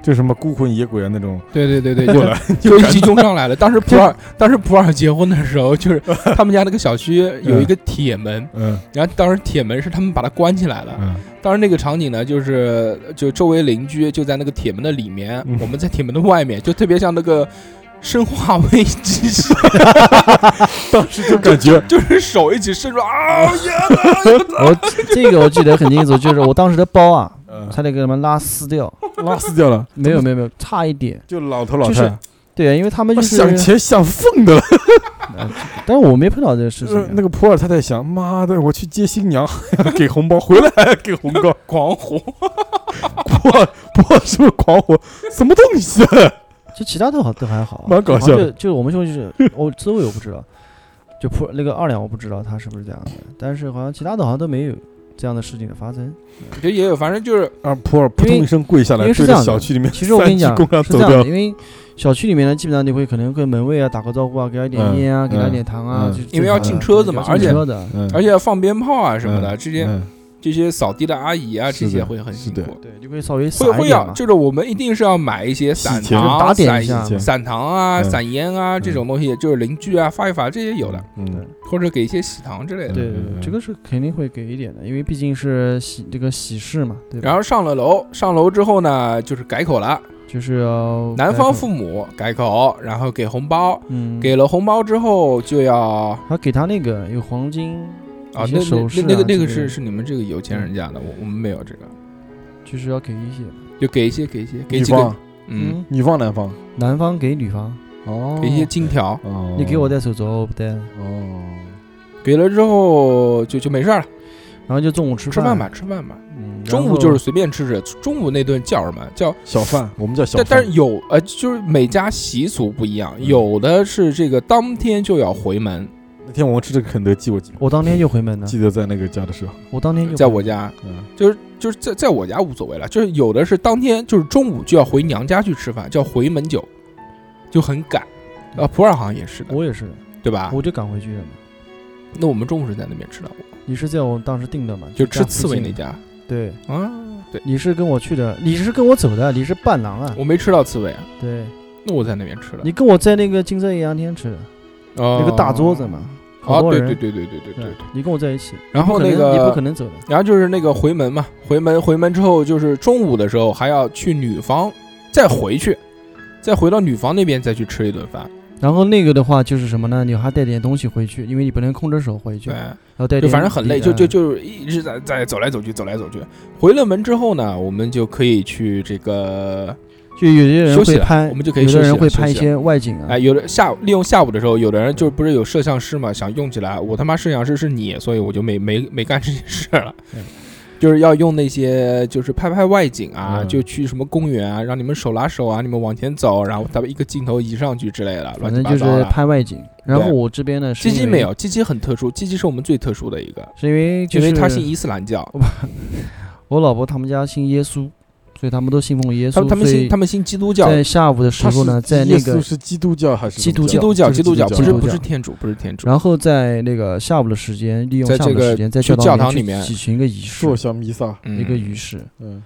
就什么孤魂野鬼啊那种
对对对 <laughs> 对，
过
就
来，
就一起冲上来了。当时普洱，当时普洱结婚的时候，就是他们家那个小区有一个铁门，
嗯
然后当时铁门是他们把它关起来了。
嗯，
当时那个场景呢，就是就周围邻居就在那个铁门的里面，
嗯
我们在铁门的外面，就特别像那个《生化危机》
当时就感觉
<laughs> 就是手一起伸出啊，
嗯
耶
<laughs> 我这个我记得很清楚，就是我当时的包啊，
嗯
差点给他们拉撕掉。
<laughs> 拉丝掉了，
没有没有没有，差一点。
就老头老
就
太
是，对啊，因为他们
我
就
想
是，
钱想疯的了。
但是我没碰到这个事情
呃
啊。
那个普洱太太想，妈的，我去接新娘， <laughs> 给红包，回来 <laughs> 还要给红包，
狂吼！
普洱普洱是不是狂火？什么东西啊？
就其他都好都还好啊，
蛮搞笑的
然后就就我们兄弟是，我周围我不知道，就普那个二两我不知道他是不是这样的，但是好像其他的好像都没有这样的事情的发生。
就也有，反正就是
啊！普洱扑通一声跪下
因
来，
为
对
是这
着
样的
小区里面
其实我跟你讲
三只公羊
是这
走
样的，
掉。
因为小区里面呢，基本上你会可能跟门卫啊打个招呼啊，给他一点
嗯
烟啊，给他
嗯
一点糖啊
嗯，
就是
因为要进车子嘛
要进
而且
车的
嗯
而且要放鞭炮啊什么的，这些
嗯
这些扫地的阿姨啊，
是
这
的
些会很辛
是的
苦。
对，就会稍微撒
会
一
会
点
要，
嘛。
就是我们一定是要买一些散
洗钱
糖、
打点
散
一下
嘛
散糖啊、
嗯
散烟啊这种东西，就是邻居啊发一发，这些有的，
嗯，
或者给一些喜糖之类的。
对对
嗯嗯
对，
嗯
这个是肯定会给一点的，因为毕竟是喜这个喜事嘛，对吧？
然后上了楼，上楼之后呢，就是改口了，
就是要
男方
付，
父母改口，然后给红包，
嗯，
给了红包之后就要
还给他那个有黄金，
啊，
一些
那那
首饰啊
那那个那
之类
个
的
是是你们这个有钱人家的，我我们没有这个，
就是要给一些，
就给一些给一些给
女
几个
方，
嗯，，
女方男方
男方给女方，
哦
给一些金条，
哦，
你给我戴手镯，我不戴，然
哦，
给了之后就就没事儿了，
后就中午吃
吃
饭
饭，吧吃饭吧，
嗯，
中午就是随便吃吃，中午那顿叫什么叫？
小贩，我们叫小
但
贩，
但是有呃，就是每家习俗不一样，有的是这个当天就要回门，
那天我们吃这个肯德基，我记
我当天就回门了，
记得在那个家的时候，
我当天就
在
回
我
门
家
嗯，
就是就是在在我家无所谓了，就是有的是当天就是中午就要回娘家去吃饭，叫回门酒，就很赶。啊，普洱好像也是的，
我也是，
对吧？
我就赶回去了嘛。
那我们中午是在那边吃的，
你是在我当时订的嘛？
就
家
吃
附
刺猬
近
那家
对，
啊。对，
你是跟我去的，你是跟我走的，你是伴郎啊？
我没吃到刺猬啊，
对，
那我在那边吃的。
你跟我在那个金色艳阳天吃的
那
那个大桌子嘛，好
哦，
多
对
人。
对对对对对对对。
你跟我在一起，
然后
不
那
可能
个
你不可能走的，
然后就是那个回门嘛，回门回门之后，就是中午的时候还要去女方再回去，再回到女方那边再去吃一顿饭。
然后那个的话就是什么呢？你还带点东西回去，因为你不能空着手回去，
对
然，后带
就
点
反正很累，
礼
就就
嗯
就是一直在在走来走去，走来走去。回了门之后呢，我们就可以去这个，
就有些人
休息
会
了
拍，
我们就可以
有
休
的
息
人
了
会
休
拍一
息了
些外景啊，
哎，有的下午利用下午的时候，有的人就不是有
嗯
摄像师嘛，想用起来，我他妈摄像师是你，所以我就没没没干这件事了。就是要用那些就是拍拍外景啊，
嗯
就去什么公园啊，让你们手拉手啊，你们往前走，然后他们一个镜头移上去之类的，
反
乱七
正
八
就
糟
是
的。
拍外景。然后
对
我这边呢，是
鸡
因
鸡
为
没，有，鸡鸡很特殊，鸡鸡是我们最特殊的一个，
是因为就
因为
是
他信伊斯兰教，
我老婆他们家信耶稣，所以他们都信奉耶
他
稣。
们他们
所以
信他们信基督教，
在下午的时
他
候
是
呢，在
耶
那
稣
个，
是基督教还是
基督
什么
基
教
督教
这是
基督
基督
教
教
不是
基督
不是
教
天主，不是天主。
然后在那个下午的时间，利用
在
下午
这个
的时间，在
去教堂
堂
里
去
面
举行一个仪式
硕，小弥撒，
嗯
一个仪式，
嗯，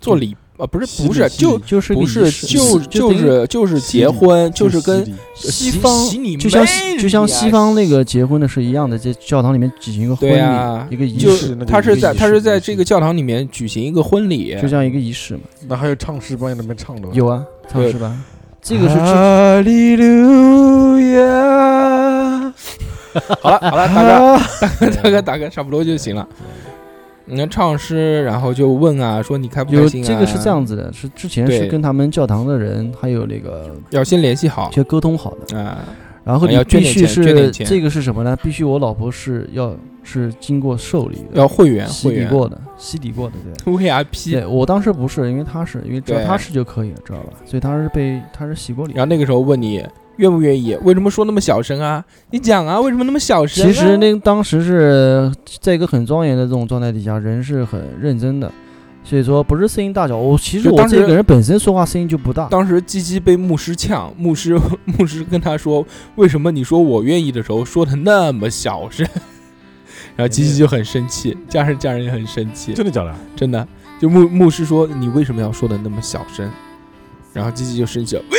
做礼啊，不是
洗
不
礼
是
洗
就
礼
就是
不是就
就
就是就是
洗
结
礼
婚，就是
洗
跟
礼
西
洗
方
洗你
就像
妹
西就像
你啊
西方那个结婚的是一样的，在教堂里面举行一个婚
对啊
礼，一个仪
就
式，哎
是那个
他是
仪
在
式
他
仪
是在
式
这个教堂里面举行一个婚礼，
就像一个仪式嘛。
那还有唱诗班在那边唱的吗，
有啊，唱
对啊
诗班，这个是之
哈利路亚。好了好了，大哥大哥大哥大哥，差不多就行了。你看唱诗，然后就问啊，说你开不开
有
心啊？
这个是这样子的，是之前是
对
跟他们教堂的人还有那个
要先联系好
先沟通好的，
啊。
然后
嗯
你
要捐
必
点
须
钱捐点
是
钱
这个是什么呢？必须我老婆是要是经过受理的，
要会员
洗
会啊
礼
员 <laughs>
过的，洗礼过的，对。
VIP，
对我当时不是，因为他是因为只要
对
他是就可以了，知道吧？所以他是被他是洗过礼的
然。后那个时候问你愿不愿意，为什么说那么小声啊？你讲啊，为什么那么小声啊、
其实那当时是在一个很庄严的这种状态底下，人是很认真的，所以说不是声音大小。我其实
就
我
当时
这个人本身说话声音就不大，
当时鸡鸡被牧师呛，牧师 <laughs> 牧师跟他说：“为什么你说我愿意的时候说的那么小声？” <laughs> 然后鸡鸡就很生气，家人家人也很生气，
真的假的？
真的就牧牧师说：“你为什么要说的那么小声？”然后鸡鸡就生气了，喂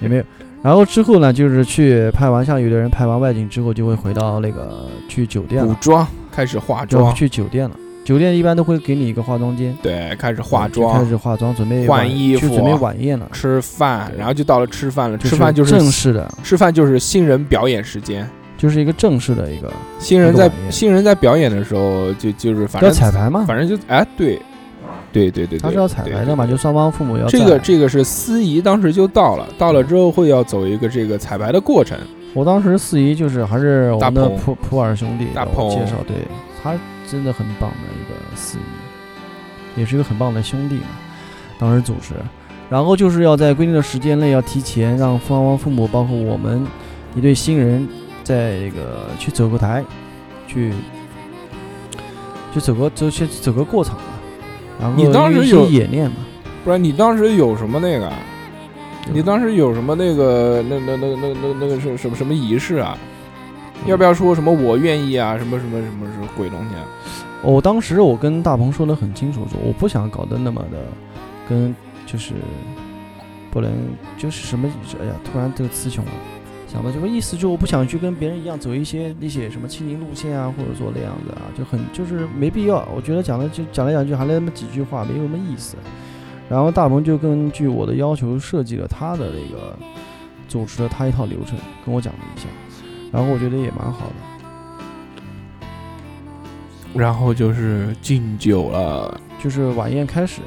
也没有。然后之后呢，就是去拍完，像有的人拍完外景之后就会回到那个去酒店
补
了，
妆开始化
就
妆，
去酒店了。酒店一般都会给你一个化妆间，
对，开始化
就开
妆
始化妆，准备
换
晚
衣
去准
服啊
备晚宴了。
吃饭，
对
然后就到了吃饭了。吃饭就
就是正式的，
吃饭就是新人表演时间，
就是一个正式的一个
新人在
那个晚宴
新人在表演的时候就就是反
要
正
彩排嘛，
反正就哎对。对对对对，
嗯他是要彩
对
排
对
的嘛，就双方父母要
这
在
个这个是司仪当时就到了，到了之后会要走一个这个彩排的过程，
我当时四姨就是还是我们
大
的
鹏
普普洱兄弟
大
给我
鹏
介绍，对他真的很棒的一个四姨，也是一个很棒的兄弟嘛。当时主持，然后就是要在规定的时间内要提前让双方父母，包括我们一对新人，在这个去走个台，去去走个走去走个过场嘛。然后
你当时
因为
有
是演练嘛？
不然你当时有什么那个啊？你当时有什么那个那那那那那那个是什么什么仪式啊？
嗯
要不要说什么我愿意啊？什么什么什么什么鬼东西啊？
我当时我跟大鹏说的很清楚，说我不想搞得那么的，跟就是不能就是什么，哎呀，突然这个词穷了，想不到这个意思，就我不想去跟别人一样走一些那些什么亲情路线啊，或者说那样子啊，就很就是没必要。我觉得讲了就讲来讲去还那么几句话，没有什么意思。然后大鹏就根据我的要求设计了他的那个主持了他一套流程，跟我讲了一下，然后我觉得也蛮好的。
然后就是敬酒了，
就是晚宴开始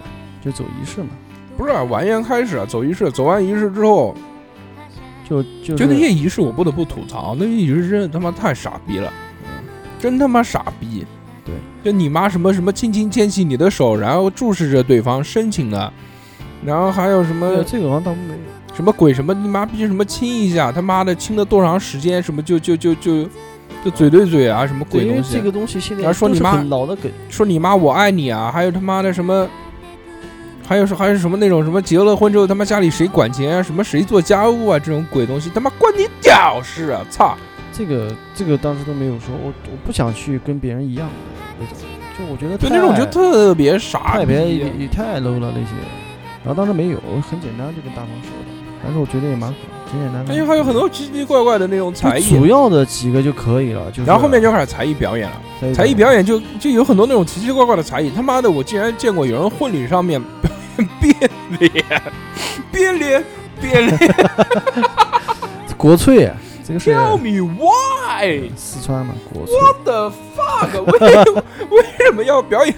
就走仪式嘛，
不是啊晚宴开始啊，走仪式，走完仪式之后，
就就
就是那些仪式我不得不吐槽，那些仪式真的他妈太傻逼了，真他妈傻逼。
嗯对，
就你妈什么什么轻轻牵起你的手，然后注视着对方深情的，然后还有什
呃
么
这个好像倒没有，
什么鬼什么你妈逼什么亲一下，他妈的亲了多长时间，什么就就就就就嘴对嘴啊，什么鬼
对，因为
东西
这，个东西现在
然后说
都
你
是
妈
很老的梗，
说你妈我爱你啊，还有他妈的什么。还有是还有什么那种什么结了婚之后他妈家里谁管钱啊，什么谁做家务啊这种鬼东西，他妈关你屌事啊！操！
这个这个当时都没有说，我我不想去跟别人一样的那种，就我觉得
对，
太
那种就特别傻
太
逼，
别也也太 low 了那些，然后当时没有，我很简单就跟大鹏说的，但是我觉得也蛮好，挺简单的。
哎，还有很多奇奇怪怪的那种才
就主
艺，
要的几个就可以了，就是
然后后面就开始才艺表演了。才艺表演就就有很多那种奇奇怪怪的才艺，他妈的，我竟然见过有人婚礼上面表演 <laughs> 变脸，变脸，变脸 <laughs>
国粹，啊这个是
，Tell me why
四川嘛国粹，
the fuck？为为什么 <laughs> 要表演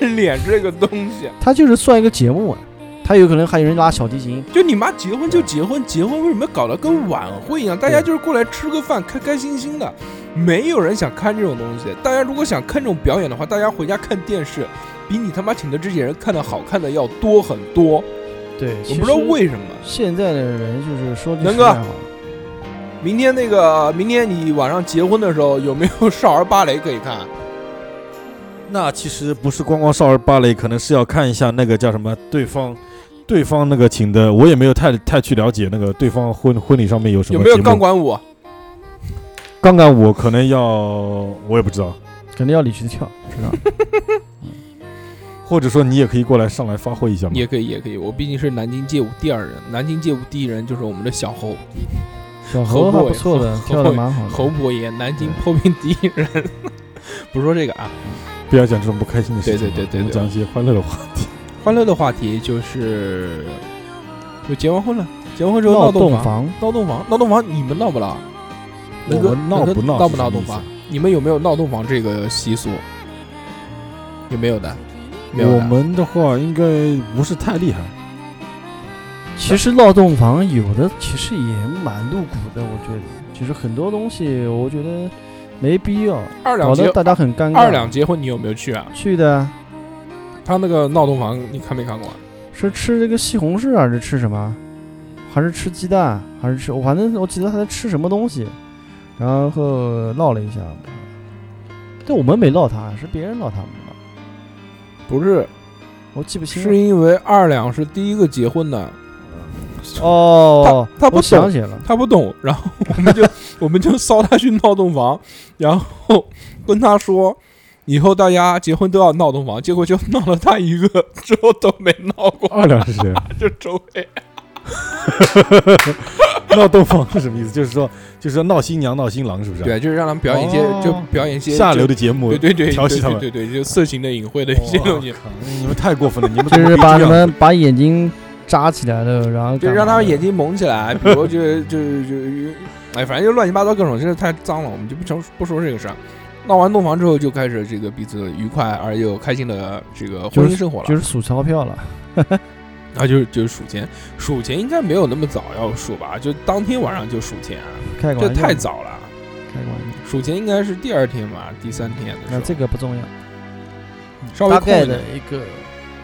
变脸这个东西？
他就是算一个节目啊，他有可能还有人拉小提琴，
就你妈结婚就结婚，结婚为什么搞得跟晚会一样？大家就是过来吃个饭，开开心心的。没有人想看这种东西。大家如果想看这种表演的话，大家回家看电视，比你他妈请的这些人看的好看的要多很多。
对，
我不知道为什么。
现在的人就是说句
能
实
哥
在话，
明天那个，明天你晚上结婚的时候有没有少儿芭蕾可以看？
那其实不是光光少儿芭蕾，可能是要看一下那个叫什么对方。对方那个请的，我也没有太太去了解那个对方婚婚礼上面有什么
有没有
节目
钢管舞？
杠杆我可能要，我也不知道，
肯定要你去跳，知道吧？
<laughs>
或者说你也可以过来上来发挥一下嘛。
也可以，也可以。我毕竟是南京街舞第二人，
嗯
南京街舞第一人就是我们的小侯
小猴还
侯
不错的，
侯
跳的蛮好的。
侯伯爷，南京 popping 第一人。 <laughs> 不说这个啊，
不要讲这种不开心的事情嘛，
对对对对对
我们讲一些欢乐的话。
欢乐的话题就是，就结完婚了，结完婚之后
闹
闹洞
洞，房，
闹洞房，闹洞房，你们闹不闹？
我
能哥
们闹
能哥
不闹
闹
是
不
什么
闹洞
意思
房？你们有没有闹洞房这个习俗？有没有的？没有
我
的。
们的话应该不是太厉害，
其实闹洞房有的其实也蛮露骨的，我觉得，其实很多东西我觉得没必要，
二两
搞
结
得大家很尴尬。
二两结婚，你有没有去啊？
去的
他那个闹洞房，你看没看过啊？
是吃这个西红柿啊还是吃什么？还是吃鸡蛋？还是吃？我反正我记得他在吃什么东西，然后闹了一下。但我们没闹他，是别人闹他们的，
不是，
我记不清
是
了。
因为二两是第一个结婚的，
哦，
他他不
我想
懂
起来了，
他不懂，然后我
<laughs>
们就我们就骚他去闹洞房，然后跟他说，以后大家结婚都要闹洞房，结果就闹了他一个，之后都没闹过，
二两是谁？啊
就周围
<laughs> 闹洞房是什么意思？就是说，就是说闹新娘、闹新郎，是不是？，
对，就是让他们表演一些，
哦
就表演一些
下流
的，
的节目，
对对对，
调戏他
对
们。
对对对，就色情的、隐晦的一些东西
哇，靠你们太过分了！你们
就
怎么
是
可以
把
这
你
样
们把眼睛扎起来了，然后
就
干
让
嘛
他们
的
眼睛蒙起来，比如就就就就，哎，反正就乱七八糟各种，真是太脏了，我们就不成不说这个事儿。闹完洞房之后，就开始这个彼此愉快而又开心的这个婚姻生活了。
就是数钞票了。
啊，就是就是数钱，数钱应该没有那么早要数吧？就当天晚上就数钱啊，
开个
这
玩笑，
太早了。
开个玩笑。
数钱应该是第二天吧，第三天的时
那
候，
这个不重要，
稍微
大
空一
概
点
的一个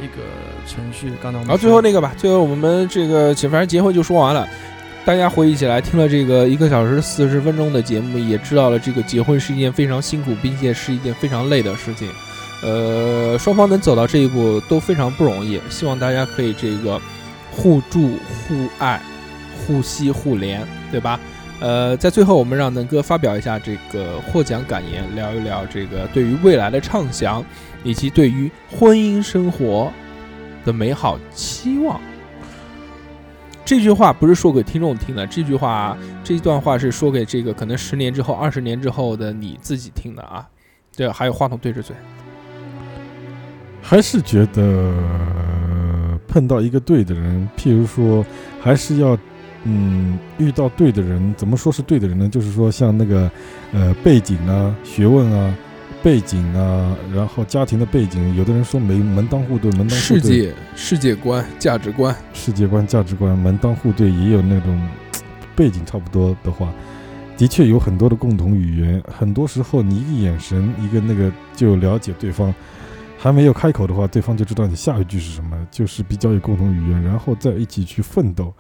一个程序。刚才我们
然后最后那个吧，最后我们这个反正结婚就说完了。大家回忆起来，听了这个一个小时四十分钟的节目，也知道了这个结婚是一件非常辛苦，并且是一件非常累的事情。呃，双方能走到这一步都非常不容易，希望大家可以这个互助、互爱、互惜、互怜，对吧？呃，在最后我们让能哥发表一下这个获奖感言，聊一聊这个对于未来的畅想，以及对于婚姻生活的美好期望。这句话不是说给听众听的，这句话这段话是说给这个可能十年之后、二十年之后的你自己听的啊。对，还有话筒对着嘴，
还是觉得呃碰到一个对的人，譬如说，还是要嗯遇到对的人。怎么说是对的人呢？就是说像那个呃背景啊、学问啊、背景啊，然后家庭的背景，有的人说没门当户对，门当户
世
对，
界、世界观、价值观，
世界观、价值观门当户对，也有那种嘖背景差不多的话，的确有很多的共同语言。很多时候，你一个眼神，一个那个就了解对方，还没有开口的话，对方就知道你下一句是什么，就是比较有共同语言，然后再一起去奋斗。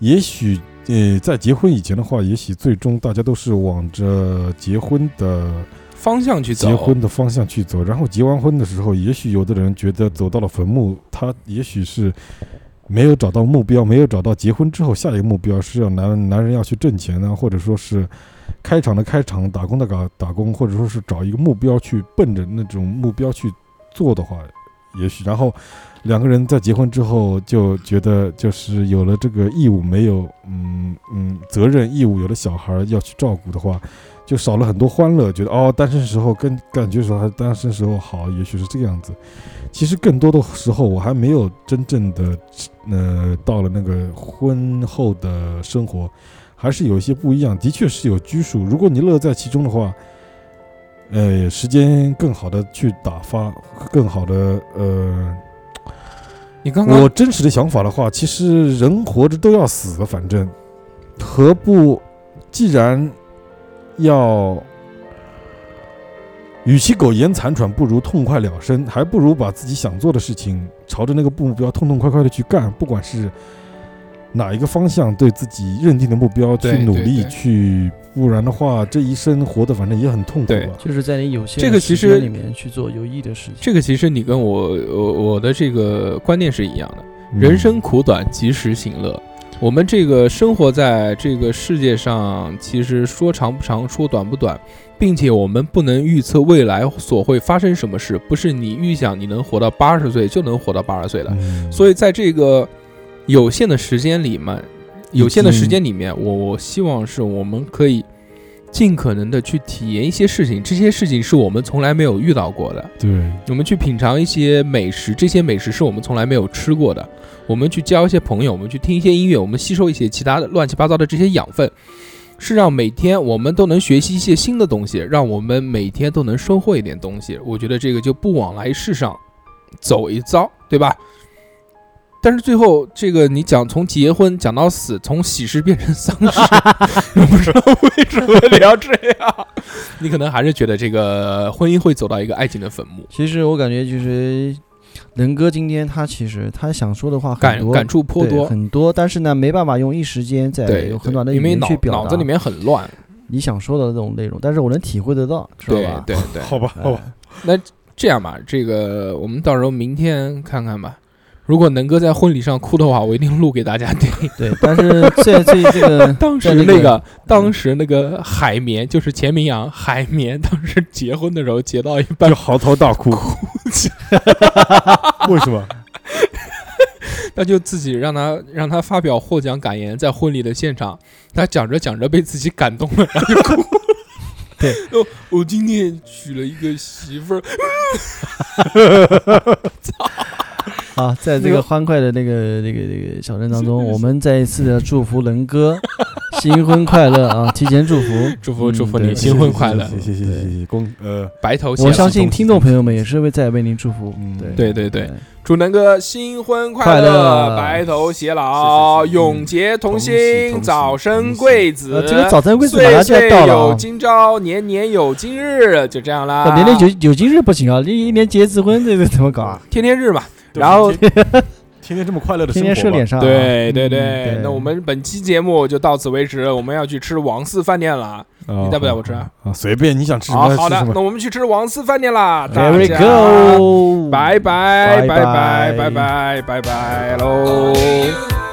也许，呃，在结婚以前的话，也许最终大家都是往着结婚的
方向去走。
结婚的方向去走。然后结完婚的时候，也许有的人觉得走到了坟墓，他也许是没有找到目标，没有找到结婚之后下一个目标是要男男人要去挣钱呢，或者说是开厂的开厂，打工的打打工，或者说是找一个目标去奔着那种目标去做的话，也许然后。两个人在结婚之后就觉得，就是有了这个义务，没有，嗯嗯，责任义务，有了小孩儿要去照顾的话，就少了很多欢乐，觉得哦，单身时候跟感觉说还单身时候好，也许是这个样子。其实更多的时候，我还没有真正的，呃，到了那个婚后的生活，还是有一些不一样，的确是有拘束。如果你乐在其中的话，呃，时间更好的去打发，更好的呃
你刚刚
我真实的想法的话，其实人活着都要死的，反正何不既然要与其苟延残喘，不如痛快了生，还不如把自己想做的事情朝着那个目标痛痛快快的去干，不管是哪一个方向，对自己认定的目标去
对
努
对
力
对
去，不然的话，这一生活的反正也很痛苦啊
对
吧。
就是在你有限
这
的
个其
时
实
间里面去做有益的事情。
这个其实你跟我我我的这个观念是一样的，
嗯
人生苦短，及时行乐。我们这个生活在这个世界上，其实说长不长，说短不短，并且我们不能预测未来所会发生什么事，不是你预想你能活到八十岁就能活到八十岁的。
嗯
所以在这个有限的时间里面，有限的时间里面，我我希望是我们可以尽可能的去体验一些事情，这些事情是我们从来没有遇到过的。
对，
我们去品尝一些美食，这些美食是我们从来没有吃过的。我们去交一些朋友，我们去听一些音乐，我们吸收一些其他的乱七八糟的这些养分，是让每天我们都能学习一些新的东西，让我们每天都能收获一点东西。我觉得这个就不往来世上走一遭，对吧？但是最后，这个你讲从结婚讲到死，从喜事变成丧
<laughs>
事，我不知道为什么聊这样。你可能还是觉得这个婚姻会走到一个爱情的坟墓。
其实我感觉就是能哥今天他其实他想说的话很
感
多，
感触颇
对
多，
很多，但是呢没办法用一时间在
对，
有很
对
短的语
因为
言
脑
去表达
脑子里面很乱，
你想说的这种内容，但是我能体会得到，知道
对
吧？
对对。
<laughs> 好吧，好吧，
这样吧，这个我们到时候明天看看吧。如果能哥在婚礼上哭的话，我一定录给大家听。 <laughs>
对，但是在这这个
当时
在那
那
个
个，当时那个海绵就是钱明阳，海绵当时结婚的时候结到一半
就，嚎啕大哭，为什么？
他就自己让他让他发表获奖感言，在婚礼的现场，他讲着讲着被自己感动了，然后就哭了。
对
哦， <laughs> 我今天娶了一个媳妇儿，
啊，在这
那
个
个
欢快的那个那个那个小镇当中，我们再一次的祝福能哥新婚快乐啊！提前祝福，
<laughs> 祝福
嗯
祝福
对
你新婚快乐，
谢谢谢谢谢谢，恭呃，
白头偕
我
老。
相信听众朋友们也是为在为您祝福，
嗯
对
对对对，祝能哥新婚
快
快
乐
白头偕老，
嗯
是是是
永结同
同喜
心，
同喜
早生
同喜
贵子
呃，。这个早餐柜子
岁
马上就要
岁
到了
有
啊。
今朝，年年有今日，就这样啦。
啊，年年有有今日不行啊，一一年结一次婚，这个怎么搞啊？
天天日嘛。
对
然后
天天天这么快乐的生
天
活吧，
天射脸上啊，
对对对
嗯对，
那我们本期节目就到此为止，我们要去吃王四饭店了。
啊，
你带不带我吃啊
啊？随便你想吃什
好
么
好
吃
的
什，么
那。我们去吃王四饭店啦。大
There we
家
go，
拜拜拜拜
拜拜
拜拜拜拜喽。